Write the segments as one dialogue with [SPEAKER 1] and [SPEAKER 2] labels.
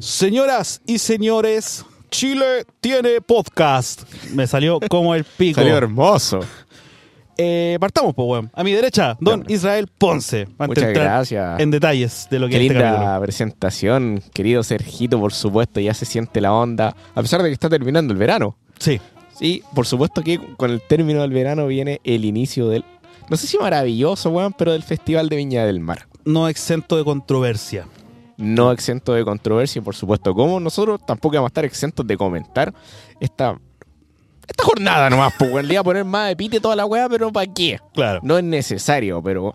[SPEAKER 1] Señoras y señores, Chile tiene podcast. Me salió como el pico.
[SPEAKER 2] Salió hermoso.
[SPEAKER 1] Eh, partamos, pues, weón. A mi derecha, Don
[SPEAKER 2] Dame.
[SPEAKER 1] Israel Ponce.
[SPEAKER 2] Muchas
[SPEAKER 1] entrar
[SPEAKER 2] gracias.
[SPEAKER 1] En detalles de lo que
[SPEAKER 2] Qué
[SPEAKER 1] es este
[SPEAKER 2] linda
[SPEAKER 1] capítulo.
[SPEAKER 2] presentación, querido Sergito, por supuesto, ya se siente la onda, a pesar de que está terminando el verano.
[SPEAKER 1] Sí.
[SPEAKER 2] Sí, por supuesto que con el término del verano viene el inicio del, no sé si maravilloso, weón, pero del Festival de Viña del Mar.
[SPEAKER 1] No exento de controversia.
[SPEAKER 2] No exento de controversia, por supuesto, como nosotros tampoco vamos a estar exentos de comentar esta, esta jornada nomás, pues, weón. Le iba a poner más de pite toda la weá, pero ¿para qué?
[SPEAKER 1] Claro.
[SPEAKER 2] No es necesario, pero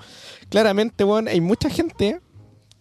[SPEAKER 2] claramente, weón, hay mucha gente,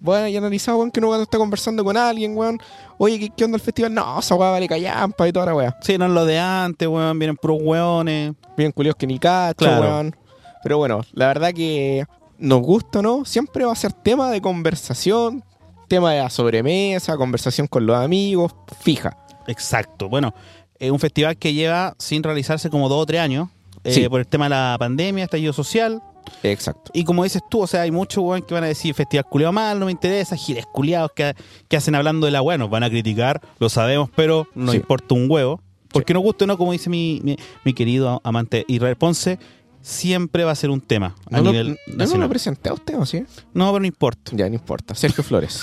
[SPEAKER 2] weón, y analizado, weón, que uno cuando está conversando con alguien, weón, oye, ¿qué, qué onda el festival? No, esa weá vale callampa y toda la weá.
[SPEAKER 1] Sí, no es lo de antes, weón. Vienen puros weones.
[SPEAKER 2] Bien culios que ni cacho,
[SPEAKER 1] Claro.
[SPEAKER 2] weón. Pero bueno, la verdad que nos gusta, o ¿no? Siempre va a ser tema de conversación, tema de la sobremesa, conversación con los amigos, fija.
[SPEAKER 1] Exacto. Bueno, es un festival que lleva sin realizarse como dos o tres años. eh,
[SPEAKER 2] Sí.
[SPEAKER 1] Por el tema de la pandemia, estallido social.
[SPEAKER 2] Exacto.
[SPEAKER 1] Y como dices tú, o sea, hay muchos weón que van a decir festival culiado mal, no me interesa, gires culiados que, que hacen hablando de la weá, nos van a criticar, lo sabemos, pero no
[SPEAKER 2] Sí.
[SPEAKER 1] importa un huevo. Porque nos gusta o no, como dice mi, mi, mi querido amante Israel Ponce, siempre va a ser un tema a
[SPEAKER 2] No lo,
[SPEAKER 1] nivel
[SPEAKER 2] no
[SPEAKER 1] nacional.
[SPEAKER 2] lo presenté a usted, ¿o sí?
[SPEAKER 1] No, pero no importa.
[SPEAKER 2] Ya, no importa. Sergio Flores.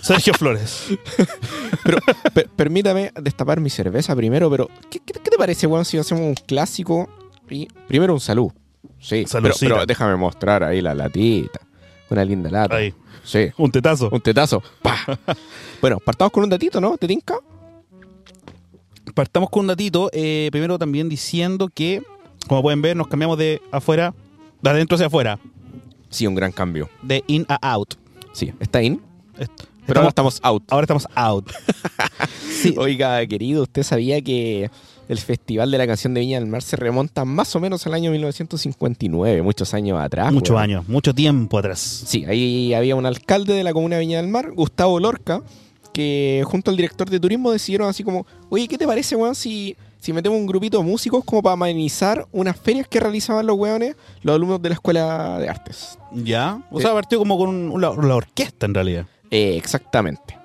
[SPEAKER 1] Sergio Flores.
[SPEAKER 2] Per- permítame destapar mi cerveza primero, pero ¿qué, qué- qué te parece, weón, si hacemos un clásico? Y primero un salud. Sí, pero,
[SPEAKER 1] Saludcita.
[SPEAKER 2] pero déjame mostrar ahí la latita. Una linda lata.
[SPEAKER 1] Ahí,
[SPEAKER 2] Sí,
[SPEAKER 1] un tetazo.
[SPEAKER 2] un tetazo. Pa. bueno, partamos con un datito, ¿no? ¿Te tinca?
[SPEAKER 1] Partamos con un datito, eh, primero también diciendo que, como pueden ver, nos cambiamos de afuera, de adentro hacia afuera,
[SPEAKER 2] Sí, un gran cambio.
[SPEAKER 1] de in a out.
[SPEAKER 2] Sí, está in,
[SPEAKER 1] Est-
[SPEAKER 2] pero
[SPEAKER 1] estamos-
[SPEAKER 2] ahora estamos out.
[SPEAKER 1] ahora estamos out. sí,
[SPEAKER 2] Oiga, querido, ¿usted sabía que el Festival de la Canción de Viña del Mar se remonta más o menos al año 1959, muchos años atrás?
[SPEAKER 1] Muchos
[SPEAKER 2] weón?
[SPEAKER 1] años, mucho tiempo atrás.
[SPEAKER 2] Sí, ahí había un alcalde de la comuna de Viña del Mar, Gustavo Lorca, que junto al director de turismo decidieron así como, oye, ¿qué te parece, weón, si, si metemos un grupito de músicos como para amenizar unas ferias que realizaban los weones, los alumnos de la Escuela de Artes?
[SPEAKER 1] Ya. Eh, O
[SPEAKER 2] Sí.
[SPEAKER 1] sea, partió como con un- una, una orquesta en realidad.
[SPEAKER 2] Eh, exactamente.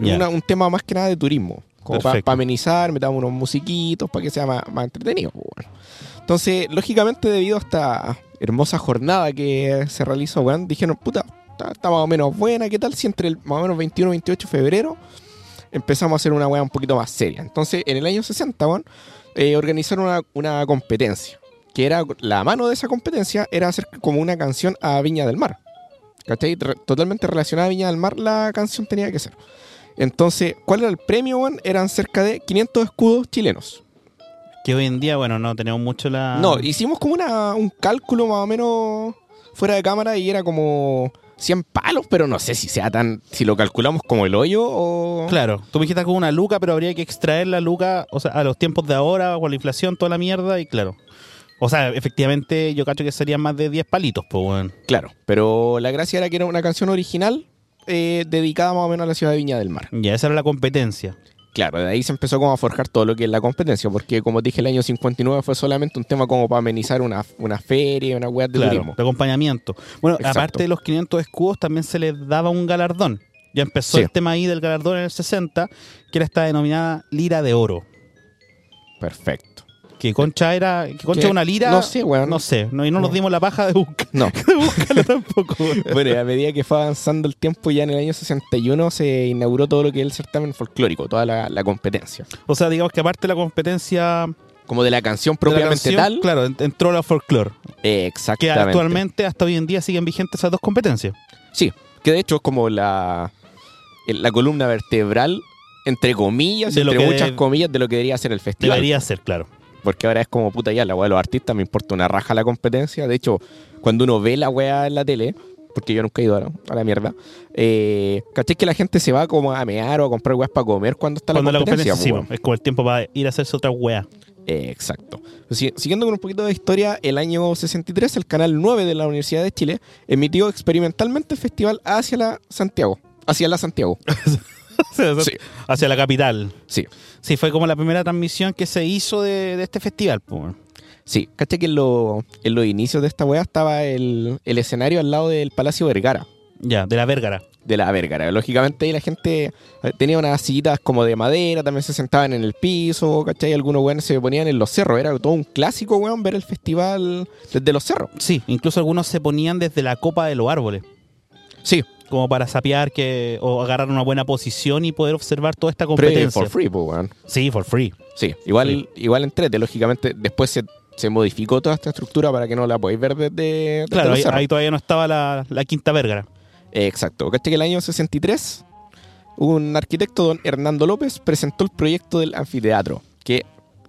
[SPEAKER 1] Ya.
[SPEAKER 2] Una- un tema más que nada de turismo. Como para
[SPEAKER 1] Perfecto.
[SPEAKER 2] amenizar, metamos unos musiquitos para que sea más, más entretenido. pues, weón. Entonces, lógicamente, debido a esta hermosa jornada que se realizó, weón, dijeron, puta, está, está más o menos buena, ¿qué tal si entre el más o menos 21 y 28 de febrero empezamos a hacer una weá un poquito más seria? Entonces, en el año 60, weón, eh, organizaron una, una competencia, que era, la mano de esa competencia era hacer como una canción a Viña del Mar. ¿Cachai? Re- Totalmente relacionada a Viña del Mar, la canción tenía que ser. Entonces, ¿cuál era el premio, weón? Eran cerca de 500 escudos chilenos.
[SPEAKER 1] Que hoy en día, bueno, no tenemos mucho la.
[SPEAKER 2] No, hicimos como una- un cálculo más o menos fuera de cámara y era como 100 palos, pero no sé si sea tan. si lo calculamos como el hoyo o.
[SPEAKER 1] Claro, tú me dijiste con una luca, pero habría que extraer la luca, o sea, a los tiempos de ahora, con la inflación, toda la mierda, y claro. O sea, efectivamente, yo cacho que serían más de 10 palitos, pues, weón.
[SPEAKER 2] Claro, pero la gracia era que era una canción original eh, dedicada más o menos a la ciudad de Viña del Mar.
[SPEAKER 1] Ya, esa era la competencia.
[SPEAKER 2] Claro, de ahí se empezó como a forjar todo lo que es la competencia, porque como dije, el año 59 fue solamente un tema como para amenizar una, una feria, una web de
[SPEAKER 1] Claro,
[SPEAKER 2] turismo.
[SPEAKER 1] de acompañamiento. Bueno,
[SPEAKER 2] Exacto.
[SPEAKER 1] aparte de los 500 escudos, también se les daba un galardón. Ya empezó
[SPEAKER 2] Sí.
[SPEAKER 1] el tema ahí del galardón en el 60, que era esta denominada lira de oro.
[SPEAKER 2] Perfecto.
[SPEAKER 1] Que concha era. Que concha
[SPEAKER 2] ¿Qué?
[SPEAKER 1] una lira.
[SPEAKER 2] No sé, weón.
[SPEAKER 1] No sé. No, y no, nos
[SPEAKER 2] No.
[SPEAKER 1] dimos la paja de, buscar,
[SPEAKER 2] No.
[SPEAKER 1] de buscarla tampoco. weón.
[SPEAKER 2] Bueno, y a medida que fue avanzando el tiempo, ya en el año 61 se inauguró todo lo que es el certamen folclórico, toda la, la competencia.
[SPEAKER 1] O sea, digamos que aparte de la competencia. de la
[SPEAKER 2] Como de la canción propiamente
[SPEAKER 1] canción,
[SPEAKER 2] tal.
[SPEAKER 1] Claro, en- entró la folclore.
[SPEAKER 2] eh,
[SPEAKER 1] Que
[SPEAKER 2] exactamente.
[SPEAKER 1] actualmente, hasta hoy en día, siguen vigentes esas dos competencias.
[SPEAKER 2] Sí, que de hecho es como la, el- la columna vertebral, entre comillas,
[SPEAKER 1] De lo
[SPEAKER 2] entre
[SPEAKER 1] que
[SPEAKER 2] muchas
[SPEAKER 1] de-
[SPEAKER 2] comillas, de lo que debería ser el festival.
[SPEAKER 1] Debería ser, claro.
[SPEAKER 2] Porque ahora es como puta ya, la weá de los artistas, me importa una raja la competencia. De hecho, cuando uno ve la weá en la tele, porque yo nunca he ido a la, a la mierda, eh, ¿cachai que la gente se va como a mear o a comprar weas para comer cuando está
[SPEAKER 1] Cuando
[SPEAKER 2] la competencia?
[SPEAKER 1] la
[SPEAKER 2] pues,
[SPEAKER 1] competencia sí,
[SPEAKER 2] po,
[SPEAKER 1] weón, es como el tiempo para ir a hacerse otra wea.
[SPEAKER 2] Eh, exacto. Si- siguiendo con un poquito de historia, el año 63 el canal 9 de la Universidad de Chile emitió experimentalmente el festival hacia la Santiago. Hacia la Santiago. Sí.
[SPEAKER 1] Hacia la capital.
[SPEAKER 2] Sí.
[SPEAKER 1] Sí, fue como la primera transmisión que se hizo de, de este festival. po, weón.
[SPEAKER 2] Sí, caché que en, lo- en los inicios de esta weá estaba el, el escenario al lado del Palacio Vergara.
[SPEAKER 1] Ya, de la Vergara.
[SPEAKER 2] de la vergara. Lógicamente ahí la gente eh, tenía unas sillitas como de madera, también se sentaban en el piso, ¿cachai? Algunos weones se ponían en los cerros, era todo un clásico, weón, ver el festival desde los cerros.
[SPEAKER 1] Sí, incluso algunos se ponían desde la copa de los árboles,
[SPEAKER 2] Sí,
[SPEAKER 1] como para sapear que, o agarrar una buena posición y poder observar toda esta
[SPEAKER 2] pero
[SPEAKER 1] competencia.
[SPEAKER 2] for free, pues, weón.
[SPEAKER 1] Sí, for free.
[SPEAKER 2] Sí, igual,
[SPEAKER 1] Sí.
[SPEAKER 2] igual entrete, lógicamente después se, se modificó toda esta estructura para que no la podáis ver desde, desde
[SPEAKER 1] Claro,
[SPEAKER 2] los
[SPEAKER 1] ahí,
[SPEAKER 2] cerros.
[SPEAKER 1] ahí todavía no estaba la, la quinta vergara.
[SPEAKER 2] Eh, Exacto. ¿Cachai que el año 63 un arquitecto, don Hernando López, presentó el proyecto del anfiteatro? Que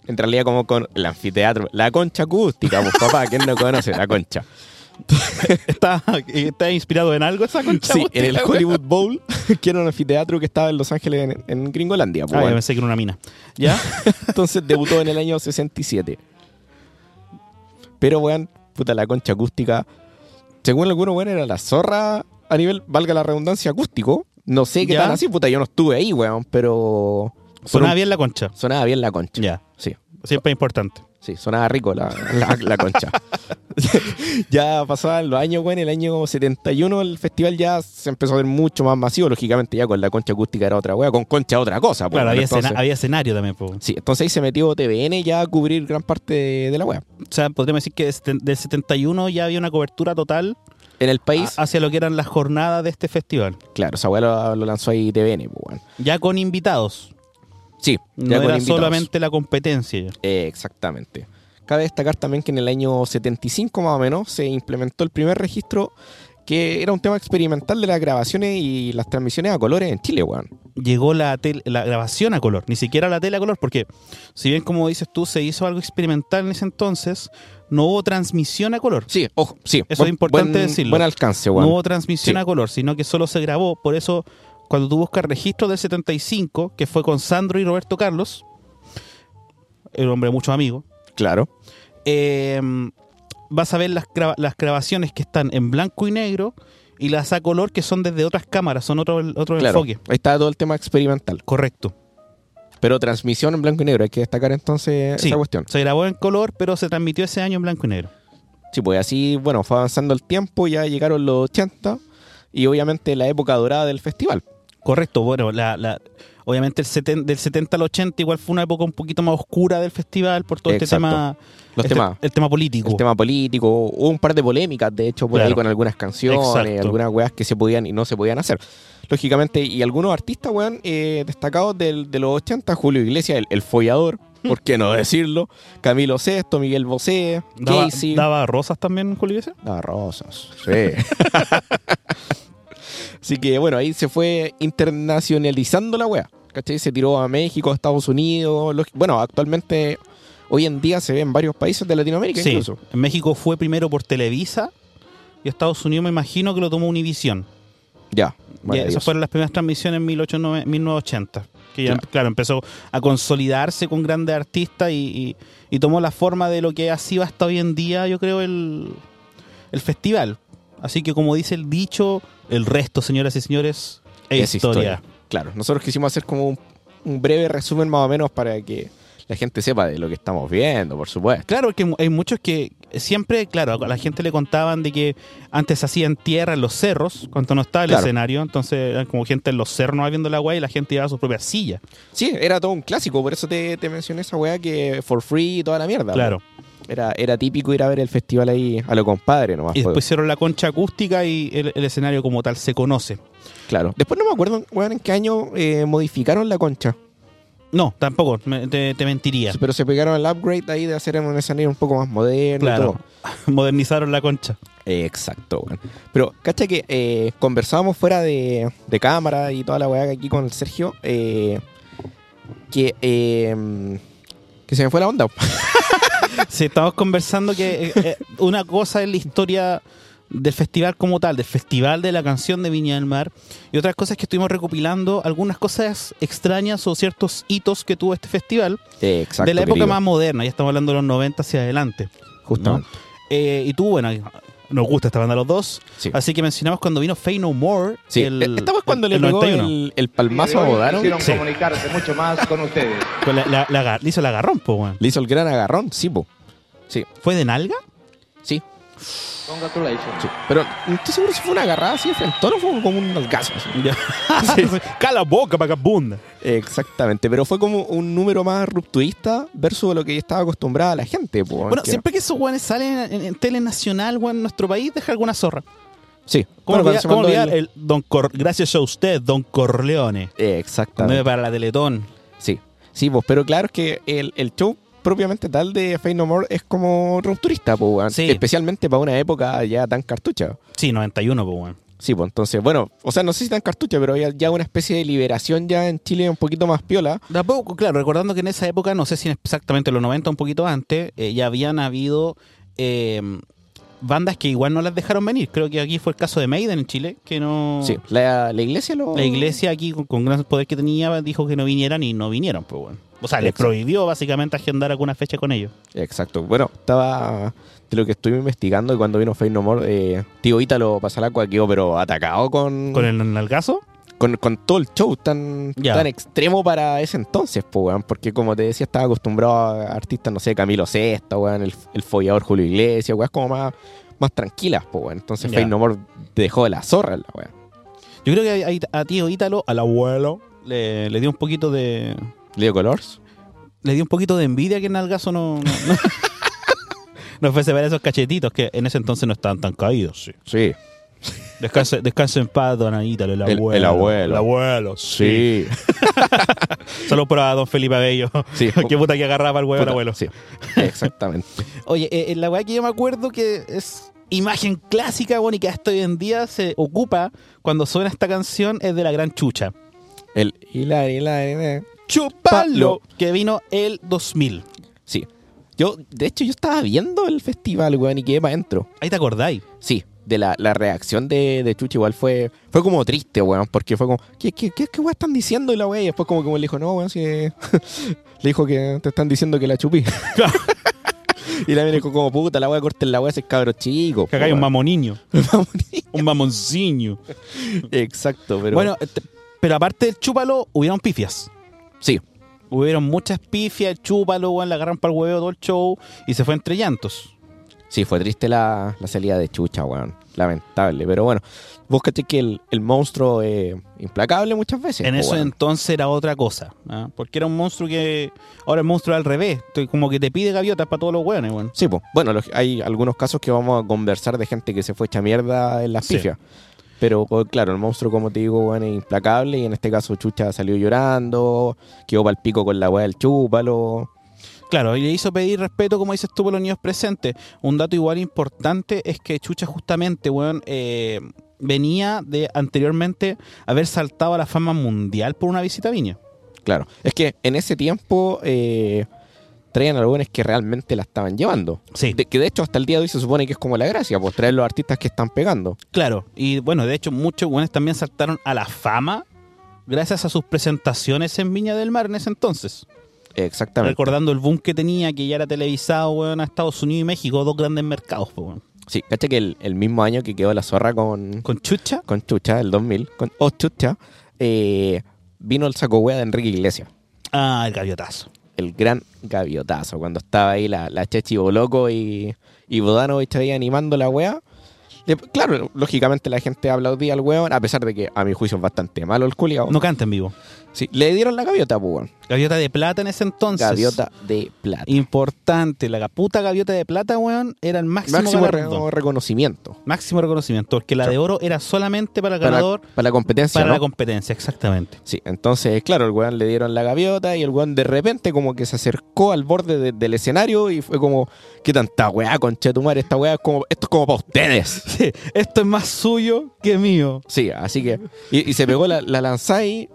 [SPEAKER 2] en realidad como con el anfiteatro, la concha acústica, pues papá, ¿quién no conoce la concha?
[SPEAKER 1] ¿Está, está inspirado en algo esa concha?
[SPEAKER 2] Sí, en el
[SPEAKER 1] acústica, güey?
[SPEAKER 2] Hollywood Bowl, que era un anfiteatro que estaba en Los Ángeles, en, en Gringolandia. pues,
[SPEAKER 1] Ah, yo
[SPEAKER 2] bueno.
[SPEAKER 1] pensé que era una mina. ¿Ya?
[SPEAKER 2] Entonces debutó en el año 67. Pero, weón, puta, la concha acústica, según algunos, weón, era la zorra a nivel, valga la redundancia, acústico. No sé qué
[SPEAKER 1] Ya.
[SPEAKER 2] tan así, puta, yo no estuve ahí, weón, pero...
[SPEAKER 1] Sonaba bien la concha.
[SPEAKER 2] Sonaba bien la concha.
[SPEAKER 1] Ya,
[SPEAKER 2] Sí,
[SPEAKER 1] siempre es importante.
[SPEAKER 2] sí, sonaba rico la, la- la concha. ya pasaban los años, güey, en el año 71 el festival ya se empezó a ver mucho más masivo, lógicamente ya con la concha acústica era otra wea, con concha otra cosa. pues,
[SPEAKER 1] Claro,
[SPEAKER 2] bueno,
[SPEAKER 1] había,
[SPEAKER 2] entonces-
[SPEAKER 1] escena- había escenario también. po.
[SPEAKER 2] Sí, entonces ahí se metió TVN ya a cubrir gran parte de, de la wea.
[SPEAKER 1] O sea, podríamos decir que desde- del 71 ya había una cobertura total
[SPEAKER 2] En el país,
[SPEAKER 1] a- hacia lo que eran las jornadas de este festival.
[SPEAKER 2] claro, esa wea lo, lo lanzó ahí TVN, pues, weón.
[SPEAKER 1] Ya con invitados.
[SPEAKER 2] Sí,
[SPEAKER 1] No
[SPEAKER 2] ya
[SPEAKER 1] era
[SPEAKER 2] con invitados.
[SPEAKER 1] solamente la competencia. ya.
[SPEAKER 2] Eh, exactamente. Cabe destacar también que en el año 75 más o menos se implementó el primer registro que era un tema experimental de las grabaciones y las transmisiones a colores en Chile, weón.
[SPEAKER 1] Llegó la, tel- la grabación a color, ni siquiera la tele a color, porque si bien como dices tú se hizo algo experimental en ese entonces, no hubo transmisión a color.
[SPEAKER 2] Sí, ojo, sí.
[SPEAKER 1] Eso es importante
[SPEAKER 2] buen-
[SPEAKER 1] decirlo.
[SPEAKER 2] Buen alcance,
[SPEAKER 1] No
[SPEAKER 2] weón.
[SPEAKER 1] hubo transmisión
[SPEAKER 2] Sí.
[SPEAKER 1] a color, sino que solo se grabó. Por eso, cuando tú buscas registro del 75, que fue con Sandro y Roberto Carlos, el hombre de muchos amigos,
[SPEAKER 2] Claro.
[SPEAKER 1] eh, vas a ver las, gra- las grabaciones que están en blanco y negro y las a color que son desde otras cámaras, son otro, otro
[SPEAKER 2] claro.
[SPEAKER 1] enfoque.
[SPEAKER 2] Ahí está todo el tema experimental.
[SPEAKER 1] Correcto.
[SPEAKER 2] Pero transmisión en blanco y negro, hay que destacar entonces
[SPEAKER 1] Sí,
[SPEAKER 2] eh, esa cuestión.
[SPEAKER 1] Se grabó en color, pero se transmitió ese año en blanco y negro.
[SPEAKER 2] Sí, pues así, bueno, fue avanzando el tiempo, ya llegaron los 80 y obviamente la época dorada del festival.
[SPEAKER 1] Correcto, bueno, la, la- obviamente el seten- del 70 al 80 igual fue una época un poquito más oscura del festival por todo este
[SPEAKER 2] Exacto.
[SPEAKER 1] tema.
[SPEAKER 2] Los
[SPEAKER 1] este-
[SPEAKER 2] temas.
[SPEAKER 1] El tema político.
[SPEAKER 2] El tema político, hubo un par de polémicas, de hecho, por ahí
[SPEAKER 1] Claro.
[SPEAKER 2] con algunas canciones,
[SPEAKER 1] Exacto.
[SPEAKER 2] algunas weas que se podían y no se podían hacer. Lógicamente, y algunos artistas, weón, eh, destacados del- de los 80, Julio Iglesias, el, el follador,
[SPEAKER 1] Hmm.
[SPEAKER 2] ¿por qué no decirlo? Camilo VI, Miguel Bosé,
[SPEAKER 1] ¿Daba,
[SPEAKER 2] Casey.
[SPEAKER 1] daba rosas también, Julio Iglesias?
[SPEAKER 2] Las rosas, sí. Así que bueno, ahí se fue internacionalizando la wea. ¿Cachai? Se tiró a México, a Estados Unidos. lógic- Bueno, actualmente, hoy en día se ve en varios países de Latinoamérica
[SPEAKER 1] Sí.
[SPEAKER 2] incluso.
[SPEAKER 1] En México fue primero por Televisa y Estados Unidos me imagino que lo tomó Univisión. Ya,
[SPEAKER 2] Ya. maravilloso.
[SPEAKER 1] esas fueron las primeras transmisiones en 1809 1980. Que ya,
[SPEAKER 2] Claro.
[SPEAKER 1] claro. empezó a consolidarse con grandes artistas y, y- y tomó la forma de lo que ha sido hasta hoy en día, yo creo, el, el festival. Así que, como dice el dicho, el resto, señoras y señores, es,
[SPEAKER 2] Es
[SPEAKER 1] historia.
[SPEAKER 2] Claro, nosotros quisimos hacer como un, un breve resumen más o menos para que la gente sepa de lo que estamos viendo, por supuesto.
[SPEAKER 1] Claro, que hay muchos que siempre, claro, a la gente le contaban de que antes se hacía en tierra en los cerros, cuando no estaba el
[SPEAKER 2] Claro.
[SPEAKER 1] escenario, entonces eran como gente en los cerros no viendo la guay y la gente llevaba su propia silla.
[SPEAKER 2] Sí, era todo un clásico, por eso te, te mencioné esa weá que for free y toda la mierda.
[SPEAKER 1] Claro.
[SPEAKER 2] Era, era típico ir a ver el festival ahí a lo compadre nomás.
[SPEAKER 1] Y
[SPEAKER 2] pues.
[SPEAKER 1] después hicieron la concha acústica y el, el escenario como tal se conoce.
[SPEAKER 2] Claro. Después no me acuerdo, weón, en qué año eh, modificaron la concha.
[SPEAKER 1] No, tampoco, me- te, te mentiría.
[SPEAKER 2] Pero se pegaron el upgrade ahí de hacer un escenario un poco más moderno. y
[SPEAKER 1] Claro,
[SPEAKER 2] todo.
[SPEAKER 1] modernizaron la concha.
[SPEAKER 2] Eh, exacto, weón. Pero, cacha que eh, conversábamos fuera de, de cámara y toda la weá que aquí con el Sergio. eh, que, eh, que se me fue la onda.
[SPEAKER 1] Sí, estamos conversando que eh, eh, una cosa es la historia del festival como tal, del festival de la canción de Viña del Mar, y otras cosas que estuvimos recopilando, algunas cosas extrañas o ciertos hitos que tuvo este festival
[SPEAKER 2] Eh, exacto,
[SPEAKER 1] de la época
[SPEAKER 2] querido.
[SPEAKER 1] más moderna, ya estamos hablando de los 90 hacia adelante.
[SPEAKER 2] Justamente.
[SPEAKER 1] Eh, y tú, bueno, nos gusta esta banda a los dos,
[SPEAKER 2] Sí.
[SPEAKER 1] así que mencionamos cuando vino Fey No More.
[SPEAKER 2] Sí,
[SPEAKER 1] el-
[SPEAKER 2] eh, esta fue cuando
[SPEAKER 1] el-
[SPEAKER 2] le
[SPEAKER 1] el
[SPEAKER 2] pegó
[SPEAKER 1] 91.
[SPEAKER 2] el, el palmazo a
[SPEAKER 3] hoy
[SPEAKER 2] Bodaro.
[SPEAKER 3] Quisieron
[SPEAKER 1] Sí.
[SPEAKER 3] comunicarse mucho más con ustedes.
[SPEAKER 1] Con la- la- la agar- le hizo el agarrón, po, weón.
[SPEAKER 2] Le hizo el gran agarrón, sí, po.
[SPEAKER 1] ¿Fue de nalga?
[SPEAKER 2] Sí.
[SPEAKER 3] Congratulations.
[SPEAKER 2] Sí, Pero no estoy seguro si fue una agarrada así de frente o fue como un algazo. así.
[SPEAKER 1] Ya.
[SPEAKER 2] Ah,
[SPEAKER 1] Cala boca, vagabunda.
[SPEAKER 2] Exactamente, pero fue como un número más rupturista versus lo que estaba acostumbrada la gente. po,
[SPEAKER 1] Bueno,
[SPEAKER 2] que-
[SPEAKER 1] siempre que esos weones salen en, en- en tele nacional, weón, en nuestro país, deja alguna zorra.
[SPEAKER 2] Sí.
[SPEAKER 1] ¿Cómo
[SPEAKER 2] Bueno, cuando
[SPEAKER 1] olvidar,
[SPEAKER 2] se
[SPEAKER 1] cómo
[SPEAKER 2] mandó
[SPEAKER 1] olvidar
[SPEAKER 2] el-
[SPEAKER 1] el don Cor- Gracias a usted, Don Corleone.
[SPEAKER 2] Eh,
[SPEAKER 1] Nueve
[SPEAKER 2] Exactamente.
[SPEAKER 1] para la Teletón.
[SPEAKER 2] Sí, sí, pues, pero claro es que el, el show propiamente tal de Fate No More es como rupturista, po, weón.
[SPEAKER 1] Sí.
[SPEAKER 2] especialmente para una época ya tan cartucha.
[SPEAKER 1] Sí, 91, pues, weón.
[SPEAKER 2] Sí, pues entonces, bueno, o sea, no sé si tan cartucha, pero ya, ya una especie de liberación ya en Chile un poquito más piola.
[SPEAKER 1] Tampoco, claro, recordando que en esa época, no sé si exactamente en los 90, un poquito antes, eh, ya habían habido eh, bandas que igual no las dejaron venir. Creo que aquí fue el caso de Maiden en Chile, que no.
[SPEAKER 2] Sí, la, la iglesia lo...
[SPEAKER 1] Mm. La iglesia aquí, con, con gran poder que tenía, dijo que no vinieran y no vinieron, pues, weón. O sea, les
[SPEAKER 2] Exacto.
[SPEAKER 1] prohibió básicamente agendar alguna fecha con ellos.
[SPEAKER 2] Exacto. Bueno, estaba de lo que estuve investigando y cuando vino Fate No More, eh, tío Ítalo Pasalacua quedó pero atacado con,
[SPEAKER 1] ¿Con el nalgazo?
[SPEAKER 2] con, con todo el show tan,
[SPEAKER 1] Ya.
[SPEAKER 2] tan extremo para ese entonces, po, weón, porque como te decía, estaba acostumbrado a artistas, no sé, Camilo Sesta, weón, el, el follador Julio Iglesias, weón, como más, más tranquilas, po, weón. entonces
[SPEAKER 1] Ya.
[SPEAKER 2] Fate No More dejó de la zorra, la weón.
[SPEAKER 1] Yo creo que a, a- a tío Ítalo, al abuelo, le, le dio un poquito de.
[SPEAKER 2] Leo Colors.
[SPEAKER 1] Le dio un poquito de envidia que el nalgazo no. No, no, no fuese para esos cachetitos que en ese entonces no estaban tan caídos, sí.
[SPEAKER 2] Sí.
[SPEAKER 1] Descanse, descanse en paz, don Ítalo, el
[SPEAKER 2] El-
[SPEAKER 1] abuelo.
[SPEAKER 2] el abuelo.
[SPEAKER 1] El abuelo, sí.
[SPEAKER 2] Sí.
[SPEAKER 1] Solo para don Felipe Bello.
[SPEAKER 2] Sí.
[SPEAKER 1] Qué puta que agarraba el huevo el
[SPEAKER 2] Puta,
[SPEAKER 1] abuelo.
[SPEAKER 2] Sí, exactamente.
[SPEAKER 1] Oye, eh, eh, la weá que yo me acuerdo que es imagen clásica, bueno, y que hasta hoy en día se ocupa cuando suena esta canción es de la gran chucha.
[SPEAKER 2] El eh. hilar, hilar, hilar.
[SPEAKER 1] Chupalo. Que vino el 2000.
[SPEAKER 2] Sí. Yo, de hecho, yo estaba viendo el festival, weón, y quedé para adentro.
[SPEAKER 1] Ahí te acordáis.
[SPEAKER 2] Sí, de la, la reacción de, de Chucha igual fue fue como triste, weón, porque fue como, ¿qué, qué, qué, qué weón están diciendo? Y la weón, y después como, como le dijo, no, weón, si... le dijo que te están diciendo que la chupí. y la viene como, puta, la weón, corten la weón, ese cabro chico.
[SPEAKER 1] Que acá hay un
[SPEAKER 2] weón.
[SPEAKER 1] mamoniño.
[SPEAKER 2] Mamonín.
[SPEAKER 1] Un mamonciño.
[SPEAKER 2] Exacto, pero...
[SPEAKER 1] Bueno, este, pero aparte del chúpalo, hubieron pifias.
[SPEAKER 2] sí,
[SPEAKER 1] Hubieron muchas pifias, el chúpalo, weón, la agarraron para el huevo todo el show y se fue entre llantos.
[SPEAKER 2] Sí, fue triste la, la salida de Chucha, weón. Lamentable. Pero bueno, vos caché que el, el monstruo es implacable muchas veces.
[SPEAKER 1] en
[SPEAKER 2] po,
[SPEAKER 1] eso
[SPEAKER 2] pues, weón.
[SPEAKER 1] entonces era otra cosa. ¿ah? Porque era un monstruo que. Ahora el monstruo es al revés. Te- Como que te pide gaviotas para todos los hueones, weón.
[SPEAKER 2] Sí, pues. Bueno, los- hay algunos casos que vamos a conversar de gente que se fue hecha mierda en las
[SPEAKER 1] Sí.
[SPEAKER 2] pifias. Pero pues, claro, el monstruo, como te digo, weón, es implacable. Y en este caso, Chucha salió llorando, quedó pal pico con la weá del chúpalo.
[SPEAKER 1] Claro, y le hizo pedir respeto, como dices tú, por los niños presentes. Un dato igual importante es que Chucha justamente, weón, eh, venía de anteriormente haber saltado a la fama mundial por una visita a Viña.
[SPEAKER 2] Claro. Es que en ese tiempo eh, traían a los weones que realmente la estaban llevando.
[SPEAKER 1] Sí.
[SPEAKER 2] De- que de hecho, hasta el día de hoy se supone que es como la gracia, pues traer los artistas que están pegando.
[SPEAKER 1] Claro, y bueno, de hecho muchos weones también saltaron a la fama gracias a sus presentaciones en Viña del Mar en ese entonces.
[SPEAKER 2] Exactamente.
[SPEAKER 1] Recordando el boom que tenía, que ya era televisado, weón, a Estados Unidos y México, dos grandes mercados, po, weón.
[SPEAKER 2] Sí, cacha que el, el mismo año que quedó la zorra con,
[SPEAKER 1] Con Chucha,
[SPEAKER 2] con Chucha, el 2000, con Oh Chucha, eh, vino el saco hueá de Enrique Iglesias.
[SPEAKER 1] ah, el gaviotazo.
[SPEAKER 2] El gran gaviotazo, cuando estaba ahí la, la Chechi Boloco y, y Bodanovich ahí animando la hueá. Le- Claro, lógicamente la gente aplaudía al hueón, a pesar de que a mi juicio es bastante malo el culiao.
[SPEAKER 1] No canta en vivo.
[SPEAKER 2] Sí, le dieron la gaviota, pues, weón.
[SPEAKER 1] Gaviota de plata en ese entonces.
[SPEAKER 2] Gaviota de plata.
[SPEAKER 1] Importante, la puta gaviota de plata, weón, era el máximo,
[SPEAKER 2] Máximo re-
[SPEAKER 1] galardón.
[SPEAKER 2] reconocimiento.
[SPEAKER 1] máximo reconocimiento, porque la de oro era solamente para el
[SPEAKER 2] Para,
[SPEAKER 1] ganador,
[SPEAKER 2] para la competencia,
[SPEAKER 1] para
[SPEAKER 2] ¿no?
[SPEAKER 1] la competencia, exactamente.
[SPEAKER 2] Sí, entonces, claro, el weón le dieron la gaviota y el weón de repente como que se acercó al borde de- del escenario y fue como, qué tanta weá, conchetumar, esta weá, es como, esto es como para ustedes.
[SPEAKER 1] Sí, esto es más suyo que mío.
[SPEAKER 2] Sí, así que, y, y se pegó la, la lanzada y, y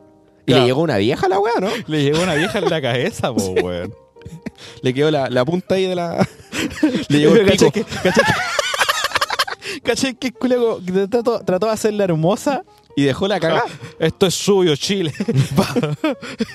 [SPEAKER 1] Claro.
[SPEAKER 2] le llegó una vieja a la weá, ¿no?
[SPEAKER 1] Le llegó una vieja en la cabeza, po, weón.
[SPEAKER 2] Le quedó la, la punta ahí de la... le llegó el
[SPEAKER 1] Caché
[SPEAKER 2] pico.
[SPEAKER 1] que- caché que- caché que el culiao como que trató, trató de hacerla hermosa.
[SPEAKER 2] Y dejó la cagada.
[SPEAKER 1] Esto es suyo, Chile.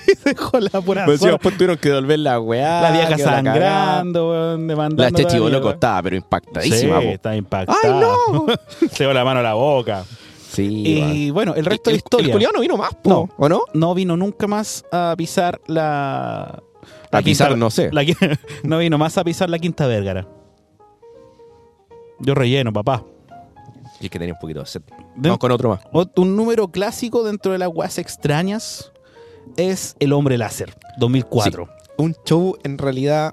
[SPEAKER 1] y dejó la pura
[SPEAKER 2] Pero Pues encima
[SPEAKER 1] zorra.
[SPEAKER 2] después tuvieron que devolver la weá.
[SPEAKER 1] Pues La vieja
[SPEAKER 2] quedó cagada.
[SPEAKER 1] sangrando, weón, demandando.
[SPEAKER 2] La
[SPEAKER 1] toda
[SPEAKER 2] chechi
[SPEAKER 1] mierda.
[SPEAKER 2] loco estaba, pero impactadísima,
[SPEAKER 1] Sí,
[SPEAKER 2] po.
[SPEAKER 1] está impactada.
[SPEAKER 2] ¡Ay, no!
[SPEAKER 1] Se dio la mano a la boca.
[SPEAKER 2] Sí, weón.
[SPEAKER 1] Y bueno, el resto de la historia.
[SPEAKER 2] El culiao no vino más, po,
[SPEAKER 1] No.
[SPEAKER 2] ¿o no?
[SPEAKER 1] no vino nunca más a pisar la. la
[SPEAKER 2] A pisar, no sé.
[SPEAKER 1] la qui- no vino más a pisar la Quinta Vergara. Yo relleno, papá.
[SPEAKER 2] Y es que tenía un poquito de sed.
[SPEAKER 1] De-
[SPEAKER 2] Vamos con otro más.
[SPEAKER 1] Ot- Un número clásico dentro de las guas extrañas es El Hombre Láser, 2004.
[SPEAKER 2] Un show en realidad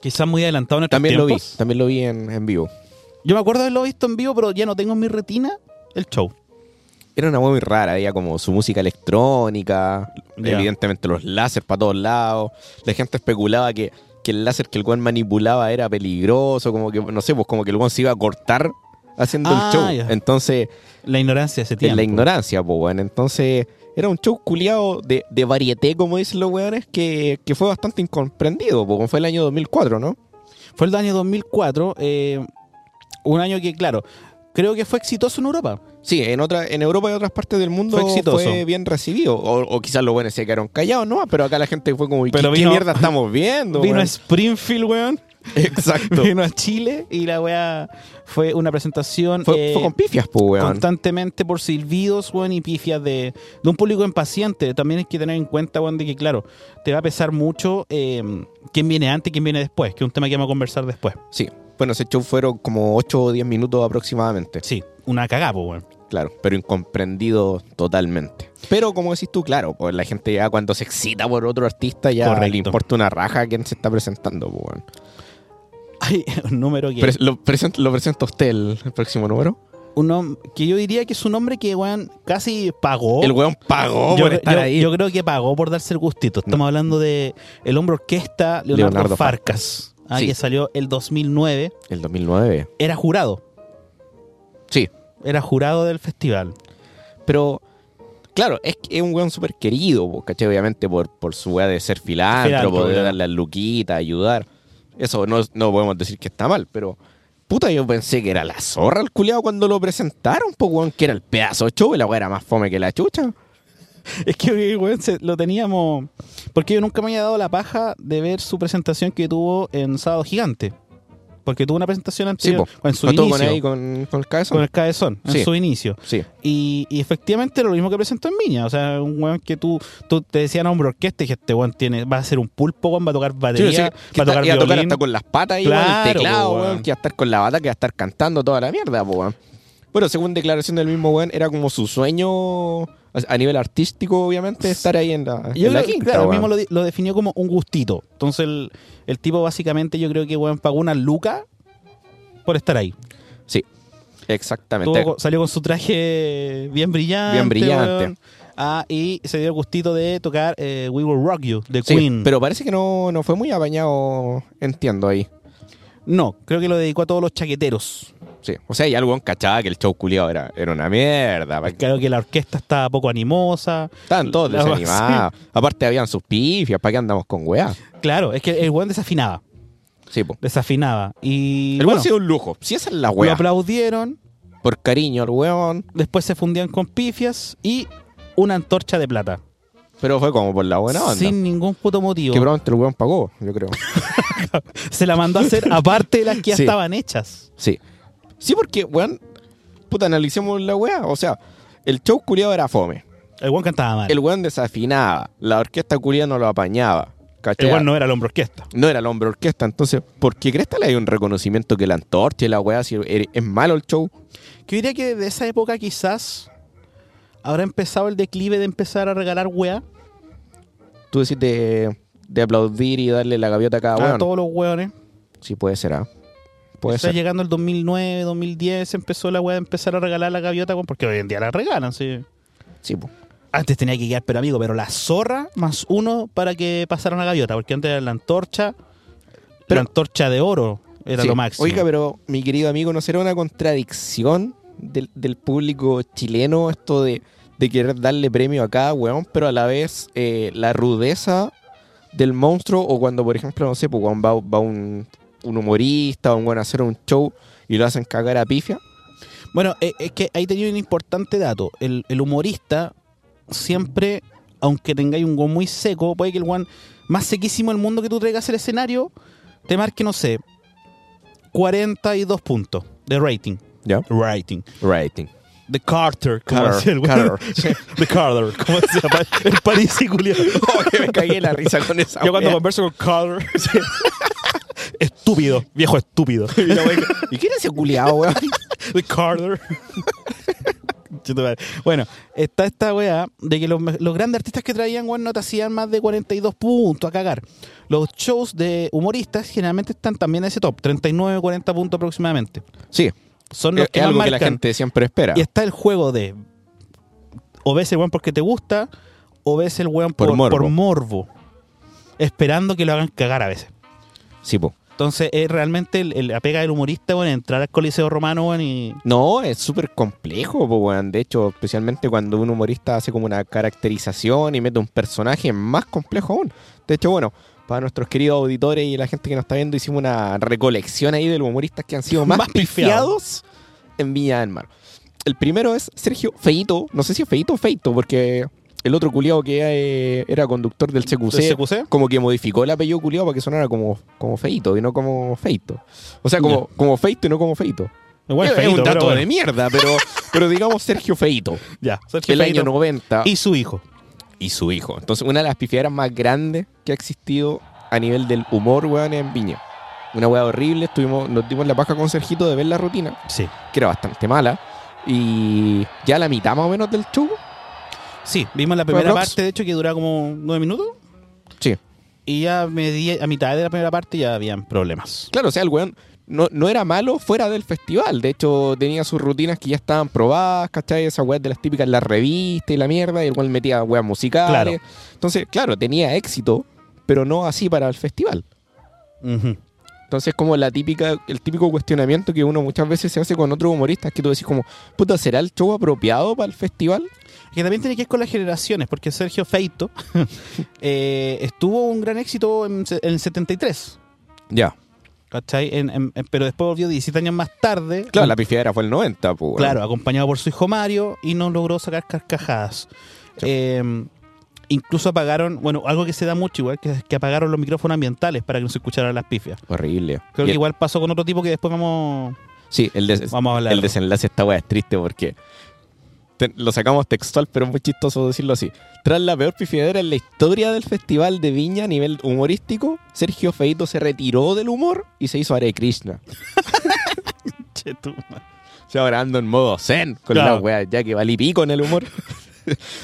[SPEAKER 1] Quizás muy adelantado en nuestros
[SPEAKER 2] también lo vi.
[SPEAKER 1] tiempos.
[SPEAKER 2] También lo vi en, en vivo.
[SPEAKER 1] Yo me acuerdo de haberlo visto en vivo, pero ya no tengo en mi retina el show.
[SPEAKER 2] Era una wea muy rara, había como su música electrónica,
[SPEAKER 1] Ya.
[SPEAKER 2] evidentemente los láser para todos lados. La gente especulaba que, que el láser que el weón manipulaba era peligroso, como que, no sé, pues como que el weón se iba a cortar haciendo
[SPEAKER 1] Ah,
[SPEAKER 2] el show.
[SPEAKER 1] ya.
[SPEAKER 2] Entonces,
[SPEAKER 1] La ignorancia de ese
[SPEAKER 2] en
[SPEAKER 1] tiempo.
[SPEAKER 2] la ignorancia, pues weón. Entonces, era un show culiado de, de varieté, como dicen los weones, que, que fue bastante incomprendido, pues fue el año 2004, ¿no?
[SPEAKER 1] Fue el año 2004, eh, un año que, claro, creo que fue exitoso en Europa.
[SPEAKER 2] Sí, en otra, en Europa y otras partes del mundo
[SPEAKER 1] Fue
[SPEAKER 2] fue,
[SPEAKER 1] exitoso.
[SPEAKER 2] bien recibido. O, o quizás los buenos se quedaron callados, ¿no? Pero acá la gente fue como, ¿y
[SPEAKER 1] Pero
[SPEAKER 2] ¿qué, qué
[SPEAKER 1] vino-
[SPEAKER 2] mierda estamos viendo?
[SPEAKER 1] Vino a
[SPEAKER 2] weón?
[SPEAKER 1] Springfield, weón.
[SPEAKER 2] Exacto.
[SPEAKER 1] Vino a Chile y la weá fue una presentación
[SPEAKER 2] fue,
[SPEAKER 1] eh,
[SPEAKER 2] fue con pifias, pues, weón.
[SPEAKER 1] constantemente por silbidos, weón, y pifias de, de un público impaciente. También hay que tener en cuenta, weón, de que, claro, te va a pesar mucho eh, quién viene antes y quién viene después, que es un tema que vamos a conversar después.
[SPEAKER 2] Sí. Bueno, ese show fueron como 8 o 10 minutos aproximadamente.
[SPEAKER 1] Sí, una cagapo, weón.
[SPEAKER 2] Claro, pero incomprendido totalmente. Pero como decís tú, claro, pues la gente ya cuando se excita por otro artista ya
[SPEAKER 1] Correcto.
[SPEAKER 2] le importa una raja a quién se está presentando, pues, weón.
[SPEAKER 1] Hay un número que...
[SPEAKER 2] Pres- lo, presenta lo presenta usted el, el próximo número.
[SPEAKER 1] un hom- que yo diría que es un hombre que, weón, casi pagó.
[SPEAKER 2] El weón pagó
[SPEAKER 1] Oh. yo,
[SPEAKER 2] por estar
[SPEAKER 1] yo-
[SPEAKER 2] ahí.
[SPEAKER 1] yo creo que pagó por darse el gustito. Estamos hablando de el hombre orquesta Leonardo,
[SPEAKER 2] Leonardo
[SPEAKER 1] Farcas, ah,
[SPEAKER 2] Sí.
[SPEAKER 1] que salió el 2009.
[SPEAKER 2] El 2009.
[SPEAKER 1] Era jurado,
[SPEAKER 2] Sí.
[SPEAKER 1] era jurado del festival.
[SPEAKER 2] Pero, claro, es que es un weón súper querido, po, ¿cachai? Obviamente por, por su weá de ser
[SPEAKER 1] Filántropo,
[SPEAKER 2] filántropo, de
[SPEAKER 1] claro.
[SPEAKER 2] darle las luquitas, ayudar. Eso no, no podemos decir que está mal, pero... Puta, yo pensé que era la zorra el culiado cuando lo presentaron, po, weón, que era el pedazo de show y la weá era más fome que la chucha.
[SPEAKER 1] Es que, weón, se- lo teníamos... Porque yo nunca me había dado la paja de ver su presentación que tuvo en Sábado Gigante. Porque tuvo una presentación
[SPEAKER 2] Sí,
[SPEAKER 1] anterior,
[SPEAKER 2] po.
[SPEAKER 1] en su
[SPEAKER 2] Con todo
[SPEAKER 1] inicio,
[SPEAKER 2] con ahí, con, con el cabezón.
[SPEAKER 1] con el cabezón, en
[SPEAKER 2] Sí.
[SPEAKER 1] su inicio.
[SPEAKER 2] Sí,
[SPEAKER 1] Y, y efectivamente lo mismo que presentó en Miña. O sea, un weón que tú, tú te decían hombre orquesta y dije, este weón tiene, va a ser un pulpo, weón, va a tocar batería,
[SPEAKER 2] Sí, sí, que
[SPEAKER 1] va a
[SPEAKER 2] está-
[SPEAKER 1] tocar
[SPEAKER 2] iba a tocar
[SPEAKER 1] violín".
[SPEAKER 2] hasta con las patas y
[SPEAKER 1] Claro,
[SPEAKER 2] el teclado,
[SPEAKER 1] po,
[SPEAKER 2] weón,
[SPEAKER 1] weón.
[SPEAKER 2] que iba a estar con la bata, que iba a estar cantando toda la mierda, po, weón. Bueno, según declaración del mismo weón, era como su sueño a a nivel artístico, obviamente, estar ahí en la,
[SPEAKER 1] Yo
[SPEAKER 2] en la
[SPEAKER 1] creo que,
[SPEAKER 2] quinta,
[SPEAKER 1] claro, él
[SPEAKER 2] weón.
[SPEAKER 1] mismo lo, di- lo definió como un gustito. Entonces el, el tipo básicamente yo creo que weón pagó una luca por estar ahí.
[SPEAKER 2] Sí, exactamente.
[SPEAKER 1] Tuvo- salió con su traje bien brillante.
[SPEAKER 2] Bien brillante.
[SPEAKER 1] weón. Ah, y se dio el gustito de tocar eh, We Will Rock You, de
[SPEAKER 2] Sí,
[SPEAKER 1] Queen.
[SPEAKER 2] pero parece que no, no fue muy apañado, entiendo ahí.
[SPEAKER 1] No, creo que lo dedicó a todos los chaqueteros.
[SPEAKER 2] Sí, o sea, ya el weón cachaba que el show culiado era, era una mierda. pa-
[SPEAKER 1] Claro que la orquesta estaba poco animosa.
[SPEAKER 2] Estaban todos
[SPEAKER 1] La-
[SPEAKER 2] desanimados. Aparte, habían sus pifias, ¿para qué andamos con weá?
[SPEAKER 1] Claro, es que el weón desafinaba.
[SPEAKER 2] Sí, po.
[SPEAKER 1] Desafinaba. Y
[SPEAKER 2] El weón
[SPEAKER 1] bueno,
[SPEAKER 2] ha sido un lujo. Si esa es la
[SPEAKER 1] lo
[SPEAKER 2] weá.
[SPEAKER 1] aplaudieron,
[SPEAKER 2] Por cariño al weón.
[SPEAKER 1] después se fundían con pifias y una antorcha de plata.
[SPEAKER 2] Pero fue como por la buena onda.
[SPEAKER 1] Sin ningún puto motivo.
[SPEAKER 2] Que probablemente el weón pagó, yo creo.
[SPEAKER 1] Se la mandó a hacer aparte de las que ya
[SPEAKER 2] Sí.
[SPEAKER 1] estaban hechas.
[SPEAKER 2] Sí. Sí, porque, weón, puta, analicemos la weá. O sea, el show culiado era fome.
[SPEAKER 1] El weón cantaba mal.
[SPEAKER 2] El weón desafinaba. La orquesta culiada no lo apañaba. ¿Cachai?
[SPEAKER 1] El weón no era el hombre orquesta.
[SPEAKER 2] No era el hombre orquesta. Entonces, ¿por qué crees que le hay un reconocimiento que la antorcha y la weá si er- es malo el show?
[SPEAKER 1] Yo diría que de esa época quizás habrá empezado el declive de empezar a regalar weá
[SPEAKER 2] Tú decís de, de aplaudir y darle la gaviota a cada
[SPEAKER 1] a
[SPEAKER 2] weón.
[SPEAKER 1] todos los weones.
[SPEAKER 2] Sí, puede ser, ¿ah?
[SPEAKER 1] O
[SPEAKER 2] Puede
[SPEAKER 1] sea,
[SPEAKER 2] ser.
[SPEAKER 1] llegando el 2009, 2010 empezó la weá de empezar a regalar la gaviota, weón, porque hoy en día la regalan, sí.
[SPEAKER 2] Sí, po.
[SPEAKER 1] Antes tenía que guiar, pero amigo, pero la zorra más uno para que pasara una gaviota, porque antes era la antorcha, la
[SPEAKER 2] Pero-
[SPEAKER 1] antorcha de oro era
[SPEAKER 2] Sí.
[SPEAKER 1] lo máximo.
[SPEAKER 2] Oiga, pero mi querido amigo, ¿no será una contradicción del, del público chileno esto de, de querer darle premio a cada weón, pero a la vez eh, la rudeza del monstruo o cuando, por ejemplo, no sé, pues, weón, va, va un, un humorista o un weón a hacer un show y lo hacen cagar a pifia?
[SPEAKER 1] Bueno, eh, es que ahí tenía un importante dato. El, el humorista siempre, aunque tengáis un guan muy seco, puede que el guan más sequísimo del mundo que tú traigas al escenario te marque, no sé, 42 puntos de rating.
[SPEAKER 2] ¿Ya?
[SPEAKER 1] Rating.
[SPEAKER 2] Rating.
[SPEAKER 1] The Carter. como
[SPEAKER 2] Carter,
[SPEAKER 1] decía el weón.
[SPEAKER 2] Carter, sí.
[SPEAKER 1] The Carter. ¿Cómo se llama? El París y culiao.
[SPEAKER 2] Oh, que me cagué la risa con esa
[SPEAKER 1] Yo cuando
[SPEAKER 2] wea.
[SPEAKER 1] converso con Carter, es estúpido, viejo estúpido.
[SPEAKER 2] Y la wea- ¿Y quién es ese culiado, weón?
[SPEAKER 1] The Carter. Chuta madre. bueno, está esta weá de que los, me- los grandes artistas que traían, weón, no te hacían más de 42 puntos a cagar. Los shows de humoristas generalmente están también en ese top, 39, 40 puntos aproximadamente.
[SPEAKER 2] Sí,
[SPEAKER 1] Son los
[SPEAKER 2] es,
[SPEAKER 1] que
[SPEAKER 2] es
[SPEAKER 1] más
[SPEAKER 2] algo que la
[SPEAKER 1] marcan.
[SPEAKER 2] gente siempre espera.
[SPEAKER 1] Y está el juego de o ves el weón porque te gusta o ves el weón por,
[SPEAKER 2] Por morbo.
[SPEAKER 1] por morbo, esperando que lo hagan cagar a veces.
[SPEAKER 2] Sí, po.
[SPEAKER 1] Entonces es realmente el, el- la pega del humorista, bueno, entrar al Coliseo Romano, bueno, y
[SPEAKER 2] No, es súper complejo, po, weón. De hecho, especialmente cuando un humorista hace como una caracterización y mete un personaje, es más complejo aún. De hecho, bueno, para nuestros queridos auditores y la gente que nos está viendo, hicimos una recolección ahí de los humoristas que han sido más,
[SPEAKER 1] Más pifiados.
[SPEAKER 2] pifiados en Villa del Mar. El primero es Sergio Feito. No sé si es Feito o Feito, porque el otro culiado que eh, era conductor del CQC,
[SPEAKER 1] ¿Del CQC?
[SPEAKER 2] como que modificó el apellido culiado para que sonara como, como Feito y no como Feito. O sea, como, como Feito y no como Feito.
[SPEAKER 1] Igual
[SPEAKER 2] Es- Eh, es,
[SPEAKER 1] feíto,
[SPEAKER 2] un
[SPEAKER 1] pero
[SPEAKER 2] dato
[SPEAKER 1] bueno.
[SPEAKER 2] de mierda, pero, pero digamos Sergio Feito,
[SPEAKER 1] Ya, Sergio
[SPEAKER 2] el
[SPEAKER 1] Feito
[SPEAKER 2] año 90 y,
[SPEAKER 1] y su hijo.
[SPEAKER 2] su hijo. Entonces, una de las pifiaderas más grandes que ha existido a nivel del humor, weón, en Viña. Una weá horrible, estuvimos, nos dimos la paja con Sergito de ver la rutina,
[SPEAKER 1] Sí.
[SPEAKER 2] que era bastante mala. Y ya la mitad más o menos del show.
[SPEAKER 1] Sí, vimos la primera
[SPEAKER 2] aprox.
[SPEAKER 1] parte, de hecho, que duraba como nueve minutos.
[SPEAKER 2] Sí.
[SPEAKER 1] Y ya me di- a mitad de la primera parte ya habían problemas.
[SPEAKER 2] Claro, o sea, el weón no, no era malo fuera del festival. De hecho, tenía sus rutinas que ya estaban probadas, ¿cachai? Esas weas de las típicas, las revistas y la mierda, y el weón metía weas musicales. Entonces, claro, tenía éxito, pero no así para el festival.
[SPEAKER 1] Ujú.
[SPEAKER 2] Entonces, como la típica, el típico cuestionamiento que uno muchas veces se hace con otros humoristas, que tú decís como, puta, ¿será el show apropiado para el festival?
[SPEAKER 1] Que también tiene que ver con las generaciones, porque Sergio Feito eh, estuvo un gran éxito en, se- en el 73.
[SPEAKER 2] Ya.
[SPEAKER 1] ¿Cachai? En- en- en- pero después volvió 17 años más tarde.
[SPEAKER 2] Claro, la pifiadera fue el 90, pues. weón.
[SPEAKER 1] Claro, acompañado por su hijo Mario y no logró sacar carcajadas. Eh, incluso apagaron, bueno, algo que se da mucho igual, que, que apagaron los micrófonos ambientales para que no se escucharan las pifias.
[SPEAKER 2] Horrible.
[SPEAKER 1] Creo
[SPEAKER 2] Y
[SPEAKER 1] que
[SPEAKER 2] el-
[SPEAKER 1] igual pasó con otro tipo que después vamos...
[SPEAKER 2] Sí, el, des-
[SPEAKER 1] Vamos a hablar.
[SPEAKER 2] el desenlace de esta weá es triste porque te- lo sacamos textual, pero es muy chistoso decirlo así. Tras la peor pifiadera en la historia del Festival de Viña a nivel humorístico, Sergio Feito se retiró del humor y se hizo Hare Krishna.
[SPEAKER 1] Che, tu madre.
[SPEAKER 2] O sea, ahora ando en modo zen con
[SPEAKER 1] Claro.
[SPEAKER 2] la weá, ya que valí pico en el humor.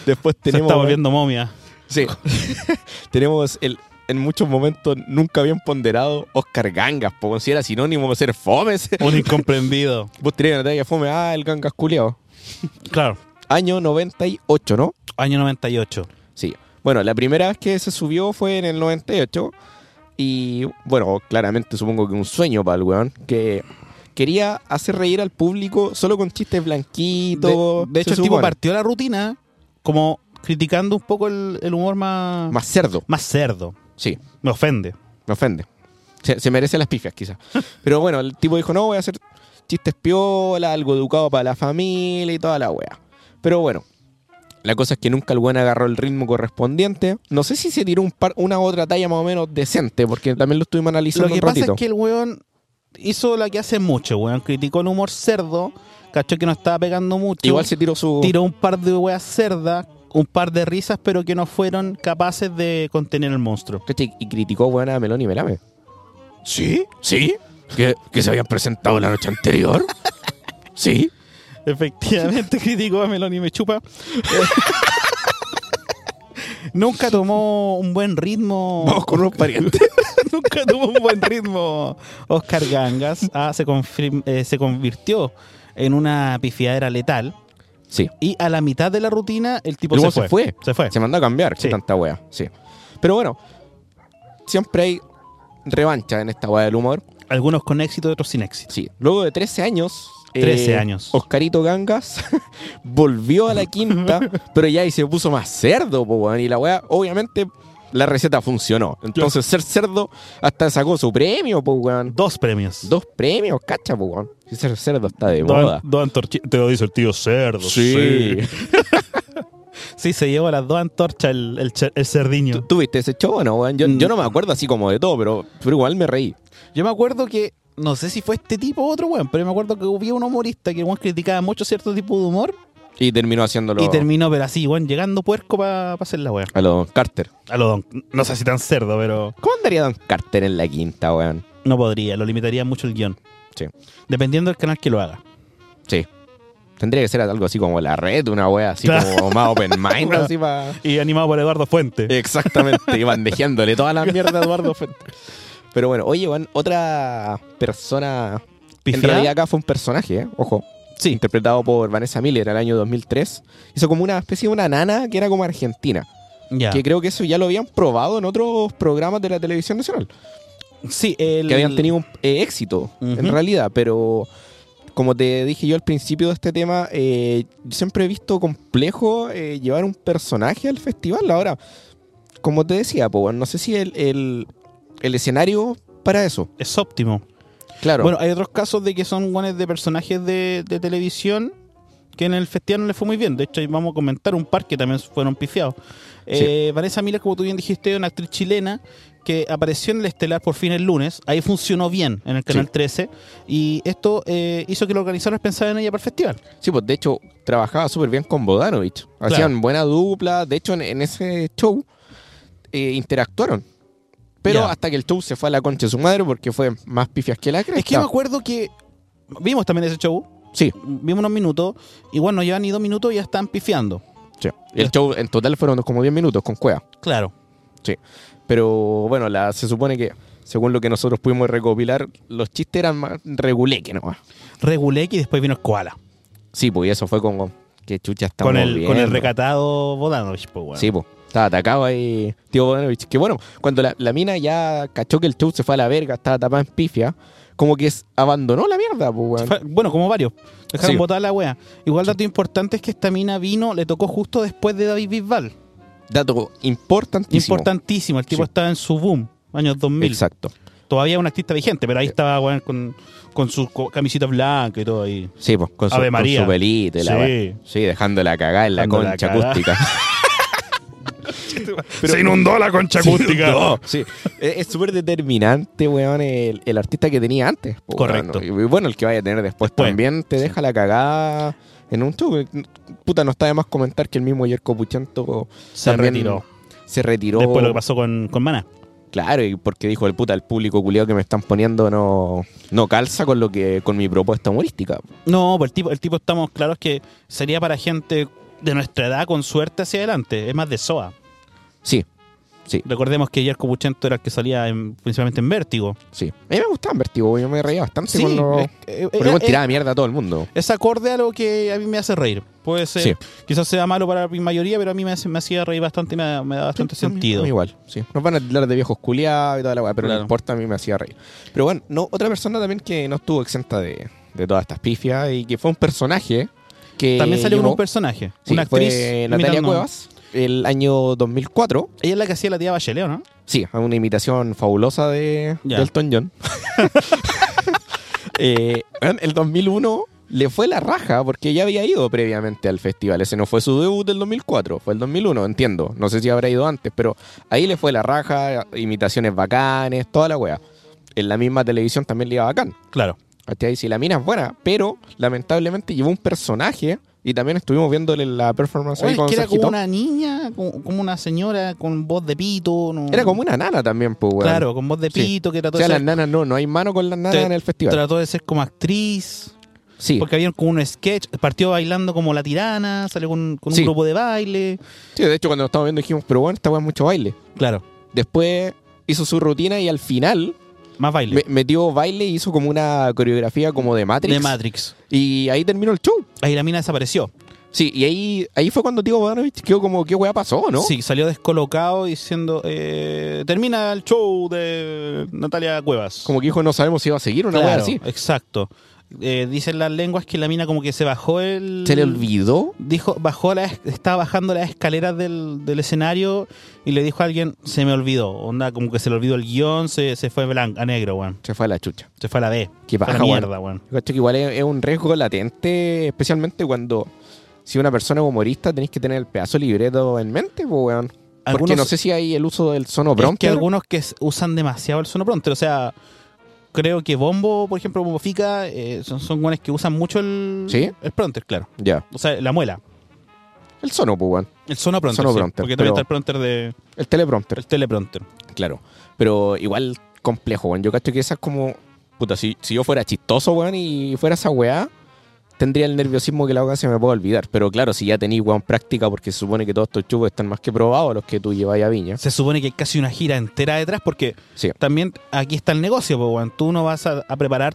[SPEAKER 2] Después
[SPEAKER 1] Se
[SPEAKER 2] tenemos...
[SPEAKER 1] está volviendo momia.
[SPEAKER 2] Sí. tenemos el... En muchos momentos nunca bien ponderado Oscar Gangas, porque si era sinónimo de ser fome. ese-
[SPEAKER 1] Un incomprendido.
[SPEAKER 2] Vos tenías una talla fome, ah, el Gangas culiao.
[SPEAKER 1] Claro,
[SPEAKER 2] Año 98, ¿no?
[SPEAKER 1] año 98.
[SPEAKER 2] Sí. Bueno, la primera vez que se subió fue en el 98. Y bueno, claramente supongo que un sueño para el weón. Que quería hacer reír al público solo con
[SPEAKER 1] De,
[SPEAKER 2] chistes blanquitos.
[SPEAKER 1] de hecho,
[SPEAKER 2] se
[SPEAKER 1] el tipo
[SPEAKER 2] supone.
[SPEAKER 1] partió la rutina como criticando un poco el, el humor más, más...
[SPEAKER 2] Más cerdo.
[SPEAKER 1] cerdo.
[SPEAKER 2] Sí,
[SPEAKER 1] Me ofende.
[SPEAKER 2] me ofende. Se, se merece las pifias, quizás. Pero bueno, el tipo dijo: No, voy a hacer chistes piola, algo educado para la familia y toda la wea. Pero bueno. La cosa es que nunca el weón agarró el ritmo correspondiente. No sé si se tiró un par, una u otra talla más o menos decente, porque también lo estuvimos analizando
[SPEAKER 1] Lo que
[SPEAKER 2] un
[SPEAKER 1] pasa es
[SPEAKER 2] ratito.
[SPEAKER 1] que el weón hizo la que hace mucho, weón. Criticó el humor cerdo, cachó que no estaba pegando mucho.
[SPEAKER 2] Igual se tiró su.
[SPEAKER 1] tiró un par de weas cerdas, un par de risas, pero que no fueron capaces de contener el monstruo.
[SPEAKER 2] ¿Cachai? Y criticó weón a Melón y Melame.
[SPEAKER 4] ¿Sí? ¿Sí? ¿Que, que se habían presentado la noche anterior? ¿Sí?
[SPEAKER 1] Efectivamente, criticó a Meloni me chupa. Nunca tomó un buen ritmo.
[SPEAKER 4] Vamos con unos parientes.
[SPEAKER 1] Nunca tuvo un buen ritmo. Oscar Gangas ah, se, confirm- eh, se convirtió en una pifiadera letal.
[SPEAKER 2] Sí.
[SPEAKER 1] Y a la mitad de la rutina, el tipo
[SPEAKER 2] El
[SPEAKER 1] Pues se,
[SPEAKER 2] hueón se
[SPEAKER 1] fue.
[SPEAKER 2] fue.
[SPEAKER 1] Se fue.
[SPEAKER 2] Se mandó a cambiar.
[SPEAKER 1] Sí.
[SPEAKER 2] Sí. Tanta wea. Sí. Pero bueno, siempre hay revancha en esta wea del humor.
[SPEAKER 1] Algunos con éxito, otros sin éxito.
[SPEAKER 2] Sí. Luego de 13 años. eh,
[SPEAKER 1] 13 años.
[SPEAKER 2] Oscarito Gangas volvió a la quinta, pero ya ahí se puso más cerdo, po, weón. Y la wea, obviamente, la receta funcionó. Entonces, ser cerdo hasta sacó su premio, po, weón.
[SPEAKER 1] Dos premios.
[SPEAKER 2] Dos premios, cacha, po, weón. Y ser cerdo está de
[SPEAKER 4] Dos
[SPEAKER 2] moda.
[SPEAKER 4] dos antorchi- te lo dice el tío cerdo.
[SPEAKER 1] Sí, se llevó las dos antorchas el, el cher- el cerdiño.
[SPEAKER 2] ¿Tú, tú viste ese show o no, weón?
[SPEAKER 1] Mm.
[SPEAKER 2] Yo, yo no me acuerdo así como de todo, pero, pero igual me reí.
[SPEAKER 1] Yo me acuerdo que, no sé si fue este tipo o otro weón, pero me acuerdo que hubo un humorista que el weón criticaba mucho cierto tipo de humor
[SPEAKER 2] Y terminó haciéndolo
[SPEAKER 1] y terminó, pero así, weón, llegando puerco para hacer la weón.
[SPEAKER 2] a los Carter.
[SPEAKER 1] A lo don, no sé si tan cerdo, pero
[SPEAKER 2] ¿Cómo andaría Don Carter en la quinta, weón?
[SPEAKER 1] No podría, lo limitaría mucho el guión.
[SPEAKER 2] Sí.
[SPEAKER 1] Dependiendo del canal que lo haga.
[SPEAKER 2] Sí. Tendría que ser algo así como la red, una wea así
[SPEAKER 1] Claro.
[SPEAKER 2] como más open mind, así para.
[SPEAKER 1] Y animado por Eduardo Fuente.
[SPEAKER 2] Exactamente, y bandejeándole toda la mierda a Eduardo Fuentes. Pero bueno, oye, Juan, otra persona. En realidad acá fue un personaje, ¿eh? ojo.
[SPEAKER 1] Sí.
[SPEAKER 2] Interpretado por Vanessa Miller el año 2003. Hizo como una especie de una nana que era como argentina.
[SPEAKER 1] Ya.
[SPEAKER 2] Que creo que eso ya lo habían probado en otros programas de la televisión nacional.
[SPEAKER 1] Sí, el-
[SPEAKER 2] que habían tenido un, eh, éxito, en
[SPEAKER 1] Ujú.
[SPEAKER 2] realidad, pero como te dije yo al principio de este tema, eh, yo siempre he visto complejo eh, llevar un personaje al festival. Ahora, como te decía, po, weón, no sé si el, el- el escenario para eso.
[SPEAKER 1] Es óptimo.
[SPEAKER 2] Claro.
[SPEAKER 1] Bueno, hay otros casos de que son guanes de personajes de, de televisión que en el festival no les fue muy bien. De hecho, ahí vamos a comentar un par que también fueron pifiados. Eh, Vanessa Miller, como tú bien dijiste, es una actriz chilena que apareció en el Estelar por fin el lunes. Ahí funcionó bien en el Canal
[SPEAKER 2] Sí.
[SPEAKER 1] 13. Y esto eh, hizo que los organizadores pensaran en ella para el festival.
[SPEAKER 2] sí, pues de hecho trabajaba súper bien con Bodanovich. Hacían buena dupla. De hecho, en, en ese show eh, interactuaron. Pero
[SPEAKER 1] Ya.
[SPEAKER 2] hasta que el show se fue a la concha de su madre porque fue más pifias que la cresta.
[SPEAKER 1] Es que me acuerdo que vimos también ese show.
[SPEAKER 2] Sí.
[SPEAKER 1] Vimos unos minutos. Igual no llevan ni dos minutos y ya están pifiando.
[SPEAKER 2] Sí. El show en total fueron como 10 minutos con Cueva.
[SPEAKER 1] Claro.
[SPEAKER 2] Pero bueno, la, se supone que, según lo que nosotros pudimos recopilar, los chistes eran más reguleques nomás.
[SPEAKER 1] Regulé y después vino el Koala.
[SPEAKER 2] Sí, pues y eso fue con. Que chucha estamos
[SPEAKER 1] Con el, con el
[SPEAKER 2] viendo.
[SPEAKER 1] recatado Bodanovich, pues, weón.
[SPEAKER 2] Sí, pues. Estaba atacado ahí, tío Bodanovich. Que bueno, cuando la, la mina ya cachó que el show se fue a la verga, estaba tapada en pifia, como que es- abandonó la mierda, pues, weón.
[SPEAKER 1] Fue- Bueno, como varios. Dejaron
[SPEAKER 2] Sí.
[SPEAKER 1] botada la wea. Igual dato importante es que esta mina vino, le tocó justo después de David Bisbal.
[SPEAKER 2] Dato importantísimo.
[SPEAKER 1] Importantísimo. El tipo
[SPEAKER 2] Sí.
[SPEAKER 1] estaba en su boom, años 2000.
[SPEAKER 2] Exacto.
[SPEAKER 1] Todavía un artista vigente, pero ahí estaba, weón, con, con su co- camisita blanca y todo ahí.
[SPEAKER 2] Sí, pues, con su,
[SPEAKER 1] Ave
[SPEAKER 2] con
[SPEAKER 1] María.
[SPEAKER 2] su pelito y la
[SPEAKER 1] Sí.
[SPEAKER 2] weá. Sí, dejándola cagar en la
[SPEAKER 1] Dejándola
[SPEAKER 2] concha
[SPEAKER 1] cagar.
[SPEAKER 2] acústica.
[SPEAKER 1] Se inundó la concha acústica.
[SPEAKER 2] No, sí. e-, Es es súper determinante, weón, el, el artista que tenía antes. po,
[SPEAKER 1] Correcto.
[SPEAKER 2] weón. Y bueno, el que vaya a tener después,
[SPEAKER 1] Después.
[SPEAKER 2] también te deja la cagada en un show. eh, Puta, no está de más comentar que el mismo Yerko Puchanto
[SPEAKER 1] Se
[SPEAKER 2] también
[SPEAKER 1] retiró.
[SPEAKER 2] Se retiró.
[SPEAKER 1] Después lo que pasó con, con Mana.
[SPEAKER 2] Claro, y porque dijo el puta, el público culiado que me están poniendo no, no calza con lo que con mi propuesta humorística.
[SPEAKER 1] No, pues el tipo, el tipo estamos claros que sería para gente de nuestra edad con suerte hacia adelante. Es más de SOA.
[SPEAKER 2] Sí,
[SPEAKER 1] Recordemos que Jerko Buchento era el que salía en- principalmente en Vértigo.
[SPEAKER 2] sí. A mí me gustaban Vertigo, yo me reía bastante
[SPEAKER 1] Sí,
[SPEAKER 2] cuando,
[SPEAKER 1] es- eh,
[SPEAKER 2] cuando
[SPEAKER 1] eh,
[SPEAKER 2] igual
[SPEAKER 1] eh,
[SPEAKER 2] tiraba mierda a todo el mundo.
[SPEAKER 1] Es acorde a lo que a mí me hace reír. Puede ser,
[SPEAKER 2] Sí.
[SPEAKER 1] quizás sea malo para mi mayoría, pero a mí me, hace- me hacía reír bastante, me, me da bastante
[SPEAKER 2] Sí, a mí-
[SPEAKER 1] sentido.
[SPEAKER 2] a mí igual, sí. Nos van a hablar de viejos culiados y toda la weá, pero
[SPEAKER 1] Claro.
[SPEAKER 2] no importa, a mí me hacía reír. Pero bueno, no, otra persona también que no estuvo exenta de, de todas estas pifias y que fue un personaje que.
[SPEAKER 1] También salió con
[SPEAKER 2] llevó-
[SPEAKER 1] un personaje,
[SPEAKER 2] Sí,
[SPEAKER 1] una
[SPEAKER 2] fue
[SPEAKER 1] actriz.
[SPEAKER 2] Natalia
[SPEAKER 1] imitando-
[SPEAKER 2] Cuevas, el año 2004.
[SPEAKER 1] Ella es la que hacía la tía Bachelet, ¿o ¿no?
[SPEAKER 2] Sí, una imitación fabulosa de
[SPEAKER 1] Ya.
[SPEAKER 2] de Elton John. Eh, bueno, el 2001 le fue la raja porque ya había ido previamente al festival. Ese no fue su debut del 2004, fue el 2001, entiendo. No sé si habrá ido antes, pero ahí le fue la raja, imitaciones bacanes, toda la wea. En la misma televisión también le iba bacán.
[SPEAKER 1] Claro.
[SPEAKER 2] Hasta ahí sí, la mina es buena, pero lamentablemente llevó un personaje y también estuvimos viéndole la performance ahí
[SPEAKER 1] Oye,
[SPEAKER 2] con
[SPEAKER 1] es que era como
[SPEAKER 2] Sergito.
[SPEAKER 1] una niña, como, como una señora con voz de pito. no-
[SPEAKER 2] Era como una nana también, pues, weón.
[SPEAKER 1] Claro, con voz de
[SPEAKER 2] Sí.
[SPEAKER 1] pito, que
[SPEAKER 2] O
[SPEAKER 1] trató,
[SPEAKER 2] sea,
[SPEAKER 1] de
[SPEAKER 2] las
[SPEAKER 1] ser,
[SPEAKER 2] nanas no, no hay mano con las nanas
[SPEAKER 1] Te-
[SPEAKER 2] en el festival.
[SPEAKER 1] trató de ser como actriz.
[SPEAKER 2] Sí,
[SPEAKER 1] Porque había como un sketch, partió bailando como la tirana, salió con, con
[SPEAKER 2] Sí.
[SPEAKER 1] un grupo de baile.
[SPEAKER 2] sí, de hecho cuando lo estábamos viendo dijimos, pero bueno, esta weá es mucho baile.
[SPEAKER 1] Claro,
[SPEAKER 2] Después hizo su rutina y al final
[SPEAKER 1] más baile.
[SPEAKER 2] me- metió baile y hizo como una coreografía como de Matrix.
[SPEAKER 1] De Matrix.
[SPEAKER 2] Y ahí terminó el show.
[SPEAKER 1] Ahí la mina desapareció.
[SPEAKER 2] Sí, y ahí, ahí fue cuando Tío Bodanovich quedó como, ¿qué weá pasó, no?
[SPEAKER 1] Sí, salió descolocado diciendo, eh, termina el show de Natalia Cuevas.
[SPEAKER 2] Como que dijo, no sabemos si iba a seguir una
[SPEAKER 1] Claro,
[SPEAKER 2] weá así.
[SPEAKER 1] Exacto. Eh, dicen las lenguas que la mina como que se bajó el...
[SPEAKER 2] Se le olvidó.
[SPEAKER 1] Dijo, bajó la, es- estaba bajando las escaleras del, del escenario y le dijo a alguien, se me olvidó. Onda, como que se le olvidó el guión, se, se fue blanca, a negro, weón.
[SPEAKER 2] Se fue a la chucha.
[SPEAKER 1] Se fue a la B.
[SPEAKER 2] Qué
[SPEAKER 1] Fue a la
[SPEAKER 2] paja, weón.
[SPEAKER 1] mierda, weón.
[SPEAKER 2] Yo cacho que igual es, es un riesgo latente, especialmente cuando si una persona es humorista tenés que tener el pedazo de libreto en mente, pues, weón. Porque
[SPEAKER 1] Algunos-
[SPEAKER 2] no sé si hay el uso del sono
[SPEAKER 1] Es que
[SPEAKER 2] prompter.
[SPEAKER 1] algunos que s- usan demasiado el sonoprompter, o sea, creo que Bombo, por ejemplo, Bombo Fica, eh, son, son guanes que usan mucho el,
[SPEAKER 2] ¿Sí?
[SPEAKER 1] el prompter, claro.
[SPEAKER 2] Ya.
[SPEAKER 1] O sea, la muela,
[SPEAKER 2] El sono, pues, weón.
[SPEAKER 1] el sonoprompter. sí,
[SPEAKER 2] Sonoprompter,
[SPEAKER 1] porque también
[SPEAKER 2] pero-
[SPEAKER 1] está el prompter de
[SPEAKER 2] El teleprompter.
[SPEAKER 1] el teleprompter.
[SPEAKER 2] Claro. Pero igual complejo, weón. Yo cacho que esa es como. Puta, si, si yo fuera chistoso, weón, y fuera esa weá, tendría el nerviosismo que la weá se me puede olvidar. Pero claro, si ya tenéis, weón, práctica, porque se supone que todos estos chupos están más que probados los que tú lleváis a viña.
[SPEAKER 1] Se supone que hay casi una gira entera detrás porque
[SPEAKER 2] Sí.
[SPEAKER 1] también aquí está el negocio, pues, weón. Tú no vas a, a preparar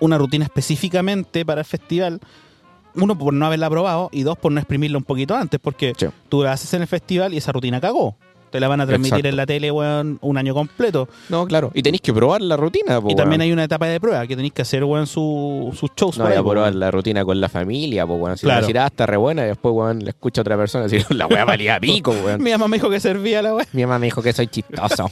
[SPEAKER 1] una rutina específicamente para el festival. Uno, por no haberla probado y dos, por no exprimirla un poquito antes porque
[SPEAKER 2] Sí.
[SPEAKER 1] tú la haces en el festival y esa rutina cagó. Te la van a transmitir
[SPEAKER 2] Exacto.
[SPEAKER 1] en la tele, weón, un año completo.
[SPEAKER 2] No, claro. Y tenéis que probar la rutina, po,
[SPEAKER 1] y también
[SPEAKER 2] weón.
[SPEAKER 1] hay una etapa de prueba que tenéis que hacer, weón, su- sus shows.
[SPEAKER 2] No,
[SPEAKER 1] por
[SPEAKER 2] voy
[SPEAKER 1] ahí,
[SPEAKER 2] a
[SPEAKER 1] po,
[SPEAKER 2] probar
[SPEAKER 1] weón.
[SPEAKER 2] la rutina con la familia, pues, weón. Si
[SPEAKER 1] Claro.
[SPEAKER 2] la tirada está re buena, y después, weón, la escucha a otra persona decir, la weá valía pico, weón.
[SPEAKER 1] Mi mamá me dijo que servía la weón.
[SPEAKER 2] Mi mamá me dijo que soy chistoso.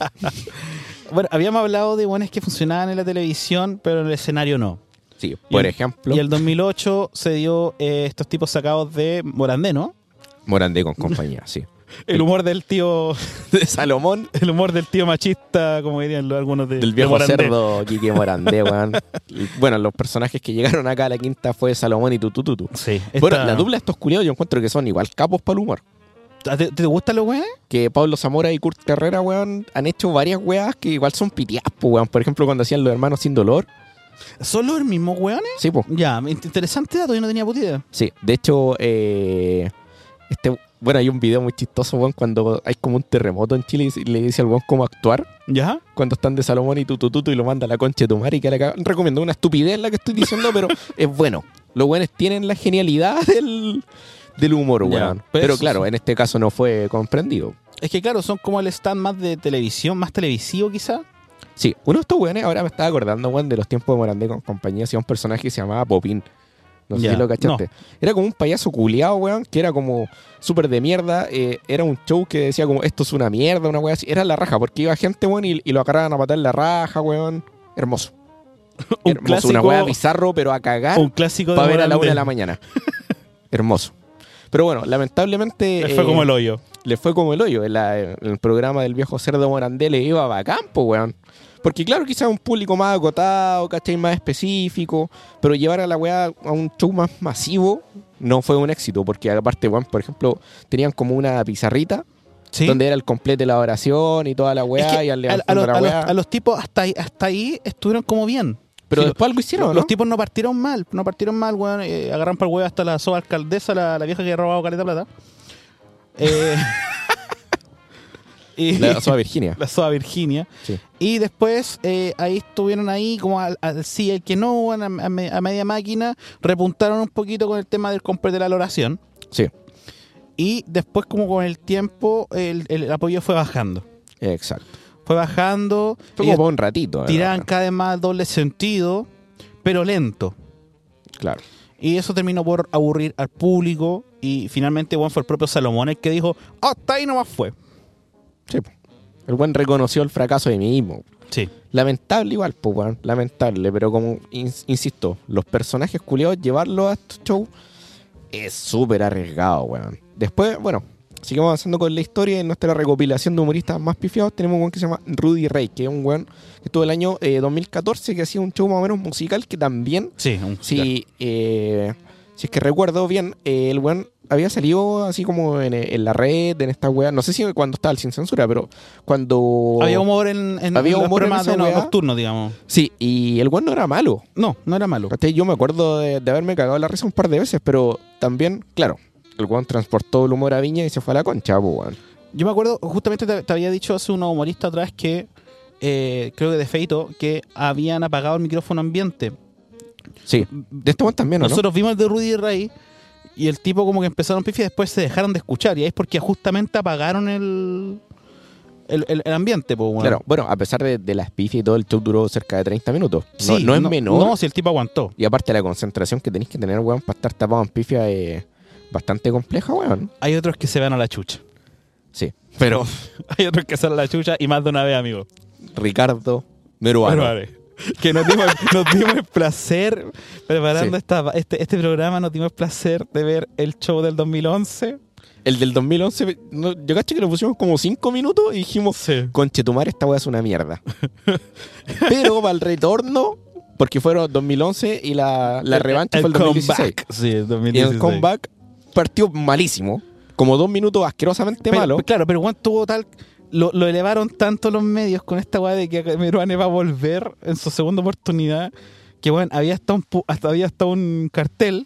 [SPEAKER 1] Bueno, habíamos hablado de weones que funcionaban en la televisión, pero en el escenario no.
[SPEAKER 2] Sí,
[SPEAKER 1] Y
[SPEAKER 2] por
[SPEAKER 1] el-
[SPEAKER 2] ejemplo,
[SPEAKER 1] Y el 2008 se dio eh, estos tipos sacados de Morandé, ¿no?
[SPEAKER 2] Morandé con compañía, sí.
[SPEAKER 1] El humor del tío,
[SPEAKER 2] De Salomón,
[SPEAKER 1] el humor del tío machista, como dirían los- algunos de
[SPEAKER 2] del
[SPEAKER 1] de
[SPEAKER 2] viejo
[SPEAKER 1] Morandé.
[SPEAKER 2] cerdo Quique Morandé, weón. Y, Bueno, los personajes que llegaron acá a la quinta fue Salomón y Tutututu.
[SPEAKER 1] Sí.
[SPEAKER 2] Bueno,
[SPEAKER 1] esta-
[SPEAKER 2] la dupla de estos culiados yo encuentro que son igual capos para el humor.
[SPEAKER 1] ¿A ti- ¿Te, gustan los weones?
[SPEAKER 2] que Pablo Zamora y Kurt Carrera, weón, han hecho varias weas que igual son pitias, po, weón. Por ejemplo, cuando hacían los hermanos sin dolor.
[SPEAKER 1] ¿Son los mismos weones?
[SPEAKER 2] Sí, po.
[SPEAKER 1] Ya, int- interesante dato, yo no tenía puta idea.
[SPEAKER 2] Sí. De hecho, eh, este, bueno, hay un video muy chistoso, weón, cuando hay como un terremoto en Chile y le dice al weón cómo actuar.
[SPEAKER 1] ¿Ya?
[SPEAKER 2] Cuando están de Salomón y tutututu y lo manda a la concha de tu madre y que la cagan. Recomiendo una estupidez la que estoy diciendo, pero es bueno. Los weones tienen la genialidad del, del humor,
[SPEAKER 1] Ya,
[SPEAKER 2] weón.
[SPEAKER 1] pues,
[SPEAKER 2] pero claro, en este caso no fue comprendido.
[SPEAKER 1] Es que claro, son como el stand más de televisión, más televisivo quizá.
[SPEAKER 2] Sí, uno de estos weones, ahora me estaba acordando, weón, de los tiempos de Morandé con compañía, hacía un personaje que se llamaba Popín. No sé
[SPEAKER 1] Ya,
[SPEAKER 2] si lo cachaste. Era como un payaso culiado, weón, que era como súper de mierda. eh, era un show que decía como, esto es una mierda, una weá así. Era la raja, porque iba gente, weón, y, y lo agarraban a matar la raja, weón. Hermoso.
[SPEAKER 1] Un
[SPEAKER 2] Hermoso. Una
[SPEAKER 1] clásico-
[SPEAKER 2] weá bizarro, pero a cagar
[SPEAKER 1] Un clásico de
[SPEAKER 2] para ver a la
[SPEAKER 1] Morandé.
[SPEAKER 2] una de la mañana. Hermoso. Pero bueno, lamentablemente...
[SPEAKER 1] Fue
[SPEAKER 2] eh,
[SPEAKER 1] como el hoyo.
[SPEAKER 2] le fue como el hoyo. En, la- en el programa del viejo cerdo Morandé le iba bacán, po, weón. Porque claro, quizás un público más acotado, ¿cachai? Más específico. Pero llevar a la weá a un show más masivo no fue un éxito. Porque aparte, weón, por ejemplo, tenían como una pizarrita
[SPEAKER 1] Sí.
[SPEAKER 2] donde era el completo de la oración y toda la
[SPEAKER 1] Es
[SPEAKER 2] weá.
[SPEAKER 1] que
[SPEAKER 2] y
[SPEAKER 1] a,
[SPEAKER 2] al
[SPEAKER 1] a
[SPEAKER 2] levantando
[SPEAKER 1] los,
[SPEAKER 2] la
[SPEAKER 1] a los-
[SPEAKER 2] weá.
[SPEAKER 1] a los tipos hasta ahí, hasta ahí estuvieron como bien.
[SPEAKER 2] pero
[SPEAKER 1] sí,
[SPEAKER 2] después algo hicieron,
[SPEAKER 1] los,
[SPEAKER 2] ¿no?
[SPEAKER 1] los tipos no partieron mal, no partieron mal, weón. eh, agarraron para el huevo hasta la subalcaldesa, la, la vieja que ha robado caleta plata. Eh, y-
[SPEAKER 2] La Soa Virginia.
[SPEAKER 1] la soda Virginia.
[SPEAKER 2] Sí.
[SPEAKER 1] Y después eh, ahí estuvieron ahí como al, al sí, el que no, weón, a, a me- a media máquina, repuntaron un poquito con el tema del completo de la oración.
[SPEAKER 2] Sí,
[SPEAKER 1] Y después como con el tiempo el, el apoyo fue bajando.
[SPEAKER 2] exacto.
[SPEAKER 1] Fue bajando.
[SPEAKER 2] Fue
[SPEAKER 1] y
[SPEAKER 2] como para un ratito. la
[SPEAKER 1] tiraban
[SPEAKER 2] verdad.
[SPEAKER 1] cada vez más doble sentido, pero lento.
[SPEAKER 2] Claro.
[SPEAKER 1] Y eso terminó por aburrir al público. Y finalmente, bueno, fue el propio Salomón el que dijo, "Ah, hasta ahí nomás fue.
[SPEAKER 2] Sí, po. El buen reconoció el fracaso de mí mismo.
[SPEAKER 1] Sí.
[SPEAKER 2] Lamentable igual, pues, weón. Lamentable, pero como ins- insisto, los personajes culiados, llevarlos a estos shows es súper arriesgado, weón. Después, bueno, sigamos avanzando con la historia. En nuestra recopilación de humoristas más pifiados tenemos un weón que se llama Rudy Rey, que es un weón que estuvo el año eh, 2014, que hacía un show más o menos musical que también
[SPEAKER 1] Sí, un-
[SPEAKER 2] Sí, eh, si es que recuerdo bien, eh, el weón había salido así como en, eh, en la red, en esta weá. No sé si cuando estaba el sin censura, pero cuando.
[SPEAKER 1] Había humor en, en
[SPEAKER 2] Había
[SPEAKER 1] los
[SPEAKER 2] humor en
[SPEAKER 1] programas
[SPEAKER 2] esa
[SPEAKER 1] de no-
[SPEAKER 2] weá.
[SPEAKER 1] nocturnos, digamos.
[SPEAKER 2] Sí, y el weón no era malo.
[SPEAKER 1] No, no era malo.
[SPEAKER 2] ¿Cachai? Yo me acuerdo de, de haberme cagado la risa un par de veces, pero también, claro, el weón transportó el humor a Viña y se fue a la concha, po, weón.
[SPEAKER 1] Yo me acuerdo, justamente te, te había dicho hace unos humoristas atrás que, eh, creo que de feito, que habían apagado el micrófono ambiente.
[SPEAKER 2] Sí, de este weón también, ¿o ¿no?
[SPEAKER 1] Nosotros vimos el de Rudy Ray y el tipo como que empezaron pifi y después se dejaron de escuchar. Y ahí es porque justamente apagaron el, el, el- el ambiente. Pues,
[SPEAKER 2] Claro, bueno, a pesar de, de las pifias y todo, el show duró cerca de 30 minutos. No- no, es menor.
[SPEAKER 1] No, si el tipo aguantó.
[SPEAKER 2] Y aparte la concentración que tenéis que tener, weón, para estar tapado en pifia es bastante compleja, weón.
[SPEAKER 1] Hay otros que se van a la chucha.
[SPEAKER 2] Sí. Pero
[SPEAKER 1] Hay otros que se van a la chucha y más de una vez, amigo.
[SPEAKER 2] Ricardo Meruano.
[SPEAKER 1] Bueno, vale. Que nos dimos, nos dimos el placer preparando
[SPEAKER 2] Sí.
[SPEAKER 1] esta, este, este programa, nos dimos el placer de ver el show del 2011.
[SPEAKER 2] El del 2011, no, yo caché que lo pusimos como 5 minutos y dijimos,
[SPEAKER 1] Sí.
[SPEAKER 2] conchetumar, esta weá es una mierda. Pero para el retorno, porque fueron 2011 y la, la revancha fue el 2016.
[SPEAKER 1] comeback. Sí, el
[SPEAKER 2] Y
[SPEAKER 1] 2016.
[SPEAKER 2] el comeback partió malísimo, como dos minutos asquerosamente
[SPEAKER 1] Pero-
[SPEAKER 2] malo.
[SPEAKER 1] Claro, pero Juan tuvo tal lo, lo elevaron tanto los medios con esta weá de que Meruane va a volver en su segunda oportunidad. Que bueno, había hasta un, pu- hasta, había hasta un cartel.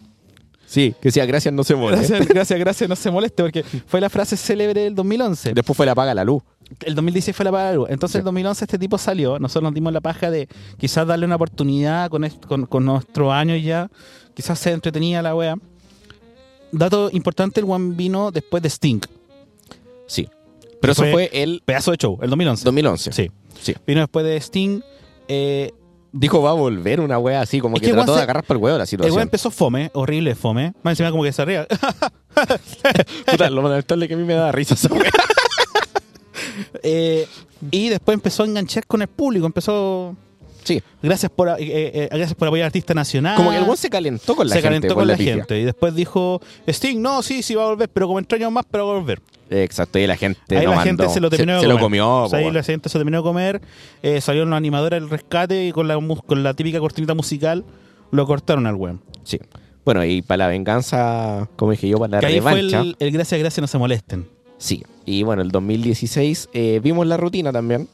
[SPEAKER 2] Sí, que decía gracias, no se molesta.
[SPEAKER 1] Gracias, gracias, gracias, no se moleste, porque fue la frase célebre del 2011.
[SPEAKER 2] Después fue la paga la luz.
[SPEAKER 1] El 2016 fue la paja de la luz. Entonces, el 2011 este tipo salió. Nosotros nos dimos la paja de quizás darle una oportunidad con, est- con, con nuestro año ya. Quizás se entretenía la wea. Dato importante: el One vino después de Sting.
[SPEAKER 2] Sí. Pero eso
[SPEAKER 1] Fue-
[SPEAKER 2] fue el
[SPEAKER 1] Pedazo de show, el 2011.
[SPEAKER 2] 2011.
[SPEAKER 1] Sí.
[SPEAKER 2] Sí.
[SPEAKER 1] Vino después de Sting. eh,
[SPEAKER 2] Dijo va a volver una wea así, como
[SPEAKER 1] Es
[SPEAKER 2] que,
[SPEAKER 1] que
[SPEAKER 2] trató
[SPEAKER 1] weón
[SPEAKER 2] de
[SPEAKER 1] se-
[SPEAKER 2] agarrar para el huevo la
[SPEAKER 1] el weón
[SPEAKER 2] situación.
[SPEAKER 1] empezó fome, horrible fome. Más encima como que se ría.
[SPEAKER 2] Puta, lo lamentable es que a mí me da risa esa wea.
[SPEAKER 1] Eh, y después empezó a enganchar con el público. Empezó.
[SPEAKER 2] Sí.
[SPEAKER 1] Gracias por, eh, eh, gracias por apoyar al artista nacional.
[SPEAKER 2] Como que el weón se calentó con la
[SPEAKER 1] se
[SPEAKER 2] gente.
[SPEAKER 1] calentó con
[SPEAKER 2] la
[SPEAKER 1] la
[SPEAKER 2] pifia.
[SPEAKER 1] gente. Y después dijo, Sting, no, sí, sí va a volver, pero como en tres años más, pero va a volver.
[SPEAKER 2] Exacto, y la gente
[SPEAKER 1] ahí
[SPEAKER 2] no
[SPEAKER 1] la
[SPEAKER 2] mandó.
[SPEAKER 1] gente se lo terminó de
[SPEAKER 2] se
[SPEAKER 1] comer.
[SPEAKER 2] lo comió.
[SPEAKER 1] O sea, ahí
[SPEAKER 2] po,
[SPEAKER 1] la gente se lo terminó de comer. Eh, salió una animadora del rescate y con la, mus- con la típica cortinita musical lo cortaron al weón.
[SPEAKER 2] Sí. Bueno, y para la venganza, como dije yo, para la
[SPEAKER 1] Que ahí fue
[SPEAKER 2] revancha.
[SPEAKER 1] el, el gracias, gracias, no se molesten.
[SPEAKER 2] Sí. Y bueno, el 2016 eh, vimos la rutina también.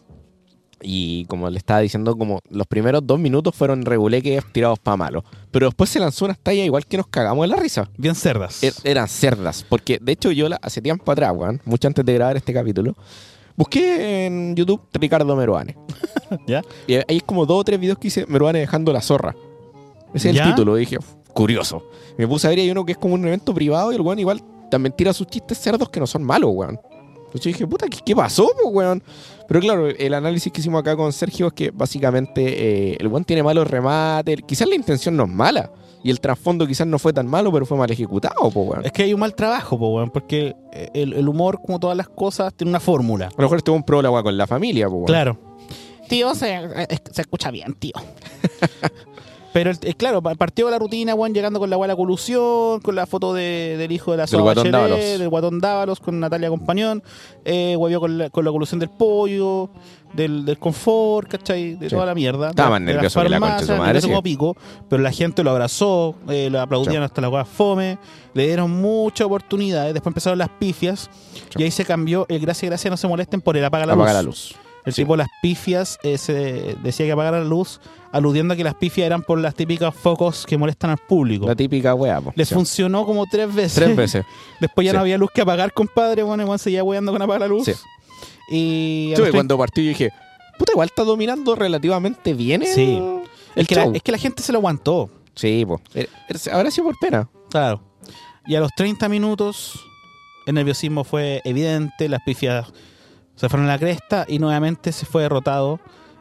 [SPEAKER 2] Y como le estaba diciendo, como los primeros dos minutos fueron reguleques tirados para malo. Pero después se lanzó unas tallas igual que nos cagamos de la risa.
[SPEAKER 1] Bien cerdas.
[SPEAKER 2] Er- eran cerdas. Porque de hecho yo la, hace tiempo atrás, weón, mucho antes de grabar este capítulo, busqué en YouTube Ricardo Meruane.
[SPEAKER 1] ¿Ya?
[SPEAKER 2] Y hay como dos o tres videos que hice Meruane dejando la zorra. Ese es
[SPEAKER 1] ¿Ya?
[SPEAKER 2] el título. Y dije, "Uf, curioso. Me puse a ver y hay uno que es como un evento privado y el weón igual también tira sus chistes cerdos que no son malos, weón. Entonces Pues yo dije, puta, ¿qué, qué pasó, po, weón? Pero claro, el análisis que hicimos acá con Sergio es que básicamente eh, el weón tiene malos remates. Quizás la intención no es mala. Y el trasfondo quizás no fue tan malo, pero fue mal ejecutado, po, weón.
[SPEAKER 1] Es que hay un mal trabajo, po, weón, porque eh, el, el humor, como todas las cosas, tiene una fórmula.
[SPEAKER 2] A lo mejor estuvo un pro la weá con la familia, po, weón.
[SPEAKER 1] Claro.
[SPEAKER 5] Tío, se, eh, se escucha bien, tío.
[SPEAKER 1] Pero el- eh, claro, pa- partió la rutina, weón, llegando con la guala colusión, con la foto de- del hijo de la
[SPEAKER 2] Del
[SPEAKER 1] Soa Bachelet,
[SPEAKER 2] guatón Dávalos.
[SPEAKER 1] del guatón Dávalos con Natalia Compañón, eh, huevió con la, con la colusión del pollo, del, del confort, ¿cachai? De
[SPEAKER 2] Sí.
[SPEAKER 1] toda la mierda.
[SPEAKER 2] Estaba más
[SPEAKER 1] De- de las
[SPEAKER 2] nervioso que la concha de su
[SPEAKER 1] farmacias,
[SPEAKER 2] madre,
[SPEAKER 1] nervioso
[SPEAKER 2] sí.
[SPEAKER 1] como pico, pero la gente lo abrazó, eh, lo aplaudían hasta la guada fome, le dieron muchas oportunidades, después empezaron las pifias,
[SPEAKER 2] Sí.
[SPEAKER 1] y ahí se cambió el gracias, gracias, no se molesten por el apaga la
[SPEAKER 2] Apaga
[SPEAKER 1] luz.
[SPEAKER 2] la luz.
[SPEAKER 1] El
[SPEAKER 2] Sí.
[SPEAKER 1] tipo las pifias eh, se decía que apagara la luz, aludiendo a que las pifias eran por las típicas focos que molestan al público.
[SPEAKER 2] La típica weá, po.
[SPEAKER 1] Les
[SPEAKER 2] Sí.
[SPEAKER 1] funcionó como tres veces.
[SPEAKER 2] Tres veces.
[SPEAKER 1] Después ya
[SPEAKER 2] Sí.
[SPEAKER 1] no había luz que apagar, compadre. Bueno, igual seguía weando con apagar la luz.
[SPEAKER 2] Sí.
[SPEAKER 1] Y a
[SPEAKER 2] Yo
[SPEAKER 1] los tre-
[SPEAKER 2] cuando partió yo dije, puta, igual está dominando relativamente bien el,
[SPEAKER 1] Sí.
[SPEAKER 2] el
[SPEAKER 1] es, que la,
[SPEAKER 2] show.
[SPEAKER 1] es que la gente se lo aguantó.
[SPEAKER 2] Sí, po. Eh, eh, Habrá sido por pena.
[SPEAKER 1] Claro. Y a los 30 minutos, el nerviosismo fue evidente, las pifias se fueron a la cresta y nuevamente se fue derrotado.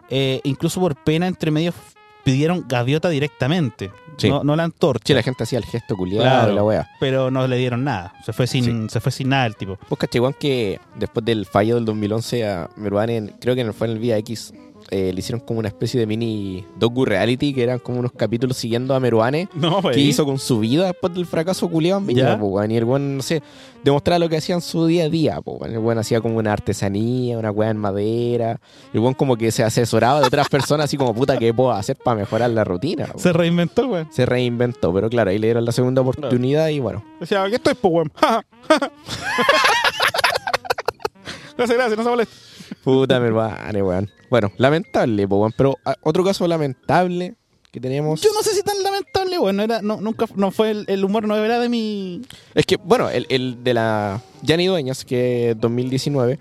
[SPEAKER 1] Eh, incluso por pena, entre medios pidieron gaviota directamente,
[SPEAKER 2] Sí.
[SPEAKER 1] no, no la antorcha.
[SPEAKER 2] Sí, la gente hacía el gesto culiado
[SPEAKER 1] Claro.
[SPEAKER 2] de la wea.
[SPEAKER 1] pero no le dieron nada. Se fue sin, se fue sin nada el tipo.
[SPEAKER 2] Pues caché, weón, que después del fallo del 2011 a Meruane, en- creo que en el- fue en el Vía X, eh, le hicieron como una especie de mini docu reality que eran como unos capítulos siguiendo a Meruane.
[SPEAKER 1] No,
[SPEAKER 2] que hizo con su vida después del fracaso culiado en Viña,
[SPEAKER 1] Ya.
[SPEAKER 2] po, weón. Y el weón, no sé, demostraba lo que hacía en su día a día, po, weón. El weón hacía como una artesanía, una weá en madera. El weón como que se asesoraba de otras personas, así como, puta, ¿qué puedo hacer para mejorar la rutina? po?
[SPEAKER 1] Se reinventó, weón.
[SPEAKER 2] Se reinventó, pero claro, ahí le dieron la segunda oportunidad y bueno.
[SPEAKER 1] Decía, aquí estoy, po, weón. gracias, gracias, no se moleste.
[SPEAKER 2] Puta, mi hermano, weón. Bueno, lamentable, po, weón. Pero ah, otro caso lamentable que tenemos...
[SPEAKER 1] Yo no sé si tan lamentable, weón. No era, no, nunca, no fue el, el humor, no era de mi.
[SPEAKER 2] Es que, bueno, el, el de la Yanni Dueñas, que es 2019,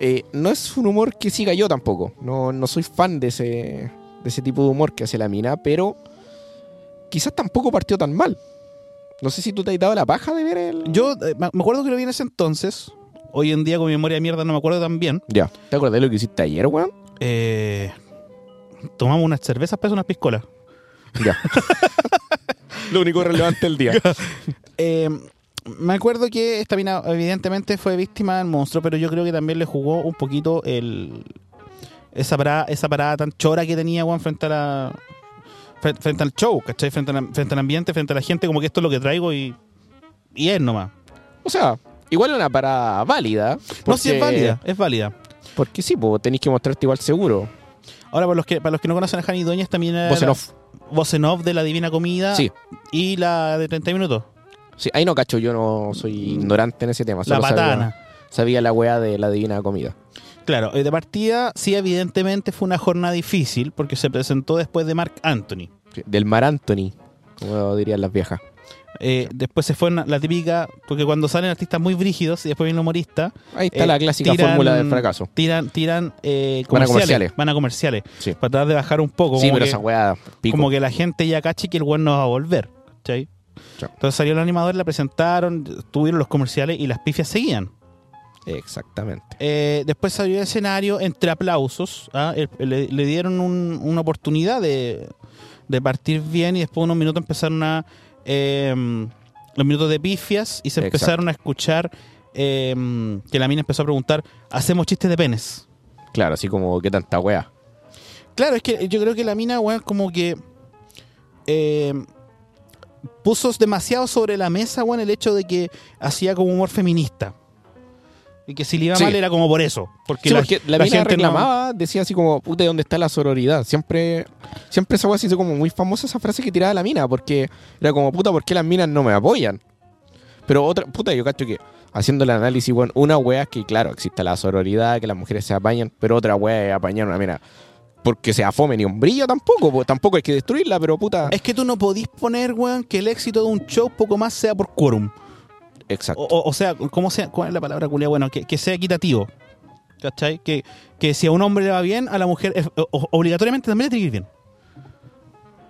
[SPEAKER 2] eh, no es un humor que siga yo tampoco. No, no soy fan de ese, de ese tipo de humor que hace la mina, pero quizás tampoco partió tan mal. No sé si tú te has dado la paja de ver el...
[SPEAKER 1] Yo eh, me me acuerdo que lo vi en ese entonces. Hoy en día, con mi memoria de mierda, no me acuerdo tan bien.
[SPEAKER 2] Ya, ¿te acordás de lo que hiciste ayer, weón?
[SPEAKER 1] Eh, tomamos unas cervezas, peso unas piscolas.
[SPEAKER 2] Ya. lo único relevante del día.
[SPEAKER 1] Eh, me acuerdo que esta mina evidentemente fue víctima del monstruo, pero yo creo que también le jugó un poquito el esa parada, esa parada tan chora que tenía Juan frente a la fren- frente al show, ¿cachai? Frente, a la- frente al ambiente, frente a la gente, como que esto es lo que traigo y, y es nomás.
[SPEAKER 2] O sea, igual una parada válida.
[SPEAKER 1] No, sí es
[SPEAKER 2] porque-
[SPEAKER 1] válida, es válida.
[SPEAKER 2] Porque sí, pues tenéis que mostrarte igual seguro.
[SPEAKER 1] Ahora, para los que, para los que no conocen a Jani Doñez, también era
[SPEAKER 2] Voz en off.
[SPEAKER 1] voz en off de La Divina Comida
[SPEAKER 2] Sí.
[SPEAKER 1] y la de 30 minutos,
[SPEAKER 2] Sí, ahí no cacho, yo no soy ignorante en ese tema.
[SPEAKER 1] Mm. La
[SPEAKER 2] solo sabía-
[SPEAKER 1] Patana.
[SPEAKER 2] Sabía la weá de la divina comida.
[SPEAKER 1] Claro, eh, de partida, sí, evidentemente fue una jornada difícil porque se presentó después de Mark Anthony.
[SPEAKER 2] Del Mar Anthony, como dirían las viejas.
[SPEAKER 1] Eh, después se fue una- la típica, porque cuando salen artistas muy brígidos y después viene humorista,
[SPEAKER 2] Ahí está
[SPEAKER 1] eh,
[SPEAKER 2] la clásica
[SPEAKER 1] tiran-
[SPEAKER 2] fórmula del fracaso.
[SPEAKER 1] tiran, tiran eh,
[SPEAKER 2] Van a
[SPEAKER 1] comerciales,
[SPEAKER 2] comerciales.
[SPEAKER 1] Van a comerciales.
[SPEAKER 2] Sí.
[SPEAKER 1] Para tratar de bajar un poco.
[SPEAKER 2] Sí,
[SPEAKER 1] como
[SPEAKER 2] pero
[SPEAKER 1] que-
[SPEAKER 2] esa weá, pico.
[SPEAKER 1] como que la gente ya cache que el weón no va a volver. ¿cachai?
[SPEAKER 2] Chao.
[SPEAKER 1] Entonces salió el animador, la presentaron, tuvieron los comerciales y las pifias seguían.
[SPEAKER 2] Exactamente.
[SPEAKER 1] Eh, después salió el escenario entre aplausos. ¿ah? El- le, le dieron un- una oportunidad de, de partir bien y después de unos minutos empezaron a... em, los minutos de pifias y se
[SPEAKER 2] Exacto.
[SPEAKER 1] empezaron a escuchar em, que la mina empezó a preguntar, hacemos chistes de penes.
[SPEAKER 2] Claro, así como, ¿qué tanta weá?
[SPEAKER 1] Claro, es que yo creo que la mina, weón, como que eh, puso demasiado sobre la mesa, weón, el hecho de que hacía como humor feminista. Y que si le iba
[SPEAKER 2] Sí.
[SPEAKER 1] mal era como por eso. Porque
[SPEAKER 2] Sí,
[SPEAKER 1] la,
[SPEAKER 2] porque la,
[SPEAKER 1] la
[SPEAKER 2] mina
[SPEAKER 1] gente no-
[SPEAKER 2] reclamaba, decía así como, puta, ¿dónde está la sororidad? Siempre, siempre esa weá se hizo como muy famosa esa frase que tiraba la mina, porque era como, puta, ¿por qué las minas no me apoyan? Pero otra, puta, yo cacho que haciendo el análisis, bueno, una weá es que, claro, existe la sororidad, que las mujeres se apañan, pero otra weá es apañar a una mina. Porque se afome ni un brillo tampoco, po, tampoco hay que destruirla, pero puta.
[SPEAKER 1] Es que tú no podís poner, weón, que el éxito de un show poco más sea por quórum.
[SPEAKER 2] Exacto.
[SPEAKER 1] O, o- o sea, ¿cómo sea? ¿Cuál es la palabra culia? Bueno, que, que sea equitativo. ¿Cachai? Que, que si a un hombre le va bien, a la mujer eh, o- o- obligatoriamente también le tiene que ir bien.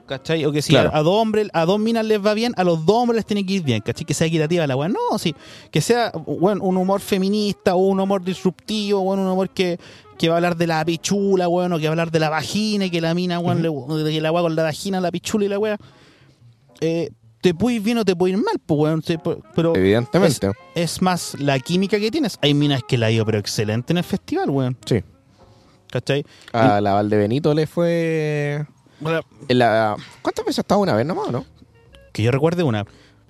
[SPEAKER 1] ¿Cachai? O que si
[SPEAKER 2] Claro.
[SPEAKER 1] a, a dos hombres, a dos minas les va bien, a los dos hombres les tiene que ir bien. ¿Cachai? Que sea equitativa la weá. No, sí. Que sea bueno, un humor feminista, o un humor disruptivo, bueno, un humor que, que va a hablar de la pichula, bueno, que va a hablar de la vagina, y que la mina, weón, le- que la weá con la vagina, la pichula y la weá. Eh, te puede ir bien o te puede ir mal, pues, weón. te pu- Pero
[SPEAKER 2] Evidentemente.
[SPEAKER 1] es más la química que tienes. Hay minas que la ha ido, pero excelente en el festival, weón.
[SPEAKER 2] Sí.
[SPEAKER 1] ¿Cachai?
[SPEAKER 2] A la Valdebenito le fue.
[SPEAKER 1] Bueno,
[SPEAKER 2] en la- ¿Cuántas veces ha estado una vez nomás, no?
[SPEAKER 1] que yo recuerde una.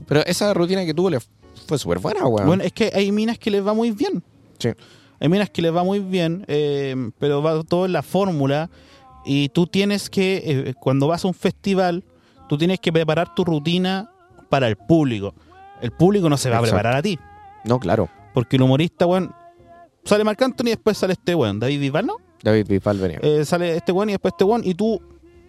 [SPEAKER 2] Pero esa rutina que tuvo le fue súper buena, weón.
[SPEAKER 1] Bueno, es que hay minas que les va muy bien.
[SPEAKER 2] Sí.
[SPEAKER 1] Hay minas que les va muy bien, eh, pero va todo en la fórmula. Y tú tienes que, eh, cuando vas a un festival, tú tienes que preparar tu rutina para el público. El público no se va
[SPEAKER 2] Exacto.
[SPEAKER 1] a preparar a ti.
[SPEAKER 2] No, claro.
[SPEAKER 1] Porque el humorista, weón, sale Marc Anthony y después sale este weón. David Vival, ¿no?
[SPEAKER 2] David Bipal venía.
[SPEAKER 1] eh, sale este weón y después este weón y tú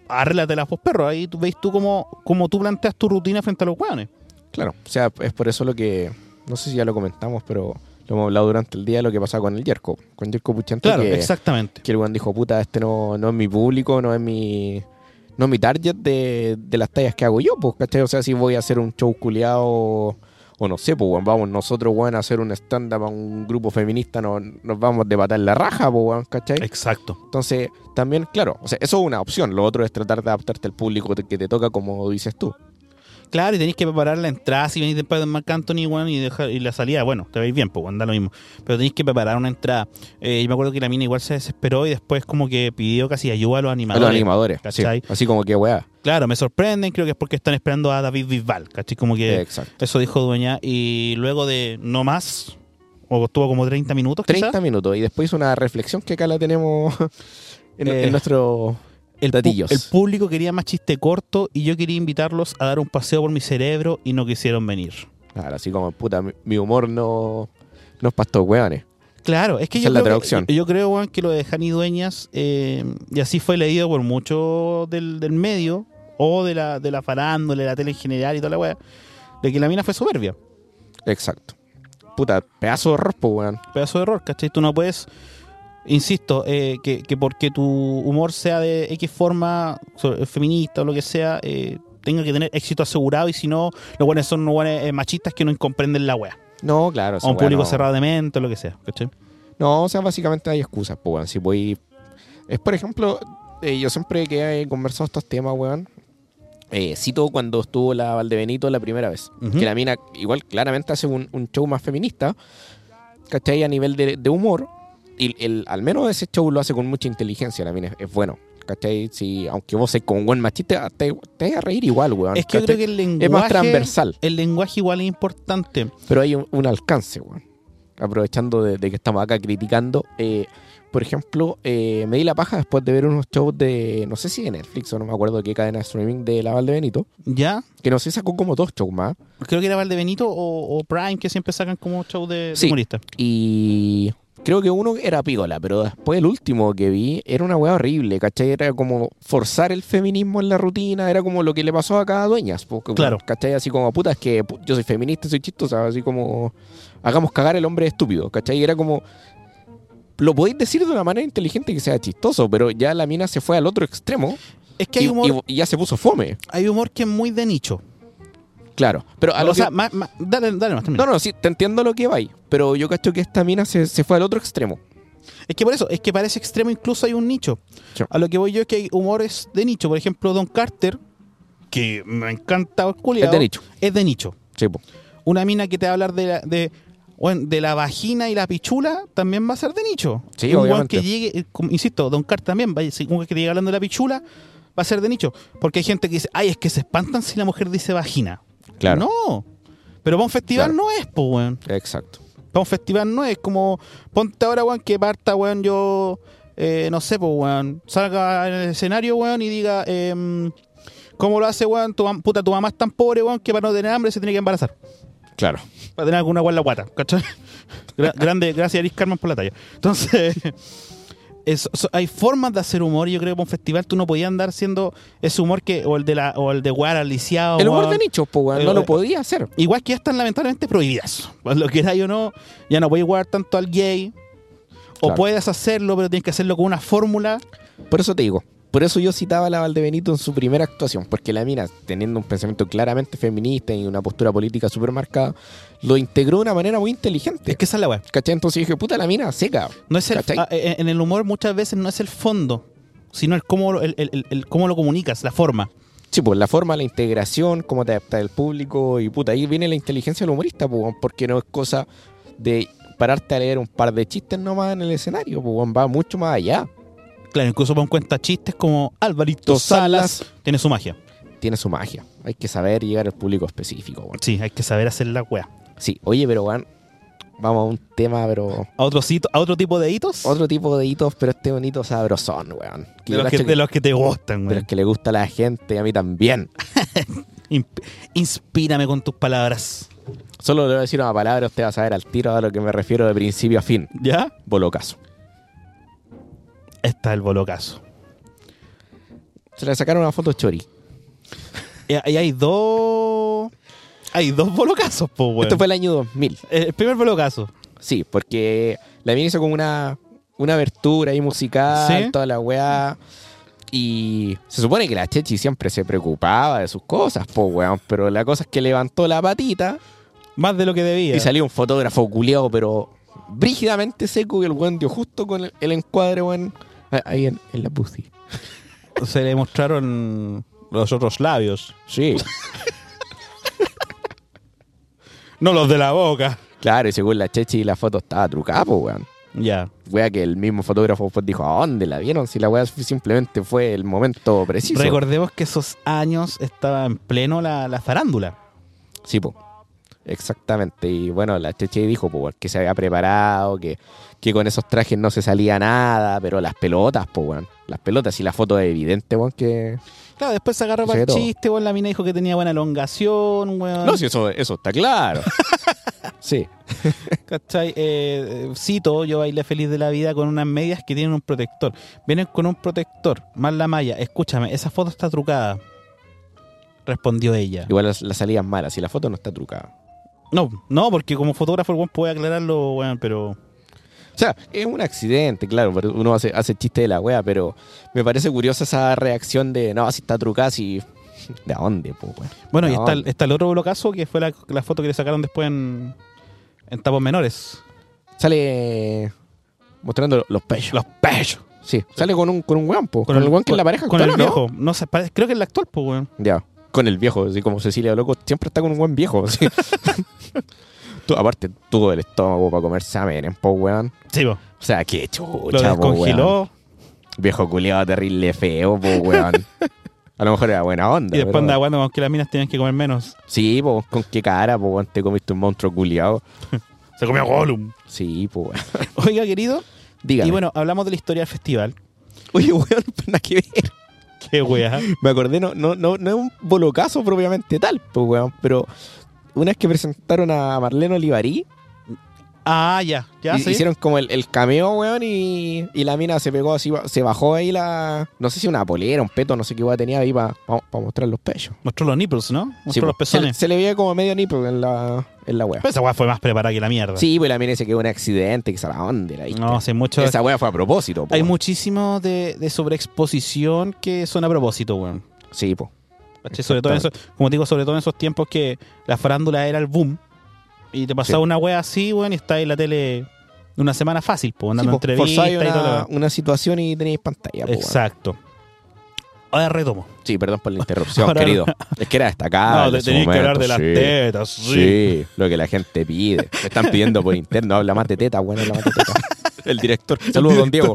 [SPEAKER 1] arréglatelas vos perro ahí tú, veis tú cómo, cómo tú planteas tu rutina frente a los weones
[SPEAKER 2] Claro. O sea, es por eso lo que. No sé si ya lo comentamos, pero lo hemos hablado durante el día lo que pasa con el Yerko. Con Yerko Puchante. que,
[SPEAKER 1] exactamente
[SPEAKER 2] que el weón dijo, puta, este no, no es mi público, no es mi. No es mi target de, de las tallas que hago yo, pues, ¿cachai? O sea, si voy a hacer un show culiado. O no sé, pues, weón, vamos nosotros, weón, a hacer un stand-up a un grupo feminista, no- nos vamos de patar la raja, pues, weón, ¿cachai?
[SPEAKER 1] exacto
[SPEAKER 2] Entonces, también, claro, o sea, eso es una opción. Lo otro es tratar de adaptarte al público te- que te toca, como dices tú.
[SPEAKER 1] claro y tenéis que preparar la entrada si venís después de Marc Anthony weón y, dejar, y la salida bueno te veis bien pues weón da lo mismo pero tenéis que preparar una entrada Eh, yo me acuerdo que la mina igual se desesperó y después como que pidió casi ayuda a los
[SPEAKER 2] A los
[SPEAKER 1] animadores
[SPEAKER 2] animadores. sí.
[SPEAKER 1] ¿cachai?
[SPEAKER 2] Así como que, weá.
[SPEAKER 1] claro me sorprenden creo que es porque están esperando a David Bisbal ¿cachai? como que
[SPEAKER 2] Exacto.
[SPEAKER 1] eso dijo Dueña y luego de no más o estuvo como 30 minutos quizás,
[SPEAKER 2] 30 minutos. Y después hizo una reflexión que acá la tenemos en,
[SPEAKER 1] Eh,
[SPEAKER 2] en nuestro.
[SPEAKER 1] El, pu-
[SPEAKER 2] Datillos.
[SPEAKER 1] el público quería más chiste corto y yo quería invitarlos a dar un paseo por mi cerebro y no quisieron venir.
[SPEAKER 2] Claro, así como, puta, mi, mi humor no, no es pastor, weones.
[SPEAKER 1] Claro, es que
[SPEAKER 2] Esa
[SPEAKER 1] yo
[SPEAKER 2] es la
[SPEAKER 1] creo, que-
[SPEAKER 2] traducción.
[SPEAKER 1] yo creo, Juan, que lo de Jani Dueñas, eh, y así fue leído por mucho del, del medio, o de la, de la farándula, de la tele en general y toda la weá, de que la mina fue soberbia.
[SPEAKER 2] Exacto. Puta, pedazo de rospo, weón.
[SPEAKER 1] Pedazo de error, ¿cachai? Tú no puedes, insisto, eh, que, que porque tu humor sea de X forma, so- eh, feminista o lo que sea, eh, tenga que tener éxito asegurado y si no, los buenos son unos buenos eh, machistas que no comprenden la weá.
[SPEAKER 2] No, claro.
[SPEAKER 1] a
[SPEAKER 2] esa
[SPEAKER 1] un
[SPEAKER 2] weá
[SPEAKER 1] público
[SPEAKER 2] no-
[SPEAKER 1] cerrado de mente, o lo que sea. ¿cachai?
[SPEAKER 2] No, o sea, básicamente hay excusas, pues, weón. Si voy. Es por ejemplo, eh, yo siempre que he conversado estos temas, weón. eh, cito cuando estuvo la Valdebenito la primera vez.
[SPEAKER 1] Ujú.
[SPEAKER 2] Que la mina, igual, claramente hace un, un show más feminista, ¿cachai? A nivel de, de humor. Y el, al menos ese show lo hace con mucha inteligencia, la mina. Es, es bueno, ¿cachai? Si, aunque vos seas con un buen machista, te, te vas a reír igual, weón.
[SPEAKER 1] Es que yo creo
[SPEAKER 2] ¿cachai?
[SPEAKER 1] que el lenguaje.
[SPEAKER 2] es más transversal,
[SPEAKER 1] El lenguaje igual es importante.
[SPEAKER 2] pero hay un, un alcance, weón. Aprovechando de, de que estamos acá criticando. eh, por ejemplo, eh, me di la paja después de ver unos shows de, no sé si de Netflix o no me acuerdo qué cadena de streaming de La Valdebenito,
[SPEAKER 1] ¿Ya?
[SPEAKER 2] que no sé, sacó como dos shows más.
[SPEAKER 1] Creo que era Valdebenito o, o Prime que siempre sacan como show de, de
[SPEAKER 2] Sí.
[SPEAKER 1] humorista.
[SPEAKER 2] Y Creo que uno era pígola, pero después el último que vi era una weá horrible, ¿cachai? Era como forzar el feminismo en la rutina, era como lo que le pasó acá a Dueñas. Porque,
[SPEAKER 1] Claro.
[SPEAKER 2] ¿Cachai? Así como, puta, es que pu- yo soy feminista, soy chistosa, así como, hagamos cagar al hombre estúpido, ¿cachai? Era como, lo podéis decir de una manera inteligente que sea chistoso, pero ya la mina se fue al otro extremo
[SPEAKER 1] Es que
[SPEAKER 2] y,
[SPEAKER 1] hay humor,
[SPEAKER 2] y- y ya se puso fome,
[SPEAKER 1] hay humor que es muy de nicho.
[SPEAKER 2] claro. Pero a lo
[SPEAKER 1] o sea, mm.
[SPEAKER 2] que-
[SPEAKER 1] ma- ma- dale, dale más, termina.
[SPEAKER 2] no, no, sí, te entiendo lo que va ahí, pero yo cacho que esta mina se, se fue al otro extremo.
[SPEAKER 1] Es que por eso, es que parece extremo incluso hay un nicho.
[SPEAKER 2] Sí.
[SPEAKER 1] A lo que voy yo es que hay humores de nicho. Por ejemplo, Don Carter, que me encanta culiao,
[SPEAKER 2] Es de nicho.
[SPEAKER 1] Es de nicho.
[SPEAKER 2] Sí, po.
[SPEAKER 1] Una mina que te va a hablar de la, de, bueno, de la vagina y la pichula también va a ser de nicho.
[SPEAKER 2] Sí,
[SPEAKER 1] un weón
[SPEAKER 2] obviamente.
[SPEAKER 1] que llegue, eh, como- insisto, Don Carter también, va, a- si un weón que llegue hablando de la pichula va a ser de nicho. Porque hay gente que dice, ay, es que se espantan si la mujer dice vagina.
[SPEAKER 2] Claro.
[SPEAKER 1] No. Pero para un festival
[SPEAKER 2] Claro.
[SPEAKER 1] no es, pues, weón.
[SPEAKER 2] Exacto.
[SPEAKER 1] Para un festival no es como, ponte ahora, weón, que parta, weón, yo, eh, no sé, pues, weón, salga en el escenario, weón, y diga, em, ¿cómo lo hace, weón? Tu, mam- puta, tu mamá es tan pobre, weón, que para no tener hambre se tiene que embarazar.
[SPEAKER 2] Claro.
[SPEAKER 1] Para tener alguna weón en la guata, ¿cachai? Gra- grande, gracias, Aris Carmen, por la talla. Entonces, es- so- hay formas de hacer humor, y yo creo que para un festival tú no podías andar siendo ese humor que, o el de la, o el de weón, aliciado,
[SPEAKER 2] El humor
[SPEAKER 1] weón.
[SPEAKER 2] de nicho, po, weón,
[SPEAKER 1] Eh,
[SPEAKER 2] no
[SPEAKER 1] Ah, eh,
[SPEAKER 2] lo podía hacer.
[SPEAKER 1] Igual que ya están lamentablemente prohibidas. Pues Lo que era o no, ya no puedes jugar tanto al gay. O
[SPEAKER 2] Claro.
[SPEAKER 1] puedes hacerlo, pero tienes que hacerlo con una fórmula.
[SPEAKER 2] Por eso te digo, por eso yo citaba a la Valdebenito en su primera actuación, porque la mina, teniendo un pensamiento claramente feminista y una postura política súper marcada, lo integró de una manera muy inteligente.
[SPEAKER 1] Es que esa es la weá.
[SPEAKER 2] ¿Cachai? Entonces dije, puta, la mina seca.
[SPEAKER 1] No es el,
[SPEAKER 2] ¿Cachai?
[SPEAKER 1] ah, eh, en el humor muchas veces no es el fondo, sino el cómo lo, el- el- el- el cómo lo comunicas, la forma.
[SPEAKER 2] Sí, pues la forma, la integración, cómo te adapta el público y puta, ahí viene la inteligencia del humorista, pues, weón, porque no es cosa de pararte a leer un par de chistes nomás en el escenario, pues, weón, va mucho más allá.
[SPEAKER 1] Claro, incluso para un cuenta chistes como Alvarito
[SPEAKER 2] Dos
[SPEAKER 1] Salas,
[SPEAKER 2] Salas.
[SPEAKER 1] tiene su magia.
[SPEAKER 2] Tiene su magia. Hay que saber llegar al público específico, weón.
[SPEAKER 1] Sí, hay que saber hacer la weá.
[SPEAKER 2] Sí, oye, pero weón, vamos a un tema, pero
[SPEAKER 1] A otro, sitio- a otro tipo de hitos
[SPEAKER 2] otro tipo de hitos, pero este bonito sabrosón, weón. Que
[SPEAKER 1] de, los
[SPEAKER 2] yo
[SPEAKER 1] que,
[SPEAKER 2] cacho que-
[SPEAKER 1] de los que te gustan,
[SPEAKER 2] pero
[SPEAKER 1] güey.
[SPEAKER 2] es que le gusta a la gente, a mí también.
[SPEAKER 1] Inspírame con tus palabras.
[SPEAKER 2] Solo le voy a decir una palabra, usted va a saber al tiro a lo que me refiero de principio a fin.
[SPEAKER 1] ¿Ya?
[SPEAKER 2] Bolocazo.
[SPEAKER 1] Está el bolocazo.
[SPEAKER 2] Se le sacaron una foto chori.
[SPEAKER 1] Eh, Y ahí hay dos. Hay dos bolocazos, po, weón. Eh,
[SPEAKER 2] Esto Este fue el año 2000.
[SPEAKER 1] El primer bolocazo.
[SPEAKER 2] Sí, porque la mina hizo como una, una abertura ahí musical,
[SPEAKER 1] Sí.
[SPEAKER 2] toda la weá. Y se supone que la Chechi siempre se preocupaba de sus cosas, po weón. Pero la cosa es que levantó la patita
[SPEAKER 1] Más de lo que debía.
[SPEAKER 2] y salió un fotógrafo culiado, pero brígidamente seco. Y el weón dio justo con el, el encuadre, weón. a- Ahí en, en la pussy.
[SPEAKER 1] Se le mostraron los otros labios.
[SPEAKER 2] Sí,
[SPEAKER 1] No los de la boca.
[SPEAKER 2] claro, y según la Chechi la foto estaba trucada, po weón.
[SPEAKER 1] Ya.
[SPEAKER 2] Wea que el mismo fotógrafo pues, dijo, ¿a dónde la vieron? Si la wea simplemente fue el momento preciso.
[SPEAKER 1] Recordemos que esos años estaba en pleno la, la farándula.
[SPEAKER 2] Sí, po. Exactamente. Y bueno, la Cheche dijo po, que se había preparado, que, que con esos trajes no se salía nada, pero las pelotas, po, weón. Las pelotas y la foto es evidente, weón, que...
[SPEAKER 1] Claro, después se agarró para
[SPEAKER 2] Sí,
[SPEAKER 1] el
[SPEAKER 2] todo.
[SPEAKER 1] chiste, weón. La mina dijo que tenía buena elongación, weón.
[SPEAKER 2] No, sí, eso, eso está claro. sí.
[SPEAKER 1] ¿Cachai? Eh, eh, cito, yo bailé feliz de la vida con unas medias que tienen un protector. Vienen con un protector, más la malla. Escúchame, esa foto está trucada. Respondió ella.
[SPEAKER 2] Igual las, las salidas malas y la foto no está trucada.
[SPEAKER 1] No, no, porque como fotógrafo el weón puede aclararlo, weón, pero.
[SPEAKER 2] O sea, es un accidente, claro, pero uno hace, hace chiste de la wea, pero me parece curiosa esa reacción de, no, si está trucada, si... ¿De dónde, po, weón?
[SPEAKER 1] Bueno, y
[SPEAKER 2] No.
[SPEAKER 1] está, el- está el otro blocazo que fue la, la foto que le sacaron después en, en Tapos Menores.
[SPEAKER 2] Sale mostrando los pechos.
[SPEAKER 1] Los pechos.
[SPEAKER 2] Sí, sale con un, con un weón, po. Con, el weón que es la pareja
[SPEAKER 1] Con el
[SPEAKER 2] actual, ¿o no?
[SPEAKER 1] viejo. No, sé, parece- creo que es el actual, pues, weón.
[SPEAKER 2] Ya, con el viejo, así como Cecilia Loco, siempre está con un buen viejo. así. Tú, aparte, tuvo el estómago para comer semen, po, weón.
[SPEAKER 1] Sí, po.
[SPEAKER 2] O sea, qué
[SPEAKER 1] Lo
[SPEAKER 2] chucha, po, weón.
[SPEAKER 1] descongeló
[SPEAKER 2] Viejo culiado terrible feo, po, weón. A lo mejor era buena onda.
[SPEAKER 1] y después
[SPEAKER 2] pero-
[SPEAKER 1] andaba jugando con que las minas tenían que comer menos.
[SPEAKER 2] Sí, po, con qué cara, po, weón, te comiste un monstruo culiado.
[SPEAKER 1] Se comió Gollum.
[SPEAKER 2] Sí, po, weón.
[SPEAKER 1] Oiga, querido.
[SPEAKER 2] Dígame.
[SPEAKER 1] Y bueno, hablamos de la historia del festival.
[SPEAKER 2] Oye, weón, nada que ver.
[SPEAKER 1] Qué weá.
[SPEAKER 2] Me acordé, no, no, no, no es un bolocazo propiamente tal, po, weón, pero una vez que presentaron a Marlene Olivarí,
[SPEAKER 1] Ah, ya. Ya,
[SPEAKER 2] Y-
[SPEAKER 1] sí.
[SPEAKER 2] Hicieron como el, el cameo, weón, y, y la mina se pegó así, se bajó ahí la. No sé si una polera, un peto, no sé qué weón tenía ahí para mostrar los pechos.
[SPEAKER 1] Mostró los nipples, ¿no? Mostró
[SPEAKER 2] Sí,
[SPEAKER 1] los
[SPEAKER 2] po. se, le-
[SPEAKER 1] pezones.
[SPEAKER 2] se le veía como medio nipple en la, en la weá.
[SPEAKER 1] Pero esa weá fue más preparada que la mierda.
[SPEAKER 2] Sí, pues la mina se quedó en un accidente, que se la onda, la viste.
[SPEAKER 1] No, sí, mucho.
[SPEAKER 2] Esa weá fue a propósito, po,
[SPEAKER 1] Hay
[SPEAKER 2] weón.
[SPEAKER 1] muchísimo de, de sobreexposición que son a propósito, weón.
[SPEAKER 2] Sí, po.
[SPEAKER 1] ¿Cachai? Sobre todo en esos, como te digo, sobre todo en esos tiempos que la farándula era el boom. Y te pasaba
[SPEAKER 2] Sí.
[SPEAKER 1] una wea así, weón, y está en la tele una semana fácil, pues,
[SPEAKER 2] Sí,
[SPEAKER 1] andando
[SPEAKER 2] po.
[SPEAKER 1] entrevistas
[SPEAKER 2] Forzáis
[SPEAKER 1] y
[SPEAKER 2] una,
[SPEAKER 1] todo. lo-
[SPEAKER 2] una situación y tenéis pantalla, po, weón.
[SPEAKER 1] Exacto. Ahora retomo.
[SPEAKER 2] Sí, perdón por la interrupción,
[SPEAKER 1] Ahora-
[SPEAKER 2] querido. Es que era destacado.
[SPEAKER 1] no, te
[SPEAKER 2] en su
[SPEAKER 1] tenés que hablar de las
[SPEAKER 2] momento, sí.
[SPEAKER 1] tetas, sí.
[SPEAKER 2] Sí, lo que la gente pide. Me están pidiendo por interno, habla más de teta, bueno, habla más de teta. El director, saludos don Diego.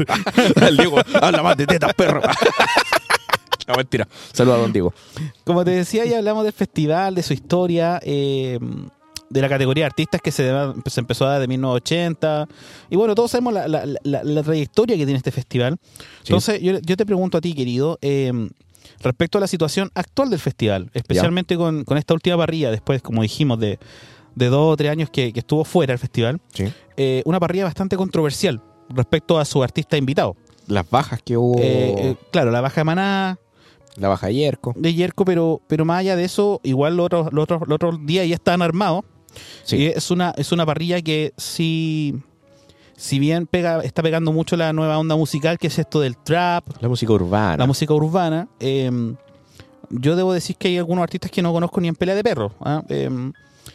[SPEAKER 2] El Diego, habla más de tetas, perro. No, mentira. Saludos a don Diego.
[SPEAKER 1] Como te decía, ya hablamos del festival, de su historia, eh, de la categoría de artistas que se, deba- se empezó a dar de 1980. Y bueno, todos sabemos la, la- la- la trayectoria que tiene este festival. Entonces, yo, yo te pregunto a ti, querido, eh, respecto a la situación actual del festival, especialmente con, con esta última parrilla, después, como dijimos, de, de dos o tres años que, que estuvo fuera el festival,
[SPEAKER 2] Sí.
[SPEAKER 1] eh, una parrilla bastante controversial respecto a su artista invitado.
[SPEAKER 2] Las bajas que hubo.
[SPEAKER 1] Eh, eh, claro, la baja de Maná,
[SPEAKER 2] la baja de Yerko.
[SPEAKER 1] de Yerko, pero, pero más allá de eso, igual los otros los otros- los otros días ya están armados.
[SPEAKER 2] Sí.
[SPEAKER 1] Y es una, es una parrilla que sí, si bien pega, está pegando mucho la nueva onda musical, que es esto del trap,
[SPEAKER 2] La música urbana.
[SPEAKER 1] la música urbana, eh, yo debo decir que hay algunos artistas que no conozco ni en pelea de perro. ¿ah? Eh,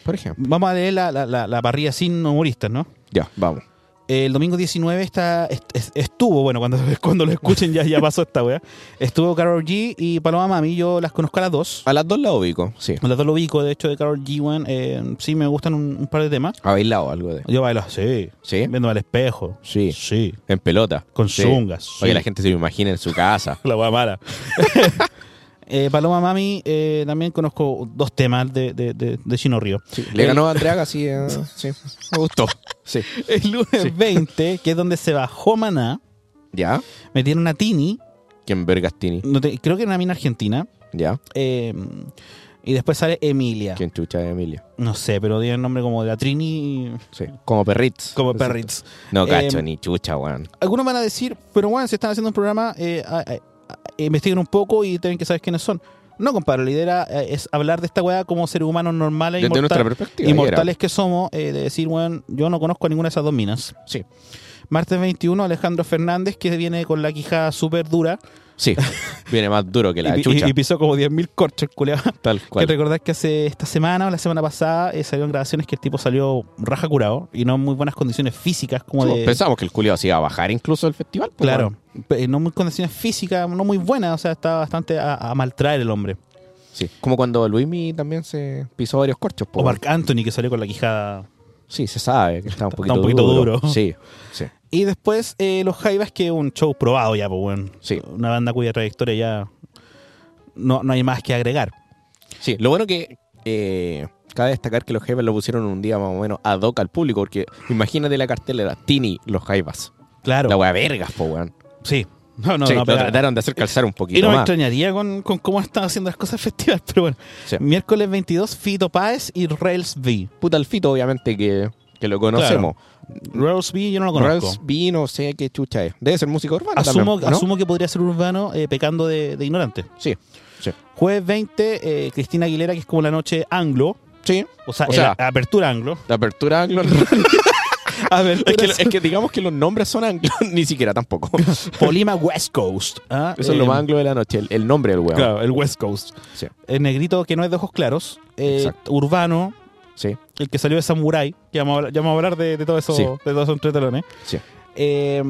[SPEAKER 2] Por ejemplo.
[SPEAKER 1] vamos a leer la, la, la- la parrilla sin humoristas, ¿no?
[SPEAKER 2] Ya, vamos.
[SPEAKER 1] El domingo 19 está, est- est- estuvo, bueno, cuando, cuando lo escuchen ya, ya pasó esta weá. Estuvo Carol G y Paloma Mami, yo las conozco a las dos.
[SPEAKER 2] A las dos la ubico, sí.
[SPEAKER 1] Las dos lo ubico, de hecho, de Carol G. Wan, eh, sí, me gustan un, un par de temas.
[SPEAKER 2] ¿Ha bailado algo de.?
[SPEAKER 1] Yo bailo, sí.
[SPEAKER 2] Sí.
[SPEAKER 1] Viendo al espejo.
[SPEAKER 2] Sí.
[SPEAKER 1] Sí.
[SPEAKER 2] En pelota.
[SPEAKER 1] Con
[SPEAKER 2] Sí.
[SPEAKER 1] zungas. sí.
[SPEAKER 2] Oye, la gente se lo imagina en su casa.
[SPEAKER 1] La hueá mala. Eh, Paloma Mami, eh, también conozco dos temas de, de, de, de Chino Río.
[SPEAKER 2] Le ganó a Andrea Gassi, eh, sí. Me gustó. Sí.
[SPEAKER 1] El lunes 20, que es donde se bajó Maná,
[SPEAKER 2] Ya.
[SPEAKER 1] metieron a Tini,
[SPEAKER 2] ¿Quién Vergastini?
[SPEAKER 1] no te- creo que era una mina argentina,
[SPEAKER 2] Ya.
[SPEAKER 1] eh, y después sale Emilia.
[SPEAKER 2] ¿Quién chucha de Emilia?
[SPEAKER 1] No sé, pero tiene el nombre como de la Trini,
[SPEAKER 2] Sí. Como perrits.
[SPEAKER 1] como
[SPEAKER 2] Exacto.
[SPEAKER 1] Perritz.
[SPEAKER 2] No
[SPEAKER 1] Eh,
[SPEAKER 2] cacho ni chucha, weón.
[SPEAKER 1] algunos van a decir, pero bueno, si están haciendo un programa, eh, a- a- a- investiguen un poco y tienen que saber quiénes son. No, compadre, la idea eh, es hablar de esta weá como seres humanos normales y
[SPEAKER 2] Desde nuestra perspectiva.
[SPEAKER 1] e inmortales que somos, eh, de decir, bueno, yo no conozco a ninguna de esas dos minas.
[SPEAKER 2] era. Sí.
[SPEAKER 1] Martes 21, Alejandro Fernández, que viene con la quijada súper dura
[SPEAKER 2] Sí. Viene más duro que la
[SPEAKER 1] y,
[SPEAKER 2] chucha.
[SPEAKER 1] y- y pisó como 10.000 corchos, culeado.
[SPEAKER 2] tal
[SPEAKER 1] Hay que
[SPEAKER 2] cual.
[SPEAKER 1] recordar que hace esta semana o la semana pasada eh, salieron grabaciones que el tipo salió raja curado y no en muy buenas condiciones físicas como
[SPEAKER 2] Sí,
[SPEAKER 1] de...
[SPEAKER 2] Pensamos que el culiado se iba a bajar incluso el festival. pues,
[SPEAKER 1] Claro,
[SPEAKER 2] weón.
[SPEAKER 1] pe- no muy condiciones físicas, no muy buenas, o sea, está bastante a, a maltraer el hombre.
[SPEAKER 2] Sí. Como cuando Luismi también se pisó varios corchos. pues, po,
[SPEAKER 1] O
[SPEAKER 2] weón.
[SPEAKER 1] Mark Anthony que salió con la quijada.
[SPEAKER 2] Sí, se sabe que está un poquito,
[SPEAKER 1] un poquito duro.
[SPEAKER 2] Sí. Sí.
[SPEAKER 1] Y después eh, los Jaivas, que es un show probado ya, pues bueno.
[SPEAKER 2] Sí.
[SPEAKER 1] Una banda cuya trayectoria ya no, no hay más que agregar.
[SPEAKER 2] Sí, lo bueno que eh, cabe destacar que los Jaivas lo pusieron un día más o menos ad hoc al público, porque imagínate la cartelera, Tini, los Jaivas.
[SPEAKER 1] Claro.
[SPEAKER 2] La wea vergas, po, weón.
[SPEAKER 1] Sí. No, no,
[SPEAKER 2] Sí,
[SPEAKER 1] no,
[SPEAKER 2] lo
[SPEAKER 1] pero-
[SPEAKER 2] trataron de hacer calzar un
[SPEAKER 1] y
[SPEAKER 2] poquito
[SPEAKER 1] no me
[SPEAKER 2] más.
[SPEAKER 1] extrañaría con, con cómo están haciendo las cosas en festival, pero bueno.
[SPEAKER 2] Sí.
[SPEAKER 1] Miércoles 22, Fito Páez y Rails B.
[SPEAKER 2] Puta el Fito, obviamente, que, que lo conocemos.
[SPEAKER 1] Rails B yo no lo conozco.
[SPEAKER 2] Rals B, no sé qué chucha es. Debe ser música urbana
[SPEAKER 1] Asumo,
[SPEAKER 2] también, ¿no?
[SPEAKER 1] asumo que podría ser urbano eh, pecando de, de ignorante.
[SPEAKER 2] Sí, sí.
[SPEAKER 1] Jueves 20, eh, Cristina Aguilera, que es como la noche anglo.
[SPEAKER 2] Sí,
[SPEAKER 1] O sea,
[SPEAKER 2] O sea,
[SPEAKER 1] era apertura anglo.
[SPEAKER 2] la apertura anglo... es, que, es que digamos que los nombres son anglo, ni siquiera tampoco. Eso
[SPEAKER 1] Polima West Coast. ¿ah?
[SPEAKER 2] es lo
[SPEAKER 1] Eh,
[SPEAKER 2] más anglo de la noche, el, el nombre del weón.
[SPEAKER 1] Claro, el West Coast.
[SPEAKER 2] Sí.
[SPEAKER 1] El negrito que no es de ojos claros. eh,
[SPEAKER 2] Exacto.
[SPEAKER 1] urbano,
[SPEAKER 2] Sí,
[SPEAKER 1] el que salió de Samurai. Que vamos a hablar, ya vamos a hablar de, de todo eso,
[SPEAKER 2] Sí.
[SPEAKER 1] de todos esos entretelones.
[SPEAKER 2] sí.
[SPEAKER 1] Eh,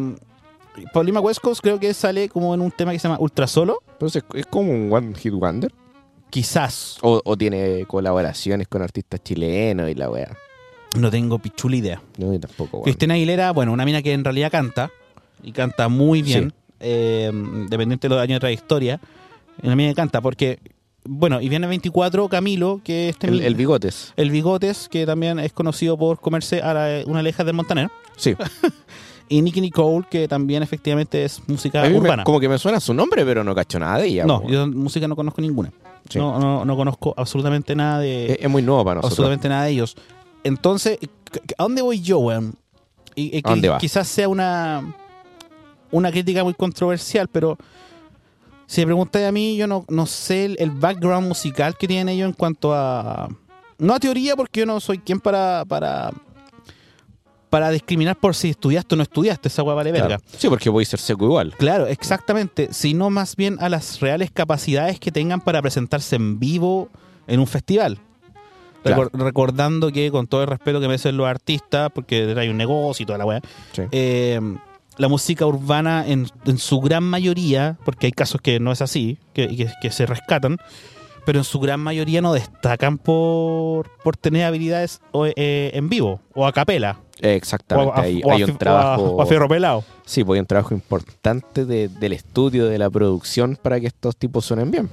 [SPEAKER 1] Polima West Coast creo que sale como en un tema que se llama Ultra Solo.
[SPEAKER 2] Entonces, ¿es como un One Hit Wonder?
[SPEAKER 1] Quizás.
[SPEAKER 2] O, o tiene colaboraciones con artistas chilenos y la weá.
[SPEAKER 1] No tengo pichula idea.
[SPEAKER 2] No, yo tampoco, weón.
[SPEAKER 1] Cristina Aguilera, bueno, una mina que en realidad canta y canta muy bien,
[SPEAKER 2] Sí.
[SPEAKER 1] eh, dependiente de los años de trayectoria. Una mina que canta porque, bueno, y viene 24 Camilo, que este
[SPEAKER 2] El, el bigotes.
[SPEAKER 1] el Bigotes, que también es conocido por comerse a la- una aleja del Montaner,
[SPEAKER 2] Sí.
[SPEAKER 1] y Nicky Nicole, que también efectivamente es música
[SPEAKER 2] A mí me-
[SPEAKER 1] urbana.
[SPEAKER 2] como que me suena su nombre, pero no cacho nada de ella.
[SPEAKER 1] no,
[SPEAKER 2] weón.
[SPEAKER 1] yo música no conozco ninguna.
[SPEAKER 2] Sí.
[SPEAKER 1] No, no, no conozco absolutamente nada de
[SPEAKER 2] es, es muy nuevo para nosotros.
[SPEAKER 1] absolutamente nada de ellos. Entonces, ¿a dónde voy yo, weón? Y, y
[SPEAKER 2] ¿A dónde
[SPEAKER 1] qui-
[SPEAKER 2] va?
[SPEAKER 1] Quizás sea una, una crítica muy controversial, pero si me preguntáis a mí, yo no, no sé el, el background musical que tienen ellos en cuanto a... No a teoría, porque yo no soy quien para... para para discriminar por si estudiaste o no estudiaste, esa hueá vale verga.
[SPEAKER 2] Claro. Sí, porque voy a ser seco igual.
[SPEAKER 1] Claro, exactamente, sino más bien a las reales capacidades que tengan para presentarse en vivo en un festival.
[SPEAKER 2] Claro.
[SPEAKER 1] Recor- recordando que con todo el respeto que merecen los artistas, porque hay un negocio y toda la weá,
[SPEAKER 2] Sí.
[SPEAKER 1] eh, la música urbana en, en su gran mayoría, porque hay casos que no es así, que, que- que se rescatan, pero en su gran mayoría no destacan por, por tener habilidades o, eh, en vivo o a capela. O
[SPEAKER 2] Eh, Exactamente,
[SPEAKER 1] a,
[SPEAKER 2] hay,
[SPEAKER 1] o a
[SPEAKER 2] hay
[SPEAKER 1] fi-
[SPEAKER 2] un trabajo.
[SPEAKER 1] o a- o a fierro pelado.
[SPEAKER 2] sí, pues hay un trabajo importante de- del estudio, de la producción para que estos tipos suenen bien.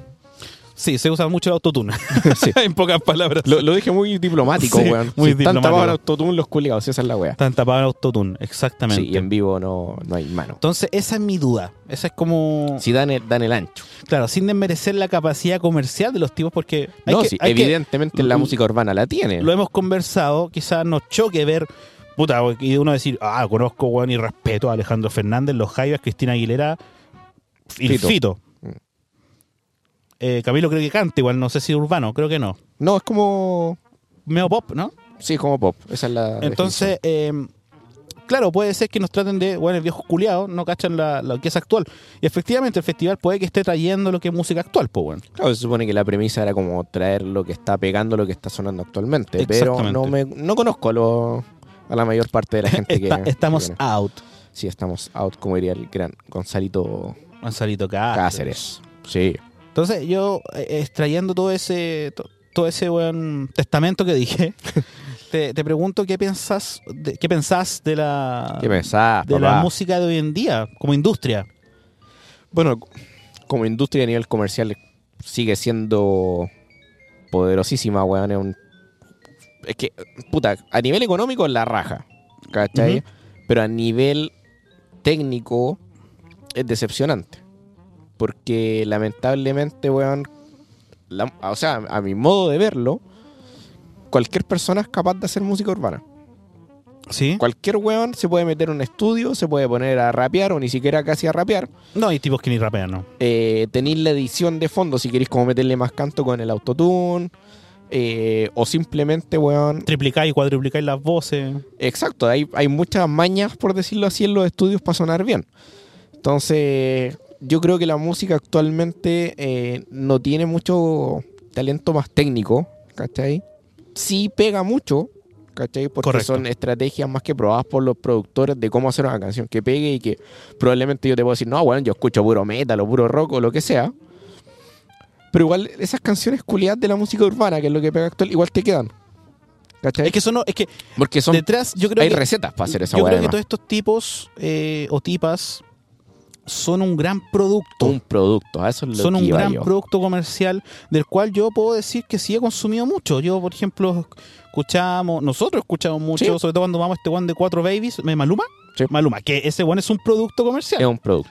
[SPEAKER 1] Sí, se usa mucho el autotune.
[SPEAKER 2] Sí.
[SPEAKER 1] en pocas palabras.
[SPEAKER 2] Lo, lo dije muy diplomático,
[SPEAKER 1] Sí,
[SPEAKER 2] weón.
[SPEAKER 1] muy
[SPEAKER 2] Sí, Están
[SPEAKER 1] diplomático.
[SPEAKER 2] tapados en autotune los culiados, esa es la weá.
[SPEAKER 1] Están tapados en autotune, exactamente.
[SPEAKER 2] Sí, y en vivo no, no hay mano.
[SPEAKER 1] Entonces, esa es mi duda. Esa es como.
[SPEAKER 2] Si dan el, dan el ancho.
[SPEAKER 1] Claro, sin desmerecer la capacidad comercial de los tipos, porque. hay
[SPEAKER 2] no,
[SPEAKER 1] que-
[SPEAKER 2] sí,
[SPEAKER 1] hay que-
[SPEAKER 2] evidentemente la
[SPEAKER 1] Mm.
[SPEAKER 2] música urbana la tiene.
[SPEAKER 1] lo hemos conversado, quizás nos choque ver. Puta, y uno decir, ah, conozco, weón, y respeto a Alejandro Fernández, los Jaivas, Cristina Aguilera y Fito.
[SPEAKER 2] Fito. Mm.
[SPEAKER 1] Eh, Camilo creo que canta igual, no sé si urbano, creo que no.
[SPEAKER 2] No, es como.
[SPEAKER 1] Meo pop, ¿no?
[SPEAKER 2] Sí, como pop. Esa es la.
[SPEAKER 1] Entonces, eh, claro, puede ser que nos traten de, bueno, el viejo culiado, no cachan la, la que es actual. Y efectivamente, el festival puede que esté trayendo lo que es música actual, pues, bueno.
[SPEAKER 2] definición. Claro, se supone que la premisa era como traer lo que está pegando, lo que está sonando actualmente. Pero no, me, no conozco a, lo- a la mayor parte de la gente que.
[SPEAKER 1] Está- estamos
[SPEAKER 2] que viene.
[SPEAKER 1] out,
[SPEAKER 2] Sí, estamos out, como diría el gran Gonzalito
[SPEAKER 1] Gonzalito Cáceres.
[SPEAKER 2] Cáceres. Sí.
[SPEAKER 1] Entonces, yo eh, extrayendo todo ese, to- todo ese buen testamento que dije, te, te pregunto qué pensás, de, qué pensás de la,
[SPEAKER 2] ¿Qué
[SPEAKER 1] Ah.
[SPEAKER 2] pensás,
[SPEAKER 1] de la
[SPEAKER 2] papá?
[SPEAKER 1] música de hoy en día como industria.
[SPEAKER 2] Bueno, como industria a nivel comercial sigue siendo poderosísima, weón. Es, un- es que, puta, a nivel económico la raja, ¿cachai?
[SPEAKER 1] Ujú.
[SPEAKER 2] Pero a nivel técnico es decepcionante. Porque lamentablemente, weón, la- o sea, a mi modo de verlo, cualquier persona es capaz de hacer música urbana.
[SPEAKER 1] ¿Sí?
[SPEAKER 2] Cualquier weón se puede meter en un estudio, se puede poner a rapear o ni siquiera casi a rapear.
[SPEAKER 1] No, hay tipos que ni rapean, ¿no?
[SPEAKER 2] Eh, tenéis la edición de fondo si queréis como meterle más canto con el autotune. eh, o simplemente, weón.
[SPEAKER 1] Triplicáis, cuadruplicáis las voces.
[SPEAKER 2] Exacto, hay, hay muchas mañas, por decirlo así, en los estudios para sonar bien. Entonces, yo creo que la música actualmente eh, no tiene mucho talento más técnico, ¿cachai? Sí pega mucho, ¿cachai? Porque
[SPEAKER 1] Correcto.
[SPEAKER 2] son estrategias más que probadas por los productores de cómo hacer una canción que pegue y que probablemente yo te puedo decir, no, bueno, yo escucho puro metal o puro rock o lo que sea. Pero igual esas canciones culiadas de la música urbana, que es lo que pega actual, igual te quedan. ¿Cachai?
[SPEAKER 1] Es que eso no, es que
[SPEAKER 2] Porque son
[SPEAKER 1] detrás yo creo
[SPEAKER 2] hay
[SPEAKER 1] que
[SPEAKER 2] recetas para hacer esa
[SPEAKER 1] yo
[SPEAKER 2] weá.
[SPEAKER 1] creo que
[SPEAKER 2] además.
[SPEAKER 1] todos estos tipos eh, o tipas son un gran producto
[SPEAKER 2] Un producto, a eso es lo
[SPEAKER 1] son
[SPEAKER 2] que
[SPEAKER 1] un
[SPEAKER 2] iba
[SPEAKER 1] gran
[SPEAKER 2] yo.
[SPEAKER 1] producto comercial del cual yo puedo decir que sí he consumido mucho yo por ejemplo escuchamos nosotros escuchamos mucho
[SPEAKER 2] Sí.
[SPEAKER 1] sobre todo cuando vamos a este one de cuatro babies ¿me- Maluma
[SPEAKER 2] Sí.
[SPEAKER 1] Maluma que ese one es un producto
[SPEAKER 2] Es
[SPEAKER 1] comercial
[SPEAKER 2] un producto.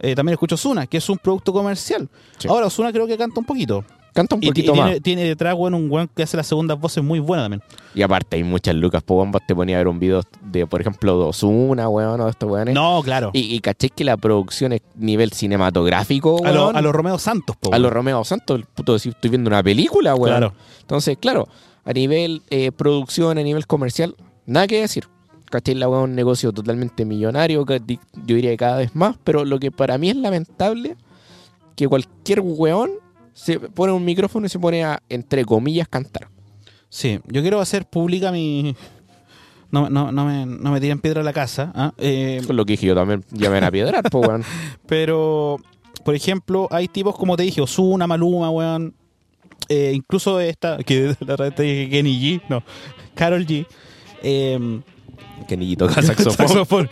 [SPEAKER 1] Eh, también escucho Zuna que es un producto comercial
[SPEAKER 2] Sí.
[SPEAKER 1] ahora Zuna creo que canta un poquito
[SPEAKER 2] Canta un
[SPEAKER 1] Y- y,
[SPEAKER 2] poquito más.
[SPEAKER 1] tiene, tiene detrás bueno, un one que hace las segundas voces muy buenas también
[SPEAKER 2] Y aparte hay muchas lucas, pues vos te ponía a ver un video de, por ejemplo, dos una, weón, o de estos weones.
[SPEAKER 1] no claro
[SPEAKER 2] Y, y caché que la producción es nivel cinematográfico,
[SPEAKER 1] a los
[SPEAKER 2] weón.
[SPEAKER 1] a los Romeo Santos po,
[SPEAKER 2] A los Romeo Santos, el puto decir, estoy viendo una película, weón.
[SPEAKER 1] Claro.
[SPEAKER 2] Entonces, claro, a nivel eh, producción, a nivel comercial, nada que decir. ¿Cachai? La weá es un negocio totalmente millonario, que di- yo diría que cada vez más, pero lo que para mí es lamentable, que cualquier weón se pone un micrófono y se pone a, entre comillas, cantar.
[SPEAKER 1] Sí, yo quiero hacer pública mi. No, no, no, me, no me tiren piedra a la casa, ¿ah? Eh,
[SPEAKER 2] Con lo que dije yo también, ya me van a piedrar, pues weón.
[SPEAKER 1] pero, por ejemplo, hay tipos como te dije, Osuna, Maluma, weón. eh, incluso esta, que la otra vez te dije Kenny G, no, Carol G. eh,
[SPEAKER 2] Que ni toca saxofón.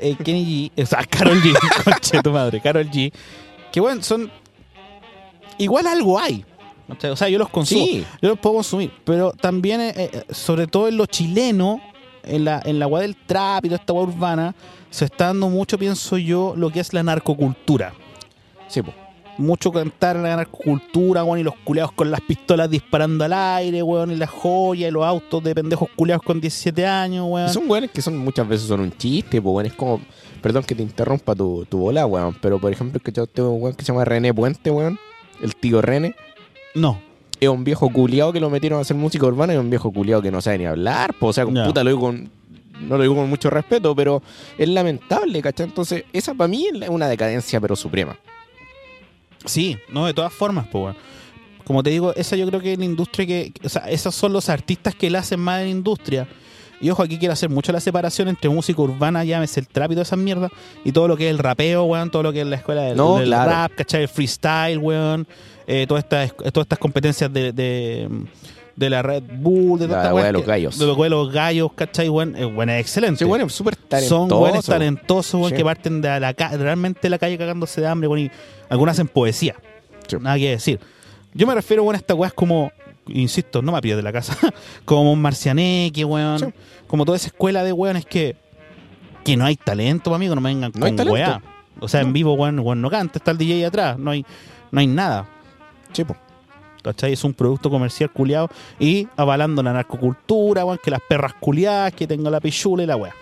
[SPEAKER 1] eh, Kenny G, o sea, Carol G, conche tu madre, Carol G. Que bueno, son. Igual algo hay. ¿cachai? O sea, yo los consumo.
[SPEAKER 2] Sí.
[SPEAKER 1] Yo los puedo consumir. Pero también, eh, eh, sobre todo en lo chileno, en la, en la agua del trap y toda esta agua urbana, se está dando mucho, pienso yo, lo que es la narcocultura.
[SPEAKER 2] Sí, po.
[SPEAKER 1] mucho cantar la ganar cultura, weón, y los culeados con las pistolas disparando al aire, weón, y las joyas, y los autos de pendejos culeados con 17 años,
[SPEAKER 2] Y
[SPEAKER 1] weón.
[SPEAKER 2] Son weones que son muchas veces son un chiste, pues weón, es como, perdón que te interrumpa tu, tu bola, weón, pero por ejemplo, que yo tengo un weón que se llama René Puente, weón, el tío René,
[SPEAKER 1] No,
[SPEAKER 2] es un viejo culiado que lo metieron a hacer música urbana y es un viejo culiado que no sabe ni hablar, po, o sea, con
[SPEAKER 1] Ya.
[SPEAKER 2] puta lo digo con, no lo digo con mucho respeto, pero es lamentable, ¿cachai? Entonces, esa para mí es la- una decadencia, pero suprema.
[SPEAKER 1] Sí, no, de todas formas, pues, weón. Como te digo, esa yo creo que es la industria que. O sea, esos son los artistas que la hacen más en la industria. Y ojo, aquí quiero hacer mucho la separación entre música urbana, llámese el trap y toda esa mierda, y todo lo que es el rapeo, weón, todo lo que es la escuela del,
[SPEAKER 2] No,
[SPEAKER 1] del
[SPEAKER 2] claro.
[SPEAKER 1] rap, ¿cachai? El freestyle, weón, eh, todas, estas, todas estas competencias de, de, de la Red Bull, de
[SPEAKER 2] La
[SPEAKER 1] todas estas
[SPEAKER 2] weá de
[SPEAKER 1] weas
[SPEAKER 2] los
[SPEAKER 1] que-
[SPEAKER 2] gallos.
[SPEAKER 1] De lo que de los gallos, ¿cachai? Weón, eh, weón, es excelente.
[SPEAKER 2] Sí, bueno, es súper talentoso.
[SPEAKER 1] Son buenos
[SPEAKER 2] weón.
[SPEAKER 1] talentosos, weón,
[SPEAKER 2] Sí.
[SPEAKER 1] que parten de la ca- realmente de la calle cagándose de hambre, weón, y algunos hacen poesía.
[SPEAKER 2] Sí.
[SPEAKER 1] Nada que decir. Yo me refiero, weón, a estas weas como, insisto, no me pillas de la casa, como un marcianeque, weón,
[SPEAKER 2] Sí.
[SPEAKER 1] como toda esa escuela de weones que, que no hay talento, amigo, no me vengan
[SPEAKER 2] No hay
[SPEAKER 1] con
[SPEAKER 2] talento.
[SPEAKER 1] weá. O sea, en vivo, weón, weón, no canta, está el DJ ahí atrás, no hay, no hay nada.
[SPEAKER 2] Sí, po.
[SPEAKER 1] ¿Cachai? Es un producto comercial culiado y avalando la narcocultura, weón, que las perras culiadas, que tenga la pichula y la weá.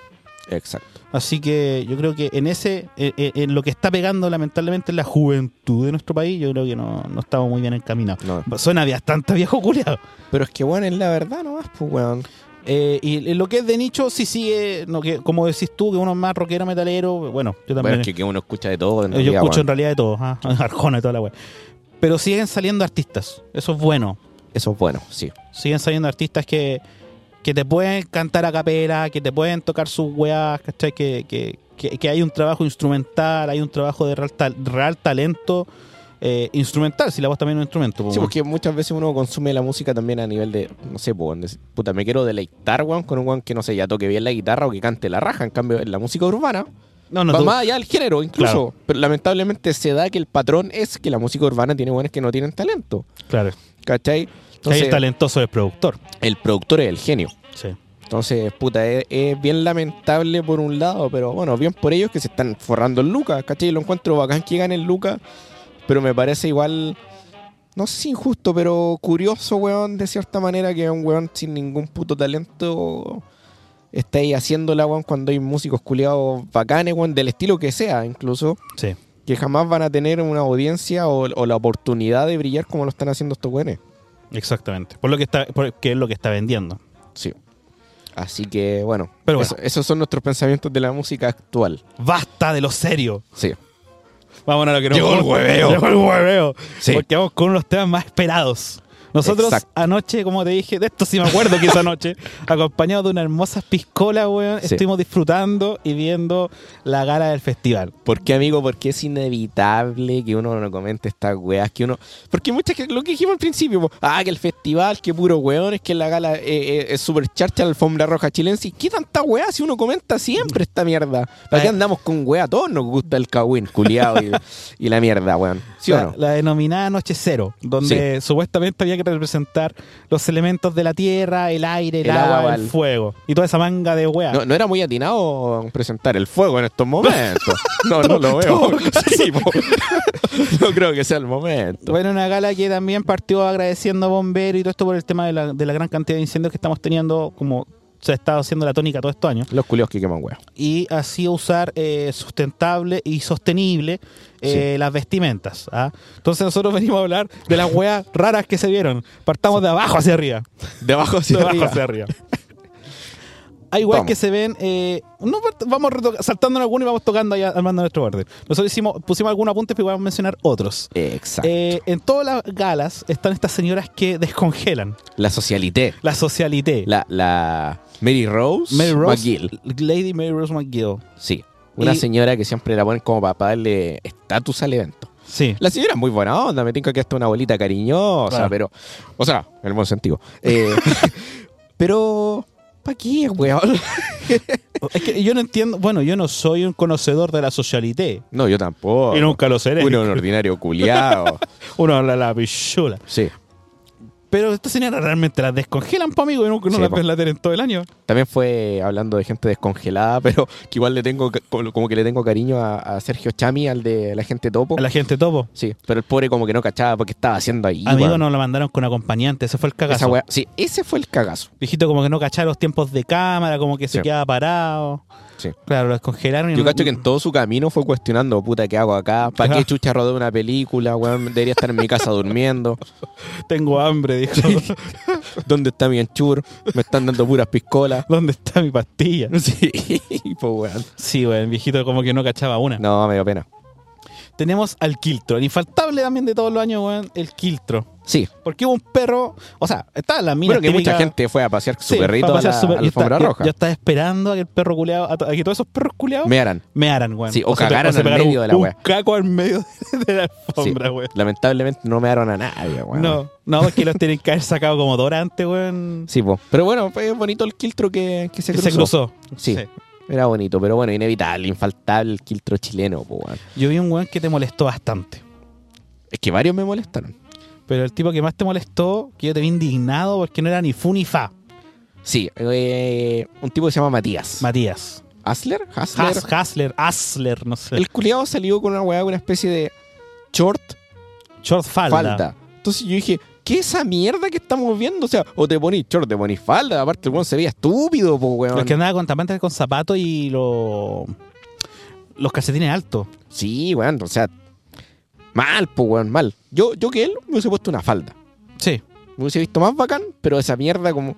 [SPEAKER 2] Exacto.
[SPEAKER 1] Así que yo creo que en ese, eh, eh, en lo que está pegando lamentablemente en la juventud de nuestro país, yo creo que no, no estamos muy bien encaminados.
[SPEAKER 2] No.
[SPEAKER 1] Suena bastante viejo culiado.
[SPEAKER 2] Pero es que, bueno, es la verdad nomás, pues, weón.
[SPEAKER 1] Eh, y lo que es de nicho, sí sigue, no, que, como decís tú, que uno es más rockero, metalero, bueno, yo también.
[SPEAKER 2] Bueno, es que, que uno escucha de todo. en
[SPEAKER 1] yo
[SPEAKER 2] realidad,
[SPEAKER 1] escucho
[SPEAKER 2] weón.
[SPEAKER 1] en realidad de todo, ah, Arjona y toda la wea. Pero siguen saliendo artistas, eso es bueno.
[SPEAKER 2] Eso es bueno, sí.
[SPEAKER 1] Siguen saliendo artistas que, que te pueden cantar a capela, que te pueden tocar sus weas, ¿cachai? Que, que, que- que hay un trabajo instrumental, hay un trabajo de real, tal- real talento eh, instrumental, si la voz también es un instrumento. po,
[SPEAKER 2] Sí,
[SPEAKER 1] weón.
[SPEAKER 2] porque muchas veces uno consume la música también a nivel de, no sé, po, donde, puta, me quiero deleitar, weón, con un weón que, no sé, ya toque bien la guitarra o que cante la raja. En cambio, en la música urbana,
[SPEAKER 1] no, no,
[SPEAKER 2] va
[SPEAKER 1] tú-
[SPEAKER 2] más allá del género, incluso. Pero lamentablemente se da que el patrón es que la música urbana tiene weones que no tienen talento,
[SPEAKER 1] claro.
[SPEAKER 2] ¿cachai?
[SPEAKER 1] Ahí
[SPEAKER 2] Entonces,
[SPEAKER 1] el talentoso es productor.
[SPEAKER 2] el productor es el genio.
[SPEAKER 1] Sí.
[SPEAKER 2] Entonces, puta, es, es bien lamentable por un lado, pero bueno, bien por ellos que se están forrando en Lucas, ¿cachai? Lo encuentro bacán que ganen Lucas, pero me parece igual, no sé si injusto, pero curioso, weón, de cierta manera que un weón sin ningún puto talento esté ahí haciéndola, weón, cuando hay músicos culiados bacanes, weón, del estilo que sea, incluso,
[SPEAKER 1] Sí.
[SPEAKER 2] que jamás van a tener una audiencia o, o la oportunidad de brillar como lo están haciendo estos weones.
[SPEAKER 1] Exactamente. Por lo que está, porque es lo que está vendiendo.
[SPEAKER 2] Sí. Así que, bueno,
[SPEAKER 1] Pero bueno.
[SPEAKER 2] eso- esos son nuestros pensamientos de la música actual.
[SPEAKER 1] Basta de lo serio.
[SPEAKER 2] Sí.
[SPEAKER 1] Vamos a lo que nos
[SPEAKER 4] Llegó el
[SPEAKER 1] gusta.
[SPEAKER 4] hueveo.
[SPEAKER 1] Llegó el hueveo.
[SPEAKER 4] Sí.
[SPEAKER 1] Porque vamos con uno de los temas más esperados. Nosotros
[SPEAKER 2] Exacto.
[SPEAKER 1] anoche, como te dije, de esto sí me acuerdo que esa noche, acompañados de una hermosa piscola, weón,
[SPEAKER 2] Sí.
[SPEAKER 1] estuvimos disfrutando y viendo la gala del festival.
[SPEAKER 2] ¿Por qué, amigo? Porque es inevitable que uno no comente estas weas que uno. Porque muchas que lo que dijimos al principio, po, ah, que el festival, que puro weón, es que la gala eh, eh, es super charcha la alfombra roja chilense. ¿Y ¿Qué tanta wea si uno comenta siempre esta mierda? ¿Para qué
[SPEAKER 1] Eh.
[SPEAKER 2] andamos con wea? A todos nos gusta el cagüín, culiado y, y la mierda, weón. ¿Sí o
[SPEAKER 1] la,
[SPEAKER 2] no?
[SPEAKER 1] la denominada Noche Cero, donde supuestamente había que representar los elementos de la tierra, el aire, el,
[SPEAKER 2] El
[SPEAKER 1] agua,
[SPEAKER 2] agua,
[SPEAKER 1] el
[SPEAKER 2] el-
[SPEAKER 1] fuego y toda esa manga de weas.
[SPEAKER 2] No, no era muy atinado presentar el fuego en estos momentos. No, no lo veo. Sí, po. no creo que sea el momento.
[SPEAKER 1] Bueno, una gala que también partió agradeciendo a bomberos y todo esto por el tema de la, de la gran cantidad de incendios que estamos teniendo, como se ha estado haciendo la tónica todos estos años.
[SPEAKER 2] Los culios que queman weón.
[SPEAKER 1] Y así usar eh, sustentable y sostenible eh, las vestimentas. ¿ah? Entonces nosotros venimos a hablar de las weas raras que se vieron. Partamos de abajo hacia arriba.
[SPEAKER 2] De abajo hacia
[SPEAKER 1] De abajo
[SPEAKER 2] arriba.
[SPEAKER 1] hacia arriba. Hay igual
[SPEAKER 2] Vamos.
[SPEAKER 1] que se ven. eh, no, vamos retoca- saltando en alguno y vamos tocando y armando nuestro orden. Nosotros hicimos, pusimos algunos apuntes, pero vamos a mencionar otros.
[SPEAKER 2] Exacto.
[SPEAKER 1] Eh, en todas las galas están estas señoras que descongelan.
[SPEAKER 2] la socialité.
[SPEAKER 1] La socialité.
[SPEAKER 2] La, la Mary Rose
[SPEAKER 1] Mary Rose-
[SPEAKER 2] McGill.
[SPEAKER 1] Lady Mary Rose McGill.
[SPEAKER 2] Sí. Una
[SPEAKER 1] Y-
[SPEAKER 2] señora que siempre la ponen como para darle estatus al evento.
[SPEAKER 1] Sí.
[SPEAKER 2] La señora es muy buena onda, me tengo que hasta una abuelita cariñosa,
[SPEAKER 1] Claro.
[SPEAKER 2] pero. O sea, en el buen sentido. Eh, pero. ¿Para qué, weón?
[SPEAKER 1] Es que yo no entiendo. Bueno, yo no soy un conocedor de la socialité.
[SPEAKER 2] No, yo tampoco.
[SPEAKER 1] Y nunca lo seré.
[SPEAKER 2] Uno un ordinario culiado.
[SPEAKER 1] Uno habla la pichula.
[SPEAKER 2] Sí.
[SPEAKER 1] Pero estas señoras realmente las descongelan, pa' amigo, y no, no
[SPEAKER 2] Sí,
[SPEAKER 1] las
[SPEAKER 2] po.
[SPEAKER 1] ves later en todo el año.
[SPEAKER 2] También fue hablando de gente descongelada, pero que igual le tengo, ca- como como que le tengo cariño a, a Sergio Chami, al de la gente topo.
[SPEAKER 1] A la gente topo.
[SPEAKER 2] Sí, pero el pobre como que no cachaba porque estaba haciendo ahí.
[SPEAKER 1] Amigo,
[SPEAKER 2] weón.
[SPEAKER 1] nos la mandaron con acompañante, ese fue el
[SPEAKER 2] Esa
[SPEAKER 1] cagazo.
[SPEAKER 2] weá- sí, ese fue el cagazo.
[SPEAKER 1] Viejito como que no cachaba los tiempos de cámara, como que se
[SPEAKER 2] Sí.
[SPEAKER 1] quedaba parado.
[SPEAKER 2] Sí.
[SPEAKER 1] Claro, lo descongelaron. y
[SPEAKER 2] Yo
[SPEAKER 1] no-
[SPEAKER 2] cacho que en todo su camino fue cuestionando, puta, ¿qué hago acá? ¿Para
[SPEAKER 1] Ajá.
[SPEAKER 2] qué chucha rodeo una película? Weón, debería estar en mi casa durmiendo.
[SPEAKER 1] Tengo hambre, dijo.
[SPEAKER 2] ¿Dónde está mi anchur? Me están dando puras piscolas.
[SPEAKER 1] ¿Dónde está mi pastilla?
[SPEAKER 2] Sí, pues weón.
[SPEAKER 1] Sí, güey, el viejito como que no cachaba una.
[SPEAKER 2] No, me dio pena.
[SPEAKER 1] Tenemos al Quiltro, el infaltable también de todos los años, güey, el Quiltro.
[SPEAKER 2] Sí,
[SPEAKER 1] Porque hubo un perro, o sea, estaba la mina
[SPEAKER 2] bueno, que mucha gente fue a pasear su perrito a la, a la alfombra roja.
[SPEAKER 1] Yo, estaba esperando a que el perro culeado, a, to- a que todos esos perros culeados
[SPEAKER 2] Me harán.
[SPEAKER 1] me haran, güey.
[SPEAKER 2] Sí, o
[SPEAKER 1] se pe-
[SPEAKER 2] cagaran
[SPEAKER 1] se
[SPEAKER 2] al
[SPEAKER 1] pegaron
[SPEAKER 2] medio
[SPEAKER 1] un-
[SPEAKER 2] de la
[SPEAKER 1] un
[SPEAKER 2] wea.
[SPEAKER 1] caco al medio de la
[SPEAKER 2] Sí.
[SPEAKER 1] alfombra, güey.
[SPEAKER 2] Lamentablemente no me dieron a nadie, weón.
[SPEAKER 1] No, no, porque los tienen que haber sacado como dos horas antes, güey.
[SPEAKER 2] Sí, po. Pero bueno, fue bonito el quiltro que, que se,
[SPEAKER 1] que
[SPEAKER 2] cruzó.
[SPEAKER 1] se cruzó.
[SPEAKER 2] Sí. Era bonito, pero bueno, inevitable, infaltable el quiltro chileno, po, weón.
[SPEAKER 1] Yo vi un güey que te molestó bastante.
[SPEAKER 2] Es que varios me molestaron.
[SPEAKER 1] Pero el tipo que más te molestó, que yo te vi indignado porque no era ni fu ni fa,
[SPEAKER 2] Sí, eh, un tipo que se llama Matías.
[SPEAKER 1] Matías.
[SPEAKER 2] ¿Hasler? ¿Hasler?
[SPEAKER 1] Has- Hasler, Hasler, no sé.
[SPEAKER 2] El culiado salió con una weá, una especie de short
[SPEAKER 1] short falda.
[SPEAKER 2] falda. Entonces yo dije, ¿qué es esa mierda que estamos viendo? O sea, o te ponís short, te ponís falda. Aparte, el weón se veía estúpido, po, weón.
[SPEAKER 1] Los que andaba con tapantes con zapatos y los los calcetines altos.
[SPEAKER 2] Sí, weón, o sea, mal, po, weón, mal. Yo, yo que él me hubiese puesto una falda.
[SPEAKER 1] Sí.
[SPEAKER 2] Me hubiese visto más bacán, pero esa mierda como,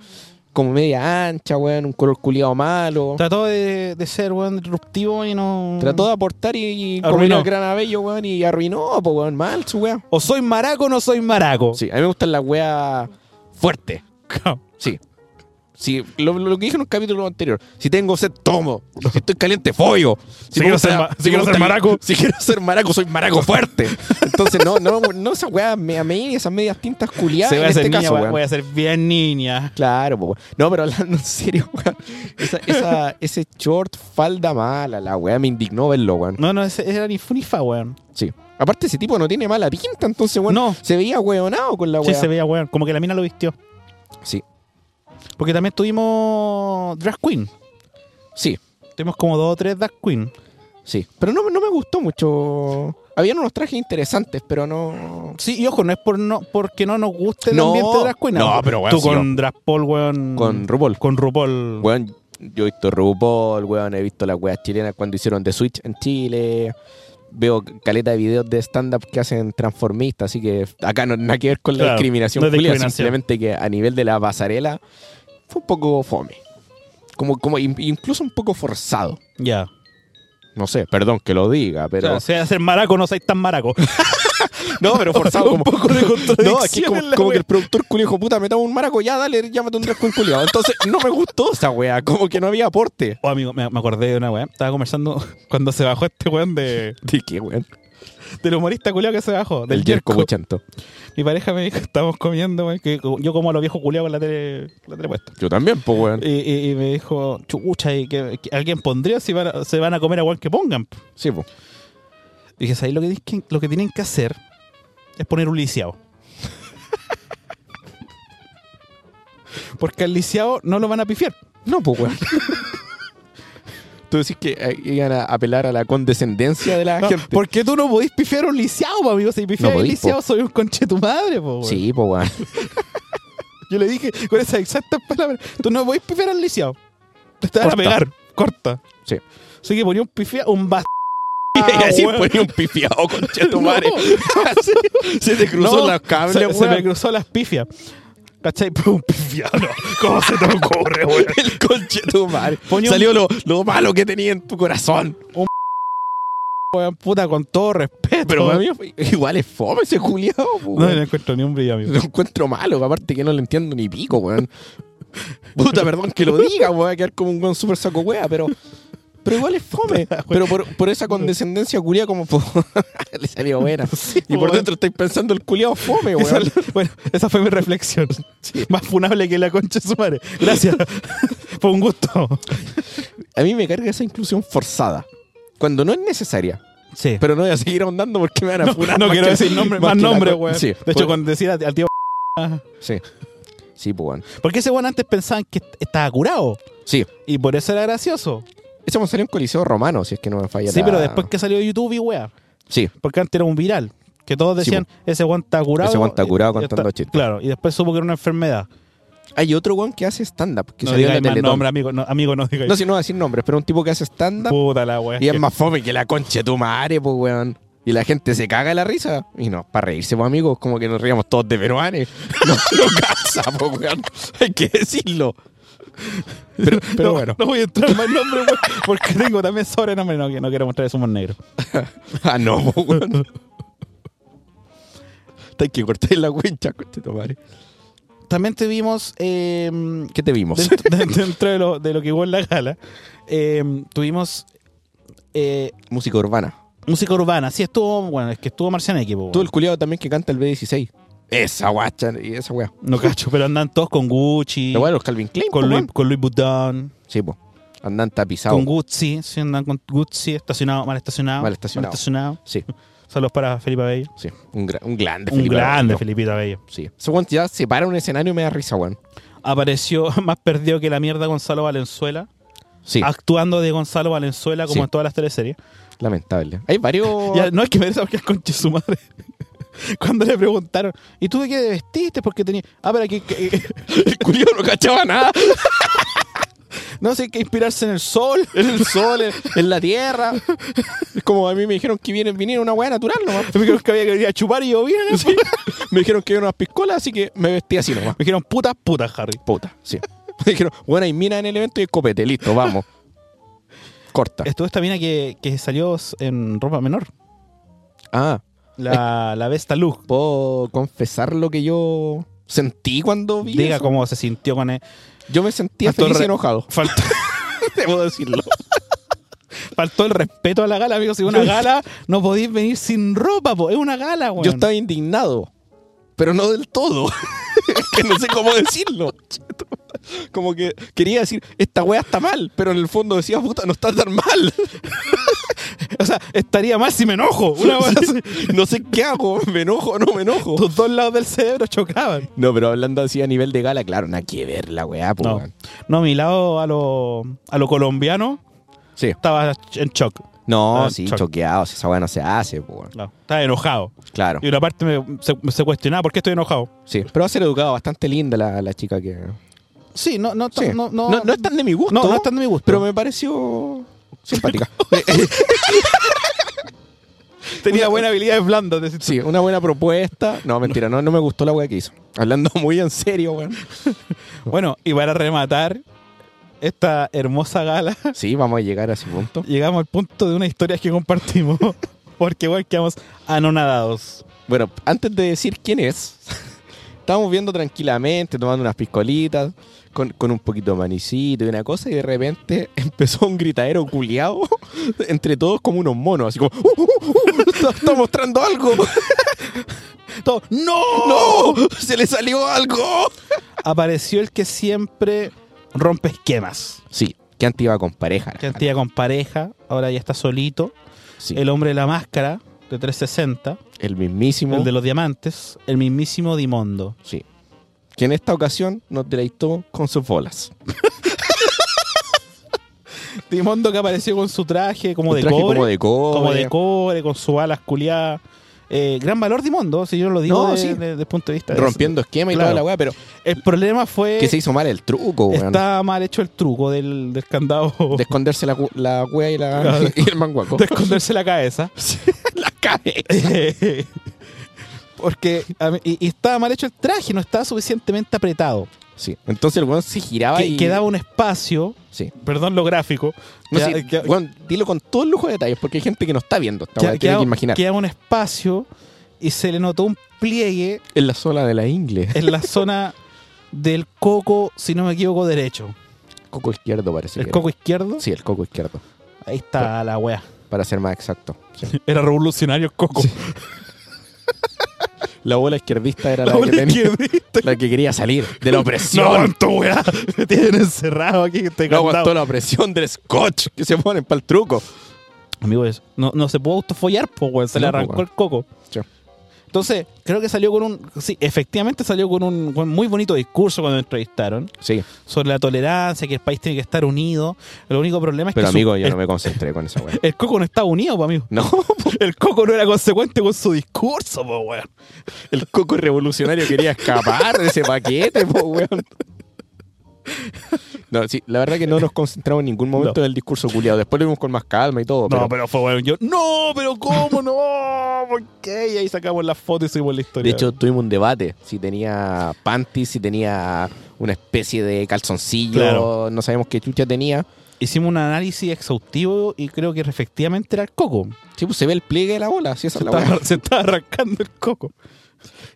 [SPEAKER 2] como media ancha, weón, un color culiado malo.
[SPEAKER 1] Trató de, de ser buen disruptivo y no.
[SPEAKER 2] Trató de aportar y, y
[SPEAKER 1] Arruinó.
[SPEAKER 2] comió el granabello, weón, y arruinó, po, weón, mal su weón.
[SPEAKER 1] O soy maraco o no soy maraco.
[SPEAKER 2] Sí, a mí me gustan las weas fuertes. Sí. Sí, lo, lo- lo que dije en un capítulo anterior. Si tengo sed, tomo. Si estoy caliente, follo. Si, me
[SPEAKER 1] quiero ser ma- si
[SPEAKER 2] me
[SPEAKER 1] quiero ser
[SPEAKER 2] gusta-
[SPEAKER 1] maraco.
[SPEAKER 2] Si quiero ser maraco, soy maraco fuerte. Entonces, no, no, no esas weas me a mí, esas medias tintas culiadas
[SPEAKER 1] Se va
[SPEAKER 2] en
[SPEAKER 1] a hacer
[SPEAKER 2] este
[SPEAKER 1] niña,
[SPEAKER 2] caso,
[SPEAKER 1] voy,
[SPEAKER 2] weón.
[SPEAKER 1] voy a ser bien niña.
[SPEAKER 2] Claro, po. no, pero hablando en serio, weón. Esa, esa- ese short falda mala, la wea me indignó verlo, weón.
[SPEAKER 1] No, no, ese era ni funifa, weón.
[SPEAKER 2] Sí. Aparte, ese tipo no tiene mala pinta, entonces, weón,
[SPEAKER 1] No.
[SPEAKER 2] se veía weonado con la
[SPEAKER 1] Sí,
[SPEAKER 2] wea.
[SPEAKER 1] se veía, weón. Como que la mina lo vistió.
[SPEAKER 2] Sí.
[SPEAKER 1] Porque también tuvimos Drag Queen.
[SPEAKER 2] sí.
[SPEAKER 1] Tuvimos como dos o tres Drag Queen.
[SPEAKER 2] Sí. Pero no, no me gustó mucho. Habían unos trajes interesantes, pero no.
[SPEAKER 1] Sí, y ojo, no es por no, porque no nos guste el
[SPEAKER 2] No,
[SPEAKER 1] ambiente de Drag Queen.
[SPEAKER 2] no, pero, weón,
[SPEAKER 1] Tú
[SPEAKER 2] sí,
[SPEAKER 1] con Drag Paul, weón.
[SPEAKER 2] Con RuPaul.
[SPEAKER 1] Con RuPaul.
[SPEAKER 2] Weón, yo he visto RuPaul, weón, he visto las weas chilenas cuando hicieron The Switch en Chile. Veo caleta de videos de stand-up que hacen transformistas, así que acá no nada que ver con la
[SPEAKER 1] Claro,
[SPEAKER 2] discriminación,
[SPEAKER 1] no es
[SPEAKER 2] culia,
[SPEAKER 1] discriminación.
[SPEAKER 2] simplemente que a nivel de la pasarela fue un poco fome. Como, como in- incluso un poco forzado.
[SPEAKER 1] Ya.
[SPEAKER 2] No sé, perdón que lo diga, pero.
[SPEAKER 1] O sea, ser maraco, no sois tan maraco.
[SPEAKER 2] No, pero forzado.
[SPEAKER 1] Un
[SPEAKER 2] como,
[SPEAKER 1] poco de contradicción
[SPEAKER 2] No, aquí como,
[SPEAKER 1] en la
[SPEAKER 2] como que
[SPEAKER 1] wea.
[SPEAKER 2] el productor culio dijo, puta, metamos un maraco, ya, dale, ya metamos un drag queen culiao. Entonces, no me gustó esa wea, como que no había aporte.
[SPEAKER 1] Oh, amigo, me, me acordé de una weá. Estaba conversando cuando se bajó este weón de,
[SPEAKER 2] ¿De qué, weón?
[SPEAKER 1] del humorista culiao que se bajó. Del
[SPEAKER 2] El Jerko
[SPEAKER 1] Jerko.
[SPEAKER 2] Buchanto.
[SPEAKER 1] Mi pareja me dijo, estamos comiendo, weón, que yo como a los viejos culiados con la tele, la tele puesta.
[SPEAKER 2] Yo también, pues, weón.
[SPEAKER 1] Y, y- y me dijo, chucha, ¿y que, alguien pondría si van a- se van a comer a weón que pongan?
[SPEAKER 2] Sí, pues.
[SPEAKER 1] Dije, ¿sabes lo que, tienes que- lo que tienen que hacer? Es poner un lisiado. Porque al lisiado no lo van a pifiar.
[SPEAKER 2] No, pues, weón. Tú decís que eh, iban a apelar a la condescendencia de la
[SPEAKER 1] No,
[SPEAKER 2] gente.
[SPEAKER 1] ¿Por qué tú no podís pifiar un lisiado, po, amigo? Si pifias
[SPEAKER 2] No
[SPEAKER 1] un
[SPEAKER 2] podís,
[SPEAKER 1] lisiado, soy un conche tu madre, po, weón.
[SPEAKER 2] Sí, pues, weón.
[SPEAKER 1] Yo le dije con esas exactas palabras: Tú no podís pifiar al lisiado. Te van a
[SPEAKER 2] Corta.
[SPEAKER 1] pegar, corta.
[SPEAKER 2] Sí.
[SPEAKER 1] Así que ponía un pifia, un bas.
[SPEAKER 2] Y así
[SPEAKER 1] weón.
[SPEAKER 2] ponía un pifiado, conchetumare. Se te cruzó
[SPEAKER 1] No,
[SPEAKER 2] la cable,
[SPEAKER 1] se, se
[SPEAKER 2] weón.
[SPEAKER 1] me cruzó las pifias. ¿Cachai? Pero un pifiano. ¿Cómo se te ocurre, weón?
[SPEAKER 2] El conchetumare.
[SPEAKER 1] Ponía un-
[SPEAKER 2] Salió lo, lo malo que tenía en tu corazón.
[SPEAKER 1] Weón, puta, con todo respeto.
[SPEAKER 2] Pero
[SPEAKER 1] weón.
[SPEAKER 2] mí igual es fome ese culiado,
[SPEAKER 1] no, no encuentro ni un brillo, amigo.
[SPEAKER 2] Lo encuentro malo, aparte que no le entiendo ni pico, weón. Puta, perdón que lo diga, weón, voy a quedar como un buen super saco wea, pero. Pero igual es fome. Pero por, por esa condescendencia culia como po, le salió buena. Y por
[SPEAKER 1] weón.
[SPEAKER 2] dentro estáis pensando el culiado fome,
[SPEAKER 1] Esa-
[SPEAKER 2] weón.
[SPEAKER 1] bueno, esa fue mi reflexión. Más funable que la concha de su madre. Gracias. Fue un gusto.
[SPEAKER 2] A mí me carga esa inclusión forzada. Cuando no es necesaria.
[SPEAKER 1] Sí.
[SPEAKER 2] Pero no voy a seguir ahondando porque me van a
[SPEAKER 1] no,
[SPEAKER 2] funar
[SPEAKER 1] no
[SPEAKER 2] más
[SPEAKER 1] quiero
[SPEAKER 2] que-
[SPEAKER 1] decir nombre, más
[SPEAKER 2] más que la
[SPEAKER 1] nombre,
[SPEAKER 2] co-
[SPEAKER 1] weón.
[SPEAKER 2] Sí, pues,
[SPEAKER 1] de hecho, cuando decía al tío
[SPEAKER 2] Sí. Sí, pues, weón.
[SPEAKER 1] Porque ese weón antes pensaban que estaba curado.
[SPEAKER 2] Sí.
[SPEAKER 1] Y por eso era gracioso.
[SPEAKER 2] Ese me salió en Coliseo Romano, si es que no me falla
[SPEAKER 1] Sí,
[SPEAKER 2] la-
[SPEAKER 1] pero después que salió YouTube y weá.
[SPEAKER 2] Sí.
[SPEAKER 1] Porque antes era un viral. Que todos
[SPEAKER 2] Sí, pues.
[SPEAKER 1] decían, ese weón está curado.
[SPEAKER 2] Ese weón está curado
[SPEAKER 1] Y- y
[SPEAKER 2] contando
[SPEAKER 1] está-
[SPEAKER 2] chistes.
[SPEAKER 1] Claro, y después supo que era una enfermedad.
[SPEAKER 2] Hay otro weón que hace stand-up, que
[SPEAKER 1] no
[SPEAKER 2] salió en la
[SPEAKER 1] digáis más
[SPEAKER 2] Teletón.
[SPEAKER 1] nombre, amigo. No, amigo, no digáis.
[SPEAKER 2] No, si no voy a decir nombres, pero un tipo que hace stand-up
[SPEAKER 1] Puta la weá.
[SPEAKER 2] y es más fome que la concha de tu madre, pues, weón. Y la gente se caga de la risa. Y no, para reírse, pues, amigos, como que nos ríamos todos de peruanes. No, no cansa, pues, weón. Hay que decirlo. Pero, pero
[SPEAKER 1] no,
[SPEAKER 2] bueno,
[SPEAKER 1] No voy a entrar más en nombre, weón, porque tengo también sobrenombre. No, que no quiero mostrar eso humor negro.
[SPEAKER 2] ah, no, pues, weón. Hay que cortar la cuencha, concha de tu madre.
[SPEAKER 1] También tuvimos eh,
[SPEAKER 2] ¿Qué te vimos?
[SPEAKER 1] dentro, de- dentro de, lo, de lo que hubo en la gala, eh, tuvimos eh,
[SPEAKER 2] Música urbana.
[SPEAKER 1] música urbana. Sí, estuvo, bueno, es que estuvo Marciana Equipo.
[SPEAKER 2] Tú, el culiado también que canta el B16. Esa guacha y esa weá.
[SPEAKER 1] No cacho, pero andan todos con Gucci,
[SPEAKER 2] La weá de los Calvin Klein,
[SPEAKER 1] con,
[SPEAKER 2] po,
[SPEAKER 1] Louis,
[SPEAKER 2] weón.
[SPEAKER 1] con Louis Vuitton,
[SPEAKER 2] Sí, pues. Andan tapizados.
[SPEAKER 1] con Gucci. Sí, andan con Gucci, estacionado, mal estacionado.
[SPEAKER 2] Mal estacionado.
[SPEAKER 1] estacionado.
[SPEAKER 2] Sí,
[SPEAKER 1] Saludos para Felipe Abello.
[SPEAKER 2] sí. Un, gra- un grande.
[SPEAKER 1] Un
[SPEAKER 2] Felipe
[SPEAKER 1] grande
[SPEAKER 2] Abello.
[SPEAKER 1] Felipito Abello.
[SPEAKER 2] Sí. Ese weón ya se para en un escenario y me da risa, weón.
[SPEAKER 1] Apareció más perdido que la mierda Gonzalo Valenzuela,
[SPEAKER 2] Sí,
[SPEAKER 1] actuando de Gonzalo Valenzuela como
[SPEAKER 2] Sí.
[SPEAKER 1] en todas las teleseries.
[SPEAKER 2] lamentable. Hay varios.
[SPEAKER 1] Ya, no es que merezca porque es conche su madre. Cuando le preguntaron, ¿y tú de qué te vestiste? Porque tenía. Ah, pero que. que-
[SPEAKER 2] el culiado no cachaba nada.
[SPEAKER 1] no sé, hay que inspirarse en el sol.
[SPEAKER 2] En el sol, en, en la tierra. Es como a mí me dijeron que viene, viniera una weá natural nomás.
[SPEAKER 1] Me dijeron que había que ir a chupar y yo vine. ¿no?
[SPEAKER 2] Sí. Me dijeron que había unas piscolas, así que me vestí así nomás.
[SPEAKER 1] Me dijeron, putas, putas, Harry.
[SPEAKER 2] Puta, sí. Me dijeron, bueno, hay mina en el evento y escopete, listo, vamos. Corta.
[SPEAKER 1] Estuvo esta mina que, que salió en ropa menor.
[SPEAKER 2] Ah,
[SPEAKER 1] La, la Vesta Luz.
[SPEAKER 2] Oh, puedo confesar lo que yo sentí cuando vi.
[SPEAKER 1] Diga
[SPEAKER 2] eso?
[SPEAKER 1] cómo se sintió con él.
[SPEAKER 2] Yo me sentía
[SPEAKER 1] Harto
[SPEAKER 2] feliz y
[SPEAKER 1] re-
[SPEAKER 2] enojado.
[SPEAKER 1] Faltó,
[SPEAKER 2] Debo decirlo.
[SPEAKER 1] faltó el respeto a la gala, amigos. Si una gala, no podéis venir sin ropa, po. Es una gala, weón.
[SPEAKER 2] Yo estaba indignado, pero no del todo. Es que no sé cómo decirlo. Como que quería decir, esta wea está mal, pero en el fondo decía, puta, no está tan mal.
[SPEAKER 1] O sea, estaría mal si me enojo. Una weá así.
[SPEAKER 2] No sé qué hago, me enojo o no me enojo.
[SPEAKER 1] Los dos lados del cerebro chocaban.
[SPEAKER 2] No, pero hablando así a nivel de gala, claro, nada que ver la weá, po,
[SPEAKER 1] No,
[SPEAKER 2] weón.
[SPEAKER 1] no mi lado a lo, a lo colombiano
[SPEAKER 2] Sí.
[SPEAKER 1] estaba en shock.
[SPEAKER 2] No,
[SPEAKER 1] Ah,
[SPEAKER 2] sí,
[SPEAKER 1] choque.
[SPEAKER 2] choqueados. Esa weá no se hace, po, weón.
[SPEAKER 1] Estaba enojado.
[SPEAKER 2] Claro,
[SPEAKER 1] Y una parte me, se, se cuestionaba por qué estoy enojado.
[SPEAKER 2] sí. Pero va a ser educada bastante linda la, la chica que.
[SPEAKER 1] Sí, no, no,
[SPEAKER 2] Sí.
[SPEAKER 1] no, no,
[SPEAKER 2] es tan de mi gusto.
[SPEAKER 1] no, no es tan de mi gusto.
[SPEAKER 2] Pero me pareció simpática.
[SPEAKER 1] tenía buena habilidad blanda.
[SPEAKER 2] sí, una buena propuesta. No, mentira, no, no me gustó la weá que hizo. Hablando muy en serio, weón.
[SPEAKER 1] Bueno, y para rematar esta hermosa gala,
[SPEAKER 2] Sí, vamos a llegar a ese punto.
[SPEAKER 1] llegamos al punto de una historia que compartimos. Porque igual quedamos anonadados.
[SPEAKER 2] Bueno, antes de decir quién es, estábamos viendo tranquilamente, tomando unas piscolitas, con, con un poquito de manicito y una cosa, y de repente empezó un gritadero culiado entre todos como unos monos, así como, "Uh, uh, uh, está, está mostrando algo!
[SPEAKER 1] Todo, ¡No!
[SPEAKER 2] ¡No! ¡Se le salió algo!
[SPEAKER 1] Apareció el que siempre rompe esquemas.
[SPEAKER 2] Sí, que antes iba con pareja. la
[SPEAKER 1] Que antes
[SPEAKER 2] cara.
[SPEAKER 1] iba con pareja, ahora ya está solito.
[SPEAKER 2] Sí, el,
[SPEAKER 1] El hombre de la máscara de 360,
[SPEAKER 2] mismísimo.
[SPEAKER 1] el de los diamantes, el mismísimo Dimondo.
[SPEAKER 2] Sí. Que en esta ocasión nos deleitó con sus bolas.
[SPEAKER 1] Dimondo que apareció con su traje como
[SPEAKER 2] Un
[SPEAKER 1] de
[SPEAKER 2] traje
[SPEAKER 1] cobre,
[SPEAKER 2] como de cobre.
[SPEAKER 1] como de cobre, con sus alas culiadas. Eh, gran valor Dimondo, si yo no lo digo
[SPEAKER 2] No,
[SPEAKER 1] desde
[SPEAKER 2] sí.
[SPEAKER 1] el punto de vista. de-
[SPEAKER 2] Rompiendo esquema y
[SPEAKER 1] Claro.
[SPEAKER 2] toda la weá, pero
[SPEAKER 1] El problema fue
[SPEAKER 2] que se hizo mal el truco, weón.
[SPEAKER 1] está mal hecho el truco del, del candado
[SPEAKER 2] De
[SPEAKER 1] de,
[SPEAKER 2] esconderse la, cu- la wea y, la,
[SPEAKER 1] Claro.
[SPEAKER 2] y el manguaco.
[SPEAKER 1] esconderse la cabeza.
[SPEAKER 2] la cabeza.
[SPEAKER 1] Porque a mí- y, y estaba mal hecho el traje, no estaba suficientemente apretado.
[SPEAKER 2] Sí. Entonces el weón se giraba
[SPEAKER 1] Que-
[SPEAKER 2] y.
[SPEAKER 1] Quedaba un espacio,
[SPEAKER 2] Sí.
[SPEAKER 1] perdón lo gráfico,
[SPEAKER 2] No,
[SPEAKER 1] queda-
[SPEAKER 2] sí,
[SPEAKER 1] queda-
[SPEAKER 2] weón, dilo con todo el lujo de detalles, porque hay gente que no está viendo esta
[SPEAKER 1] queda-
[SPEAKER 2] weá, tiene
[SPEAKER 1] queda-
[SPEAKER 2] que imaginar.
[SPEAKER 1] queda un espacio y se le notó un pliegue
[SPEAKER 2] En la sola de la ingle.
[SPEAKER 1] en la zona del coco, si no me equivoco, derecho.
[SPEAKER 2] Coco izquierdo parece.
[SPEAKER 1] el
[SPEAKER 2] que era.
[SPEAKER 1] coco izquierdo.
[SPEAKER 2] Sí, el coco izquierdo.
[SPEAKER 1] Ahí está la wea.
[SPEAKER 2] Para ser más exacto. Sí.
[SPEAKER 1] Era revolucionario el coco.
[SPEAKER 2] La bola izquierdista era la,
[SPEAKER 1] La bola
[SPEAKER 2] que tenía-
[SPEAKER 1] izquierdista.
[SPEAKER 2] la que quería salir de la
[SPEAKER 1] No
[SPEAKER 2] opresión.
[SPEAKER 1] aguanto, weá. Me tienen encerrado aquí. Este
[SPEAKER 2] No
[SPEAKER 1] candado.
[SPEAKER 2] aguantó la presión del scotch que se ponen para el truco.
[SPEAKER 1] Amigo, es- no, no se pudo autofollar, po, weón. Se le
[SPEAKER 2] No, po,
[SPEAKER 1] arrancó
[SPEAKER 2] weón.
[SPEAKER 1] el coco.
[SPEAKER 2] Sí.
[SPEAKER 1] Entonces, creo que salió con un. Sí, efectivamente salió con un con muy bonito discurso cuando lo entrevistaron
[SPEAKER 2] Sí,
[SPEAKER 1] sobre la tolerancia, que el país tiene que estar unido. El único problema es
[SPEAKER 2] pero
[SPEAKER 1] que. su-
[SPEAKER 2] amigo, yo
[SPEAKER 1] el,
[SPEAKER 2] no me concentré con esa weá.
[SPEAKER 1] el Coco no estaba unido, po, amigo.
[SPEAKER 2] No,
[SPEAKER 1] El Coco no era consecuente con su discurso, po, weón.
[SPEAKER 2] el coco revolucionario quería escapar de ese paquete, po, weón. No, sí, la verdad que no nos concentramos en ningún momento en el discurso culiado. Después lo vimos con más calma y todo.
[SPEAKER 1] No,
[SPEAKER 2] pero-
[SPEAKER 1] Oh, pero fue bueno. Yo, no, pero ¿cómo no? ¿Por qué? Y ahí sacamos las fotos y subimos la historia.
[SPEAKER 2] De hecho, tuvimos un debate. Si tenía panties, si tenía una especie de calzoncillo,
[SPEAKER 1] Claro.
[SPEAKER 2] no sabemos qué chucha tenía.
[SPEAKER 1] hicimos un análisis exhaustivo y creo que efectivamente era el coco.
[SPEAKER 2] Sí, pues se ve el pliegue de la bola. Sí, esa
[SPEAKER 1] Se,
[SPEAKER 2] es la
[SPEAKER 1] estaba,
[SPEAKER 2] weá.
[SPEAKER 1] se estaba arrancando el coco.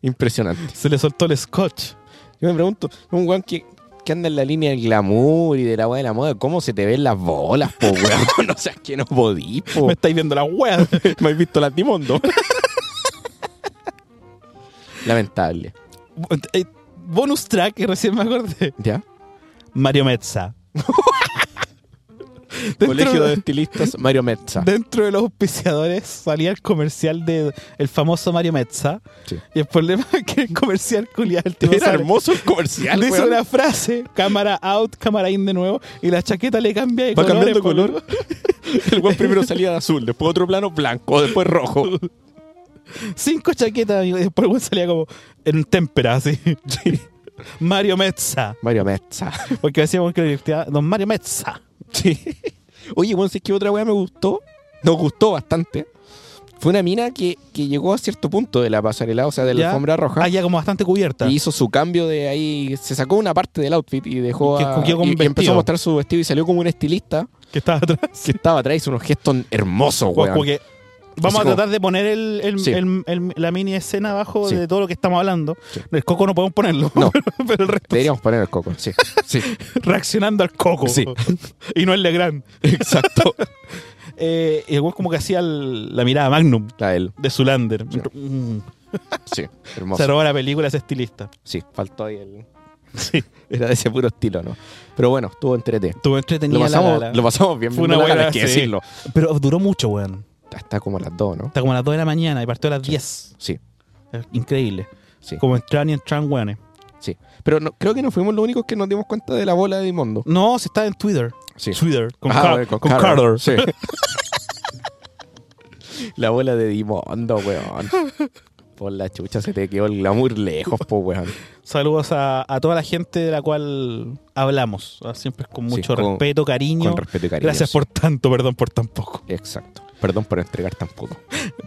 [SPEAKER 2] Impresionante.
[SPEAKER 1] Se le soltó el scotch.
[SPEAKER 2] Yo me pregunto, un weón que, que anda en la línea del glamour y de la weá de la moda, ¿cómo se te ven las bolas, po, weón? no seas que no podís, po.
[SPEAKER 1] Me estáis viendo la wea.
[SPEAKER 2] Me habéis visto la timondo. Lamentable.
[SPEAKER 1] Eh, Bonus track que recién me acordé.
[SPEAKER 2] ¿Ya?
[SPEAKER 1] Mario Metza.
[SPEAKER 2] Colegio de Estilistas Mario Metza.
[SPEAKER 1] Dentro de los auspiciadores salía el comercial de el famoso Mario Metza.
[SPEAKER 2] Sí.
[SPEAKER 1] Y el problema es que el comercial culiado el tipo
[SPEAKER 2] Era
[SPEAKER 1] sale-
[SPEAKER 2] hermoso el comercial.
[SPEAKER 1] Le hizo
[SPEAKER 2] weón.
[SPEAKER 1] una frase, cámara out, cámara in de nuevo, y la chaqueta le cambia de
[SPEAKER 2] Va
[SPEAKER 1] colores,
[SPEAKER 2] cambiando
[SPEAKER 1] po,
[SPEAKER 2] color.
[SPEAKER 1] loco.
[SPEAKER 2] El weón primero salía de azul, después otro plano blanco, después rojo.
[SPEAKER 1] Cinco chaquetas, amigo, y después el weón salía como en témpera, así. Mario Metza.
[SPEAKER 2] Mario Metza.
[SPEAKER 1] Porque decíamos que le decía, Don Mario Metza.
[SPEAKER 2] Sí. Oye, weón, sé que otra weá me gustó. Nos gustó bastante. Fue una mina que, que llegó a cierto punto de la pasarela, o sea, de la
[SPEAKER 1] Ya.
[SPEAKER 2] alfombra roja.
[SPEAKER 1] Ah, ya como bastante cubierta.
[SPEAKER 2] Y hizo su cambio de ahí. Se sacó una parte del outfit y dejó.
[SPEAKER 1] Que
[SPEAKER 2] a-
[SPEAKER 1] cogió con
[SPEAKER 2] y- y empezó
[SPEAKER 1] vestido.
[SPEAKER 2] a mostrar su vestido y salió como un estilista
[SPEAKER 1] Que estaba atrás.
[SPEAKER 2] que estaba atrás. Hizo unos gestos hermosos,
[SPEAKER 1] Como-
[SPEAKER 2] weón.
[SPEAKER 1] como que vamos
[SPEAKER 2] Así
[SPEAKER 1] a
[SPEAKER 2] como-
[SPEAKER 1] tratar de poner el, el-
[SPEAKER 2] Sí.
[SPEAKER 1] el- el- la mini escena abajo
[SPEAKER 2] Sí.
[SPEAKER 1] de todo lo que estamos hablando.
[SPEAKER 2] Sí.
[SPEAKER 1] El coco no podemos ponerlo,
[SPEAKER 2] No.
[SPEAKER 1] pero, pero el resto
[SPEAKER 2] Deberíamos poner el coco, sí. Sí,
[SPEAKER 1] reaccionando al coco.
[SPEAKER 2] Sí.
[SPEAKER 1] y no el Legrand.
[SPEAKER 2] exacto.
[SPEAKER 1] Eh, y el weón como que hacía el- la mirada magnum
[SPEAKER 2] La él,
[SPEAKER 1] de Zulander. Mm.
[SPEAKER 2] Sí. sí. Hermoso.
[SPEAKER 1] Se roba la película ese estilista.
[SPEAKER 2] Sí, faltó ahí el.
[SPEAKER 1] Sí.
[SPEAKER 2] Era de ese puro estilo, ¿no? Pero bueno, estuvo entrete.
[SPEAKER 1] Estuvo entretenida
[SPEAKER 2] Lo
[SPEAKER 1] la
[SPEAKER 2] pasamos,
[SPEAKER 1] gala.
[SPEAKER 2] lo pasamos bien,
[SPEAKER 1] Fue
[SPEAKER 2] bien
[SPEAKER 1] una
[SPEAKER 2] la gala,
[SPEAKER 1] buena,
[SPEAKER 2] hay que
[SPEAKER 1] sí.
[SPEAKER 2] decirlo.
[SPEAKER 1] Pero duró mucho, weón.
[SPEAKER 2] Está como a las dos, ¿no?
[SPEAKER 1] Hasta como a las 2 de la mañana y partió a las 10.
[SPEAKER 2] Sí,
[SPEAKER 1] Es Increíble.
[SPEAKER 2] sí,
[SPEAKER 1] Como entraban y entraban, weones.
[SPEAKER 2] sí. Pero no- creo que no fuimos los únicos que nos dimos cuenta de la bola de Dimondo.
[SPEAKER 1] No, se está en Twitter.
[SPEAKER 2] Sí.
[SPEAKER 1] Twitter. Con,
[SPEAKER 2] Ah,
[SPEAKER 1] Car-
[SPEAKER 2] bueno,
[SPEAKER 1] con,
[SPEAKER 2] Carter.
[SPEAKER 1] Carter.
[SPEAKER 2] Sí. la bola de Dimondo, weón. Por la chucha se te quedó el glamour lejos, po, weón.
[SPEAKER 1] Saludos a, a toda la gente de la cual hablamos. Ah, Siempre es con
[SPEAKER 2] Sí,
[SPEAKER 1] mucho
[SPEAKER 2] con-
[SPEAKER 1] respeto, cariño.
[SPEAKER 2] Con respeto y cariño.
[SPEAKER 1] Gracias
[SPEAKER 2] sí.
[SPEAKER 1] por tanto, perdón por tan poco.
[SPEAKER 2] Exacto. Perdón por entregar tan poco.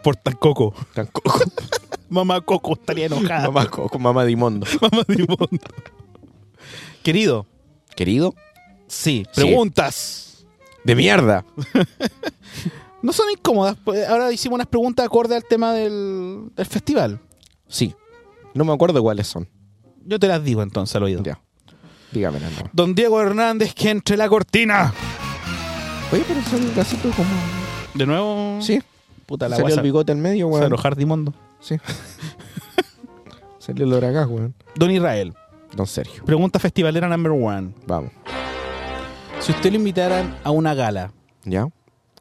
[SPEAKER 1] Por tan coco.
[SPEAKER 2] Tan coco.
[SPEAKER 1] Mamá Coco estaría enojada.
[SPEAKER 2] mamá coco, mamá Dimondo.
[SPEAKER 1] Mamá Dimondo. Querido,
[SPEAKER 2] Querido,
[SPEAKER 1] sí.
[SPEAKER 2] Sí.
[SPEAKER 1] Preguntas.
[SPEAKER 2] de mierda.
[SPEAKER 1] No son incómodas. pues, Ahora hicimos unas preguntas acorde al tema del, del festival.
[SPEAKER 2] Sí. No me acuerdo cuáles son.
[SPEAKER 1] Yo te las digo entonces al oído.
[SPEAKER 2] Ya. Dígame, no.
[SPEAKER 1] Don Diego Hernández, que entre la cortina.
[SPEAKER 2] Oye, pero son casi todo como.
[SPEAKER 1] De nuevo.
[SPEAKER 2] Sí.
[SPEAKER 1] Puta la
[SPEAKER 2] Salió el
[SPEAKER 1] guasa.
[SPEAKER 2] bigote en
[SPEAKER 1] Se
[SPEAKER 2] medio,
[SPEAKER 1] va a
[SPEAKER 2] weón.
[SPEAKER 1] enojar Dimondo.
[SPEAKER 2] Sí. Salió el oracás, weón.
[SPEAKER 1] Don Israel,
[SPEAKER 2] Don Sergio.
[SPEAKER 1] pregunta festivalera number one.
[SPEAKER 2] Vamos.
[SPEAKER 1] Si usted lo invitaran a una gala,
[SPEAKER 2] ¿Ya?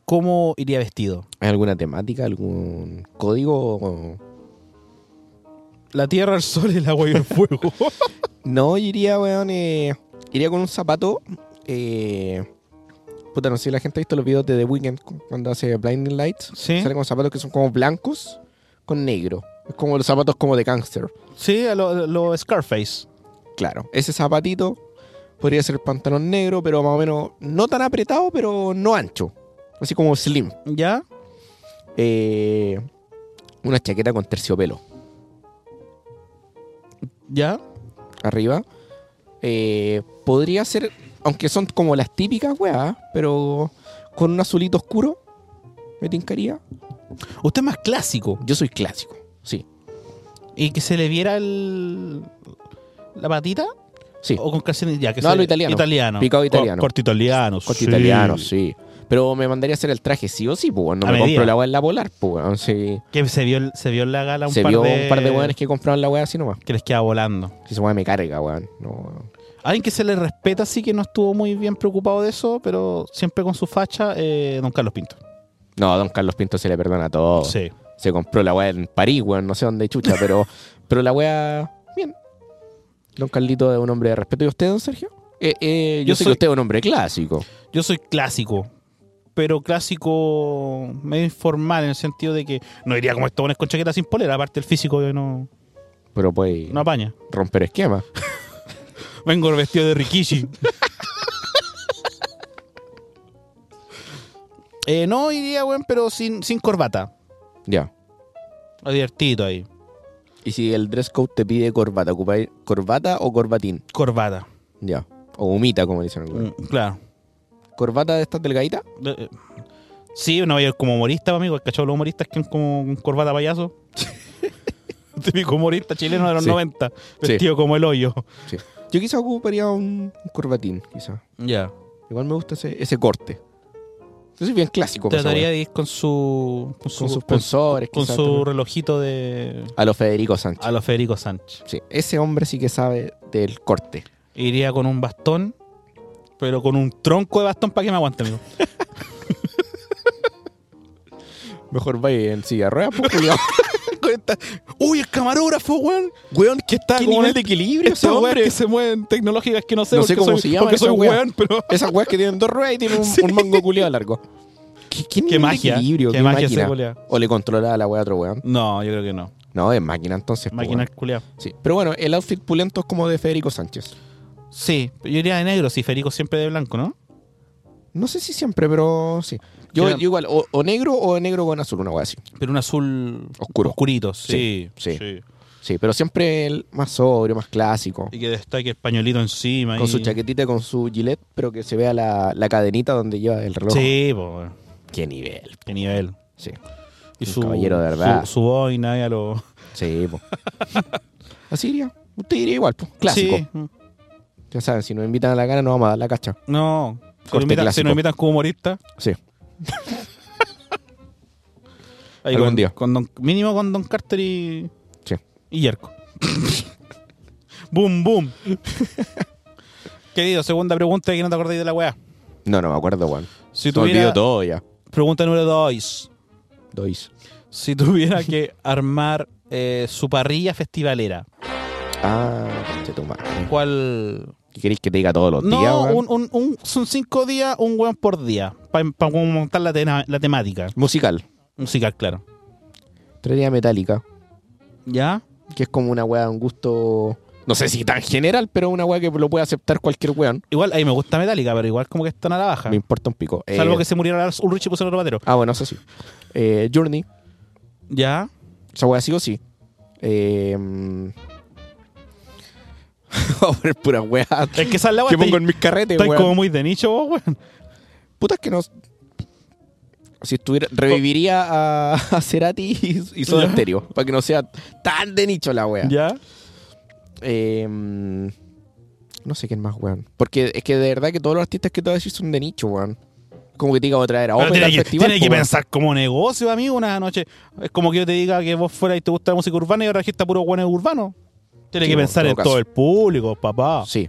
[SPEAKER 1] ¿cómo iría vestido?
[SPEAKER 2] ¿Hay alguna temática, algún código?
[SPEAKER 1] La tierra, el sol, el agua y el fuego.
[SPEAKER 2] No, yo iría, weón. eh, iría con un zapato. eh, puta, no sé si la gente ha visto los videos de The Weeknd cu- cuando hace Blinding Lights.
[SPEAKER 1] Sí.
[SPEAKER 2] Sale con zapatos que son como blancos con negro. Es como los zapatos como de gangster.
[SPEAKER 1] sí, a lo, lo Scarface.
[SPEAKER 2] Claro, ese zapatito podría ser pantalón negro, pero más o menos no tan apretado, pero no ancho. Así como slim.
[SPEAKER 1] ¿Ya?
[SPEAKER 2] Eh, una chaqueta con terciopelo
[SPEAKER 1] ¿Ya?
[SPEAKER 2] arriba. Eh, podría ser, aunque son como las típicas weas, pero con un azulito oscuro, me tincaría.
[SPEAKER 1] Usted es más clásico.
[SPEAKER 2] Yo soy clásico, sí.
[SPEAKER 1] ¿Y que se le viera el... la patita?
[SPEAKER 2] Sí,
[SPEAKER 1] ¿O con calcetines? Ya, que
[SPEAKER 2] No,
[SPEAKER 1] se-
[SPEAKER 2] lo italiano.
[SPEAKER 1] Italiano.
[SPEAKER 2] Picado
[SPEAKER 1] Co-
[SPEAKER 2] italiano.
[SPEAKER 1] Corto italiano.
[SPEAKER 2] corte
[SPEAKER 1] sí.
[SPEAKER 2] italiano, sí. Pero me mandaría a hacer el traje sí o sí, pues cuando
[SPEAKER 1] A
[SPEAKER 2] me
[SPEAKER 1] medida.
[SPEAKER 2] compro la wea en la polar, pues weón, sí.
[SPEAKER 1] Que se vio, el- se vio en la gala un,
[SPEAKER 2] Se
[SPEAKER 1] par,
[SPEAKER 2] vio
[SPEAKER 1] de...
[SPEAKER 2] un par de weones que compraron la wea así nomás.
[SPEAKER 1] que les queda volando.
[SPEAKER 2] Si se wea me carga, weón. No, weón.
[SPEAKER 1] Alguien que se le respeta, sí que no estuvo muy bien preocupado de eso, pero siempre con su facha, eh, don Carlos Pinto.
[SPEAKER 2] No, don Carlos Pinto se le perdona todo.
[SPEAKER 1] Sí.
[SPEAKER 2] Se compró la weá en París, weón, no sé dónde chucha, pero, pero la weá, bien. Don Carlito es un hombre de respeto. ¿Y usted, don Sergio? Eh, eh, yo,
[SPEAKER 1] Yo
[SPEAKER 2] sé que
[SPEAKER 1] soy-
[SPEAKER 2] usted es un hombre clásico.
[SPEAKER 1] Yo soy clásico, pero clásico medio informal en el sentido de que no iría como estos buenos con chaqueta sin polera, aparte el físico que no,
[SPEAKER 2] Pero puede
[SPEAKER 1] no apaña.
[SPEAKER 2] romper esquemas.
[SPEAKER 1] Vengo vestido de Rikishi. Eh, no iría, weón, pero sin, sin corbata.
[SPEAKER 2] Ya.
[SPEAKER 1] Divertido ahí.
[SPEAKER 2] Y si el dress code te pide corbata, ¿ocupáis corbata o corbatín?
[SPEAKER 1] Corbata.
[SPEAKER 2] Ya. O humita, como dicen algunos.
[SPEAKER 1] Mm, claro.
[SPEAKER 2] ¿Corbata de estas delgaditas?
[SPEAKER 1] De- eh, Sí, no vaya como humorista, amigo. ¿Has cachado los humoristas que han como con corbata payaso? Típico humorista chileno de los
[SPEAKER 2] Sí.
[SPEAKER 1] 90.
[SPEAKER 2] Sí.
[SPEAKER 1] Vestido como el hoyo.
[SPEAKER 2] Sí. Yo quizá ocuparía un, un corbatín, quizá.
[SPEAKER 1] Ya.
[SPEAKER 2] Igual me gusta ese, ese corte. Yo soy bien clásico. para esa
[SPEAKER 1] Trataría
[SPEAKER 2] weá.
[SPEAKER 1] de ir con su. Con, su,
[SPEAKER 2] Con sus
[SPEAKER 1] con-
[SPEAKER 2] pensores,
[SPEAKER 1] con
[SPEAKER 2] quizá,
[SPEAKER 1] su
[SPEAKER 2] también.
[SPEAKER 1] relojito de.
[SPEAKER 2] A lo Federico Sánchez.
[SPEAKER 1] A los Federico Sánchez.
[SPEAKER 2] Sí, ese hombre sí que sabe del corte.
[SPEAKER 1] Iría con un bastón, pero con un tronco de bastón para que me aguante, amigo.
[SPEAKER 2] Mejor vaya en silla de ruedas, pues, culiao.
[SPEAKER 1] Con esta- ¡Uy, el camarógrafo, weón!
[SPEAKER 2] Weón, que está
[SPEAKER 1] ¿Qué
[SPEAKER 2] como
[SPEAKER 1] nivel
[SPEAKER 2] de equilibrio ese
[SPEAKER 1] Estas weas
[SPEAKER 2] hombre.
[SPEAKER 1] que se mueven tecnológicas que no sé,
[SPEAKER 2] No sé
[SPEAKER 1] porque
[SPEAKER 2] cómo
[SPEAKER 1] soy,
[SPEAKER 2] se llaman
[SPEAKER 1] porque soy
[SPEAKER 2] esas weas.
[SPEAKER 1] weón, pero.
[SPEAKER 2] Esas weas que tienen dos ruedas y tienen un, un mango culiado largo. ¿Qué, qué, nivel de
[SPEAKER 1] magia,
[SPEAKER 2] equilibrio,
[SPEAKER 1] qué
[SPEAKER 2] qué
[SPEAKER 1] magia
[SPEAKER 2] máquina.
[SPEAKER 1] ese culiao.
[SPEAKER 2] O le controlaba la wea a otro weón.
[SPEAKER 1] No, yo creo que no. Este
[SPEAKER 2] No, es máquina entonces. pues,
[SPEAKER 1] Máquina
[SPEAKER 2] weón.
[SPEAKER 1] culiao.
[SPEAKER 2] Sí. Pero bueno, el outfit pulento es como de Federico Sánchez.
[SPEAKER 1] Sí, yo iría de negro, si Federico siempre de blanco, ¿no?
[SPEAKER 2] No sé si siempre, pero sí. Yo,
[SPEAKER 1] Queda-
[SPEAKER 2] yo igual, o, o negro o negro con azul, una wea así.
[SPEAKER 1] Pero un azul
[SPEAKER 2] Oscuro.
[SPEAKER 1] oscurito, sí.
[SPEAKER 2] Sí, sí. Sí, pero siempre el más sobrio, más clásico.
[SPEAKER 1] Y que destaque el pañuelito encima.
[SPEAKER 2] Con
[SPEAKER 1] y-
[SPEAKER 2] su chaquetita, con su gilet, pero que se vea la, la cadenita donde lleva el reloj.
[SPEAKER 1] Sí, po,
[SPEAKER 2] Qué nivel.
[SPEAKER 1] qué nivel.
[SPEAKER 2] Sí,
[SPEAKER 1] Y
[SPEAKER 2] Un caballero de verdad.
[SPEAKER 1] Su, su boina y a lo...
[SPEAKER 2] sí, po. Así iría. Usted iría igual, pues. Clásico.
[SPEAKER 1] Sí. mm.
[SPEAKER 2] Ya saben, si nos invitan a la gana, nos vamos a dar la cacha.
[SPEAKER 1] No. Si nos,
[SPEAKER 2] Corte
[SPEAKER 1] invitan, si
[SPEAKER 2] clásico.
[SPEAKER 1] nos invitan como humorista.
[SPEAKER 2] Sí.
[SPEAKER 1] ahí
[SPEAKER 2] Algún
[SPEAKER 1] con,
[SPEAKER 2] día.
[SPEAKER 1] con Don- mínimo con Don Carter y.
[SPEAKER 2] Sí.
[SPEAKER 1] Y Yerko. boom, boom. Querido, segunda pregunta que no te acordéis de la weá.
[SPEAKER 2] No, no me acuerdo, Juan.
[SPEAKER 1] Si
[SPEAKER 2] Se me olvidó
[SPEAKER 1] tuviera.
[SPEAKER 2] todo ya.
[SPEAKER 1] Pregunta número 2.
[SPEAKER 2] Dois.
[SPEAKER 1] Si tuviera que armar eh, su parrilla festivalera,
[SPEAKER 2] Ah, conche tu madre.
[SPEAKER 1] ¿cuál,
[SPEAKER 2] ¿Qué queréis que te diga todos los días,
[SPEAKER 1] No,
[SPEAKER 2] weón?
[SPEAKER 1] un, un- un- son cinco días, un weón por día. Para montar la, tena- la temática.
[SPEAKER 2] Musical.
[SPEAKER 1] Musical, claro.
[SPEAKER 2] Traería metálica.
[SPEAKER 1] ¿Ya?
[SPEAKER 2] Que es como una weá, un gusto. No sé si tan general, pero una weá que lo puede aceptar cualquier weón.
[SPEAKER 1] Igual, ahí me gusta Metallica, pero igual como que están a la baja.
[SPEAKER 2] Me importa un pico. Eh,
[SPEAKER 1] Salvo que se muriera Lars Ulrich y pusieron otro batero.
[SPEAKER 2] Ah, bueno, eso sí. Eh, Journey.
[SPEAKER 1] ¿Ya?
[SPEAKER 2] Esa weá sí o sí. Eh, mm. Vamos a poner pura weá.
[SPEAKER 1] Es que esa es la
[SPEAKER 2] Que
[SPEAKER 1] weón.
[SPEAKER 2] pongo en mis carretes,
[SPEAKER 1] Estoy
[SPEAKER 2] weón.
[SPEAKER 1] como muy de nicho, vos, weón.
[SPEAKER 2] Putas que nos. Si estuviera. Reviviría a, a Cerati y, y Soda
[SPEAKER 1] Ya.
[SPEAKER 2] Stereo. Para que no sea tan de nicho la wea.
[SPEAKER 1] ¿Ya?
[SPEAKER 2] Eh, mm, no sé quién más, weón. Porque es que de verdad que todos los artistas que te voy a decir son de nicho, weón. Como que te diga otra era.
[SPEAKER 1] Pero
[SPEAKER 2] ópera
[SPEAKER 1] tiene
[SPEAKER 2] al
[SPEAKER 1] que,
[SPEAKER 2] festival,
[SPEAKER 1] tiene
[SPEAKER 2] po,
[SPEAKER 1] que
[SPEAKER 2] weón.
[SPEAKER 1] pensar como negocio, amigo, una noche. Es como que yo te diga que vos fuera y te gusta la música urbana y ahora está puro weón urbano. Tiene
[SPEAKER 2] Sí,
[SPEAKER 1] que
[SPEAKER 2] bueno, en
[SPEAKER 1] pensar
[SPEAKER 2] todo
[SPEAKER 1] en
[SPEAKER 2] caso.
[SPEAKER 1] todo el público, papá.
[SPEAKER 2] Sí.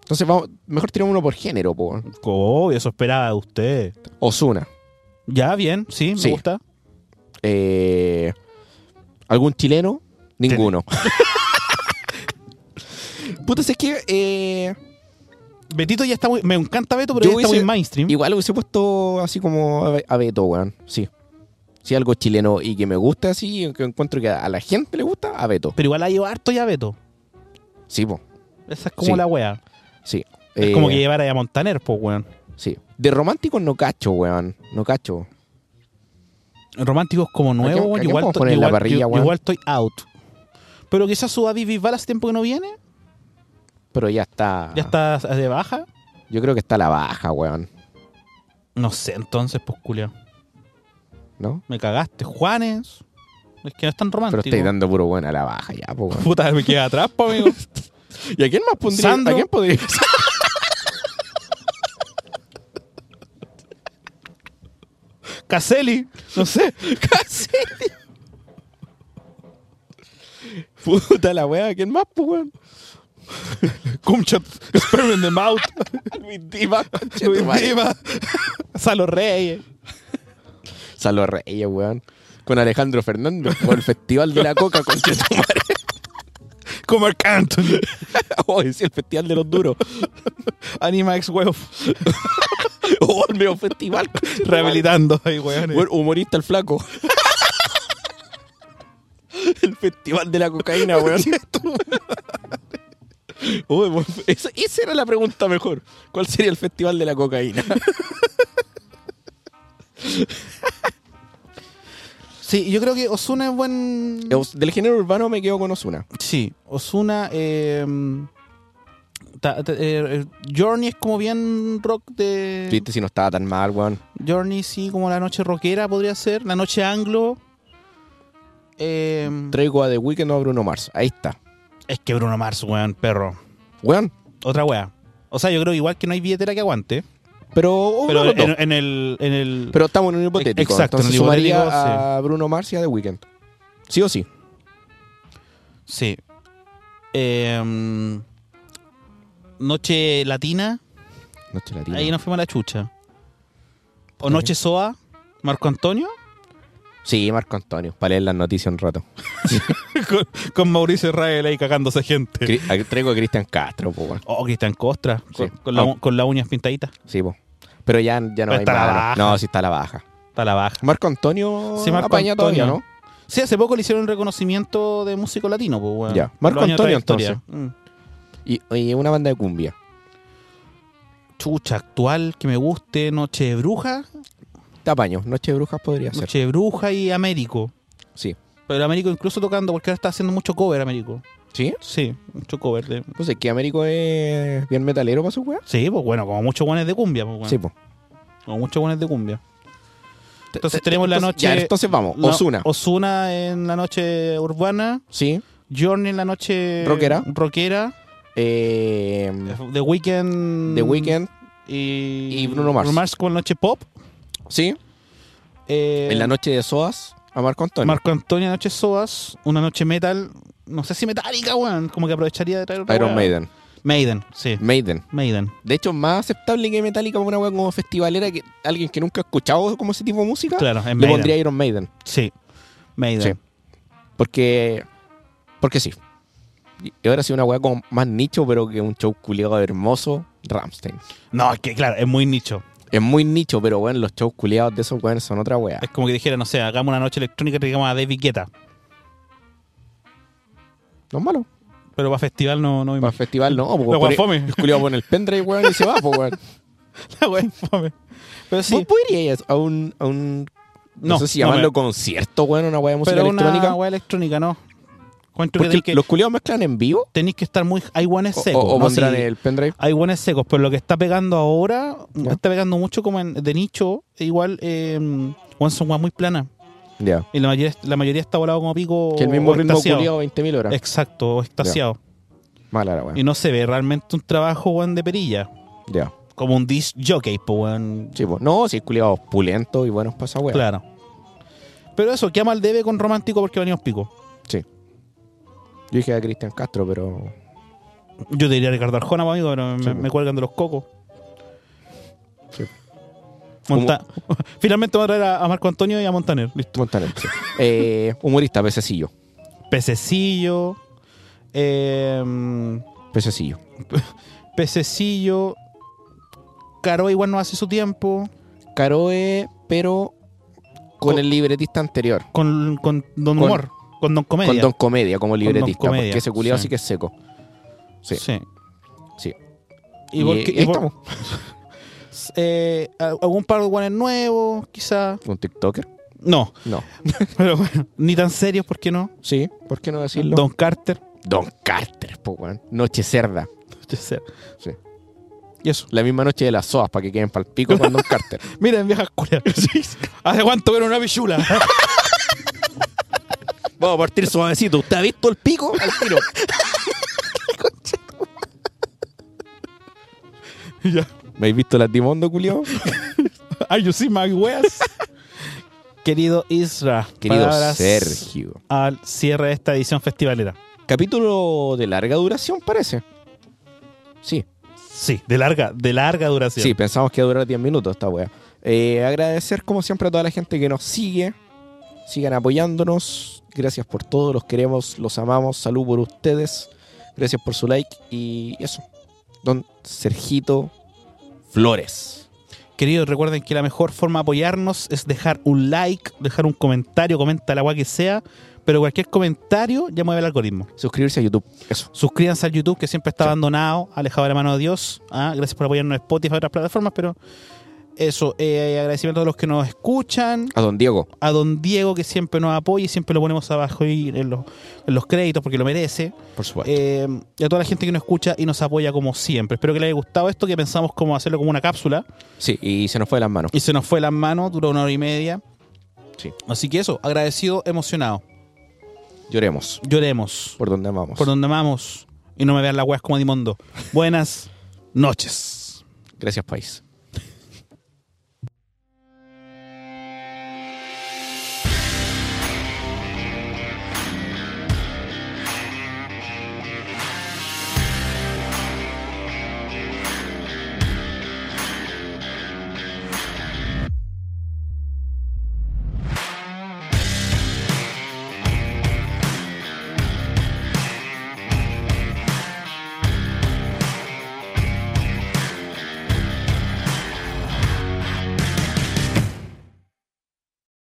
[SPEAKER 2] Entonces, vamos, mejor tiramos uno por género, po. weón.
[SPEAKER 1] Obvio, eso esperaba de usted.
[SPEAKER 2] Ozuna.
[SPEAKER 1] Ya, bien, sí, me
[SPEAKER 2] Sí.
[SPEAKER 1] gusta.
[SPEAKER 2] Eh, ¿Algún chileno? Ninguno. Puta, es que eh,
[SPEAKER 1] Betito ya está muy. Me encanta Beto, pero
[SPEAKER 2] Yo
[SPEAKER 1] ya está muy
[SPEAKER 2] hubiese-
[SPEAKER 1] mainstream.
[SPEAKER 2] igual hubiese puesto así como a Be- a Beto, weón. Sí. Sí, algo chileno y que me gusta así, que encuentro que a la gente le gusta, a Beto.
[SPEAKER 1] Pero igual ha llevado harto ya Beto.
[SPEAKER 2] Sí, po.
[SPEAKER 1] Esa es como
[SPEAKER 2] Sí.
[SPEAKER 1] la wea.
[SPEAKER 2] Sí.
[SPEAKER 1] Es
[SPEAKER 2] Eh,
[SPEAKER 1] como que llevara a Montaner, pues, weón.
[SPEAKER 2] Sí. De románticos no cacho, weón. No cacho.
[SPEAKER 1] Románticos como
[SPEAKER 2] ¿A
[SPEAKER 1] nuevo,
[SPEAKER 2] quién- a
[SPEAKER 1] weón.
[SPEAKER 2] quién
[SPEAKER 1] Igual,
[SPEAKER 2] podemos
[SPEAKER 1] to-
[SPEAKER 2] poner en la
[SPEAKER 1] igual-
[SPEAKER 2] parrilla,
[SPEAKER 1] yo-
[SPEAKER 2] weón?
[SPEAKER 1] igual estoy out. Pero quizás su David Bisbal hace tiempo que no viene.
[SPEAKER 2] Pero ya está.
[SPEAKER 1] Ya está de baja.
[SPEAKER 2] Yo creo que está a la baja, weón.
[SPEAKER 1] No sé, entonces, pues, culiao.
[SPEAKER 2] ¿No?
[SPEAKER 1] Me cagaste. Juanes. Es que no es tan
[SPEAKER 2] Pero
[SPEAKER 1] romántico.
[SPEAKER 2] estáis dando puro bueno a la baja ya, po, weón.
[SPEAKER 1] Puta, me quedé atrás, po, amigo.
[SPEAKER 2] ¿Y a quién más pondría?
[SPEAKER 1] Sandro.
[SPEAKER 2] ¿A quién podría?
[SPEAKER 1] Caselli. No sé.
[SPEAKER 2] Puta la weá, ¿a quién más, po, weón?
[SPEAKER 1] Cumchat. Sperm in the mouth.
[SPEAKER 2] Luis Diva,
[SPEAKER 1] Luis Diva. Salo Reyes.
[SPEAKER 2] Salo Reyes, weón. con Alejandro Fernández por el Festival de la Coca con Chetumare.
[SPEAKER 1] Como el Anthony.
[SPEAKER 2] Oh, sí, el Festival de los Duros.
[SPEAKER 1] Anima ex huevo.
[SPEAKER 2] Oh, el medio festival.
[SPEAKER 1] Rehabilitando ahí, weones.
[SPEAKER 2] Bueno, humorista el flaco. El festival de la cocaína, weón. Uy, weón, esa, esa era la pregunta mejor. ¿Cuál sería el festival de la cocaína?
[SPEAKER 1] Sí, yo creo que Osuna es buen.
[SPEAKER 2] Del género urbano me quedo con Osuna.
[SPEAKER 1] Sí, Osuna. em, eh, Journey es como bien rock de.
[SPEAKER 2] Viste si no estaba tan mal, weón.
[SPEAKER 1] Journey, sí, como la noche rockera podría ser. La noche anglo. Em,
[SPEAKER 2] Traigo a The Weeknd o a Bruno Mars. Ahí está.
[SPEAKER 1] es que Bruno Mars, weón, perro.
[SPEAKER 2] Weón.
[SPEAKER 1] Otra wea. O sea, yo creo igual que no hay billetera que aguante.
[SPEAKER 2] Pero, uno
[SPEAKER 1] Pero
[SPEAKER 2] de los dos.
[SPEAKER 1] en, en el. En el
[SPEAKER 2] Pero estamos en un hipotético.
[SPEAKER 1] Exacto, en
[SPEAKER 2] Entonces
[SPEAKER 1] el
[SPEAKER 2] sumaría
[SPEAKER 1] hipotético,
[SPEAKER 2] a Bruno Mars y a The Weeknd. Sí o sí.
[SPEAKER 1] sí. Em, noche latina.
[SPEAKER 2] Noche Latina.
[SPEAKER 1] Ahí nos fuimos a la chucha. O Noche Soa, Marco Antonio.
[SPEAKER 2] Sí, Marco Antonio. Para leer las noticias un rato.
[SPEAKER 1] con, con Mauricio Israel ahí cagándose gente.
[SPEAKER 2] Cri- a- Traigo a Cristian Castro, po, weón.
[SPEAKER 1] Oh, Cristian Costra, con,
[SPEAKER 2] Sí.
[SPEAKER 1] con la,
[SPEAKER 2] Ah.
[SPEAKER 1] con las uñas pintaditas.
[SPEAKER 2] Sí, po. Pero ya, ya no
[SPEAKER 1] Pero
[SPEAKER 2] hay
[SPEAKER 1] está a la
[SPEAKER 2] mano.
[SPEAKER 1] baja.
[SPEAKER 2] No, sí está a la baja.
[SPEAKER 1] Está la baja.
[SPEAKER 2] Marco Antonio
[SPEAKER 1] Sí, Marco
[SPEAKER 2] apaña
[SPEAKER 1] Antonio.
[SPEAKER 2] todavía, ¿no?
[SPEAKER 1] Sí, hace poco le hicieron un reconocimiento de músico latino, pues, weón.
[SPEAKER 2] Ya. Marco
[SPEAKER 1] Los años de
[SPEAKER 2] Antonio,
[SPEAKER 1] trayectoria. Mm.
[SPEAKER 2] Y, y una banda de cumbia.
[SPEAKER 1] Chucha, actual, que me guste, Noche de Bruja.
[SPEAKER 2] Te apaño. Noche de Brujas podría ser.
[SPEAKER 1] Noche de Bruja y Américo.
[SPEAKER 2] Sí.
[SPEAKER 1] Pero Américo incluso tocando, porque ahora está haciendo mucho cover, Américo.
[SPEAKER 2] ¿Sí?
[SPEAKER 1] Sí, mucho cover. De...
[SPEAKER 2] Pues es que Américo es bien metalero para su weá.
[SPEAKER 1] Sí, pues bueno, como muchos guanes de cumbia, pues, weón.
[SPEAKER 2] Sí, po.
[SPEAKER 1] Como muchos guanes de cumbia. Entonces tenemos la
[SPEAKER 2] Entonces-
[SPEAKER 1] noche...
[SPEAKER 2] Ya, entonces vamos.
[SPEAKER 1] No,
[SPEAKER 2] Osuna.
[SPEAKER 1] Osuna en la noche urbana.
[SPEAKER 2] Sí.
[SPEAKER 1] Journey en la noche.
[SPEAKER 2] Rockera.
[SPEAKER 1] Rockera.
[SPEAKER 2] Eh,
[SPEAKER 1] The Weeknd.
[SPEAKER 2] The Weeknd.
[SPEAKER 1] Y,
[SPEAKER 2] y Bruno Mars.
[SPEAKER 1] Bruno Mars con la noche pop.
[SPEAKER 2] Sí.
[SPEAKER 1] Eh,
[SPEAKER 2] En la noche de Soas a Marco Antonio.
[SPEAKER 1] Marco Antonio, Noche Soas. Una noche metal. No sé si metálica, weón. Como que aprovecharía de traer otra
[SPEAKER 2] Iron
[SPEAKER 1] weá.
[SPEAKER 2] Maiden.
[SPEAKER 1] Maiden, sí.
[SPEAKER 2] Maiden.
[SPEAKER 1] Maiden.
[SPEAKER 2] De hecho, más aceptable que Metallica para una weá como festivalera que alguien que nunca ha escuchado como ese tipo de música.
[SPEAKER 1] Claro, es
[SPEAKER 2] Le
[SPEAKER 1] Maiden.
[SPEAKER 2] pondría Iron Maiden.
[SPEAKER 1] Sí. Maiden.
[SPEAKER 2] Porque. Porque sí. Y y ahora sí, una weá como más nicho, pero que un show culiado hermoso, Ramstein.
[SPEAKER 1] No, es que claro, es muy nicho.
[SPEAKER 2] Es muy nicho, pero bueno, los shows culiados de esos weones son otra weá.
[SPEAKER 1] Es como que dijera, no sé, hagamos una noche electrónica y traigamos a David Guetta.
[SPEAKER 2] No es malo.
[SPEAKER 1] Pero para festival no, no me
[SPEAKER 2] Para el festival no,
[SPEAKER 1] La weá
[SPEAKER 2] porque
[SPEAKER 1] fome.
[SPEAKER 2] el culiado pone el pendrive, weón, y se va, po, weón. Ah.
[SPEAKER 1] imagino, weón, fome. Pero Pues sí.
[SPEAKER 2] ¿Vos podrías a un, a un no, sé si
[SPEAKER 1] no me-
[SPEAKER 2] llamarlo concierto, weón, una weá de música
[SPEAKER 1] pero
[SPEAKER 2] electrónica?
[SPEAKER 1] una weá electrónica, no. Encuentro que
[SPEAKER 2] Porque
[SPEAKER 1] tenéis que,
[SPEAKER 2] los culiados mezclan en vivo
[SPEAKER 1] tenéis que estar muy... Hay guanes
[SPEAKER 2] o,
[SPEAKER 1] secos.
[SPEAKER 2] o- o
[SPEAKER 1] ¿no?
[SPEAKER 2] pondrán
[SPEAKER 1] Sí,
[SPEAKER 2] el pendrive.
[SPEAKER 1] Hay guanes secos, pero lo que está pegando ahora
[SPEAKER 2] Ya.
[SPEAKER 1] está pegando mucho como en, de nicho. e Igual, eh, guanes son guanes muy planas.
[SPEAKER 2] Ya.
[SPEAKER 1] Y la mayoría, la mayoría está volado como pico
[SPEAKER 2] Que el
[SPEAKER 1] o-
[SPEAKER 2] mismo
[SPEAKER 1] o
[SPEAKER 2] ritmo
[SPEAKER 1] extasiado.
[SPEAKER 2] culiado 20.000 horas.
[SPEAKER 1] Exacto, o extasiado.
[SPEAKER 2] Mala la weá.
[SPEAKER 1] Y no se ve realmente un trabajo, guan de perilla.
[SPEAKER 2] Ya.
[SPEAKER 1] Como un disc jockey, pues, guan.
[SPEAKER 2] Sí, po. No, sí, culiados pulentos y buenos pasa weá.
[SPEAKER 1] Claro. Pero eso, queda mal debe con romántico porque venimos pico.
[SPEAKER 2] Yo dije a Cristian Castro, pero.
[SPEAKER 1] Yo te diría Ricardo Arjona, pues, amigo, pero me,
[SPEAKER 2] Sí, pues.
[SPEAKER 1] me cuelgan de los cocos.
[SPEAKER 2] Sí.
[SPEAKER 1] Monta- Finalmente va a traer a, a Marco Antonio y a Montaner. Listo.
[SPEAKER 2] Montaner, sí. Eh, humorista, pececillo.
[SPEAKER 1] Pececillo. eh,
[SPEAKER 2] Pececillo.
[SPEAKER 1] pececillo. Caro igual no hace su tiempo.
[SPEAKER 2] Caroe, pero con,
[SPEAKER 1] Con-
[SPEAKER 2] el libretista anterior.
[SPEAKER 1] Con, con Don
[SPEAKER 2] Con-
[SPEAKER 1] Humor. Con Don Comedia.
[SPEAKER 2] Con Don Comedia como libretista.
[SPEAKER 1] Comedia,
[SPEAKER 2] porque ese culiado sí.
[SPEAKER 1] sí.
[SPEAKER 2] que es seco. Sí.
[SPEAKER 1] Sí.
[SPEAKER 2] Sí.
[SPEAKER 1] Y, por-
[SPEAKER 2] eh,
[SPEAKER 1] y
[SPEAKER 2] ahí
[SPEAKER 1] por-
[SPEAKER 2] estamos.
[SPEAKER 1] eh, algún par de guanes nuevos, quizá.
[SPEAKER 2] ¿Un TikToker?
[SPEAKER 1] No,
[SPEAKER 2] No.
[SPEAKER 1] pero bueno, ni tan serios, ¿por qué no?
[SPEAKER 2] Sí, ¿por qué no decirlo?
[SPEAKER 1] Don Carter.
[SPEAKER 2] Don Carter, po, weón. Noche cerda. Sí.
[SPEAKER 1] Y eso.
[SPEAKER 2] La misma noche de las soas para que queden pal pico con Don Carter.
[SPEAKER 1] Miren, viejas culias. ¿Hace cuánto vieron una pichula?
[SPEAKER 2] Vamos a partir suavecito. ¿Usted ha visto el pico? Al tiro.
[SPEAKER 1] Ya.
[SPEAKER 2] ¿Me habéis visto la timondo, culiao?
[SPEAKER 1] Ay, yo sí, my weas. Querido Isra.
[SPEAKER 2] Querido
[SPEAKER 1] palabras
[SPEAKER 2] Sergio.
[SPEAKER 1] Al cierre de esta edición festivalera.
[SPEAKER 2] Capítulo de larga duración, parece. Sí.
[SPEAKER 1] Sí, de larga, de larga
[SPEAKER 2] Sí,
[SPEAKER 1] duración.
[SPEAKER 2] pensamos que iba a durar 10 minutos esta wea. Eh, agradecer como siempre a toda la gente que nos sigue, Sigan apoyándonos. Gracias por todo. Los queremos, los amamos. Salud por ustedes. Gracias por su like. Y eso. Don Sergito Flores.
[SPEAKER 1] Queridos, recuerden que la mejor forma de apoyarnos es dejar un like, dejar un comentario, comenta la guay que sea, pero cualquier comentario ya mueve el algoritmo.
[SPEAKER 2] Suscribirse a YouTube. Eso.
[SPEAKER 1] Suscríbanse al YouTube, que siempre está abandonado, alejado de la mano de Dios. Ah, Gracias por apoyarnos en Spotify y otras plataformas, pero eso, eh, agradecimiento a los que nos escuchan,
[SPEAKER 2] A don Diego.
[SPEAKER 1] a don Diego, que siempre nos apoya y siempre lo ponemos abajo y en, los, en los créditos porque lo merece.
[SPEAKER 2] Por supuesto.
[SPEAKER 1] Eh, y a toda la gente que nos escucha y nos apoya como siempre. Espero que les haya gustado esto, que pensamos como hacerlo como una cápsula.
[SPEAKER 2] sí, y se nos fue de las manos.
[SPEAKER 1] Y se nos fue las manos, duró una hora y media.
[SPEAKER 2] Sí.
[SPEAKER 1] Así que eso, agradecido, emocionado.
[SPEAKER 2] Lloremos.
[SPEAKER 1] Lloremos
[SPEAKER 2] Por donde amamos.
[SPEAKER 1] por donde amamos y no me vean las weas como Dimondo. Buenas noches.
[SPEAKER 2] Gracias, país.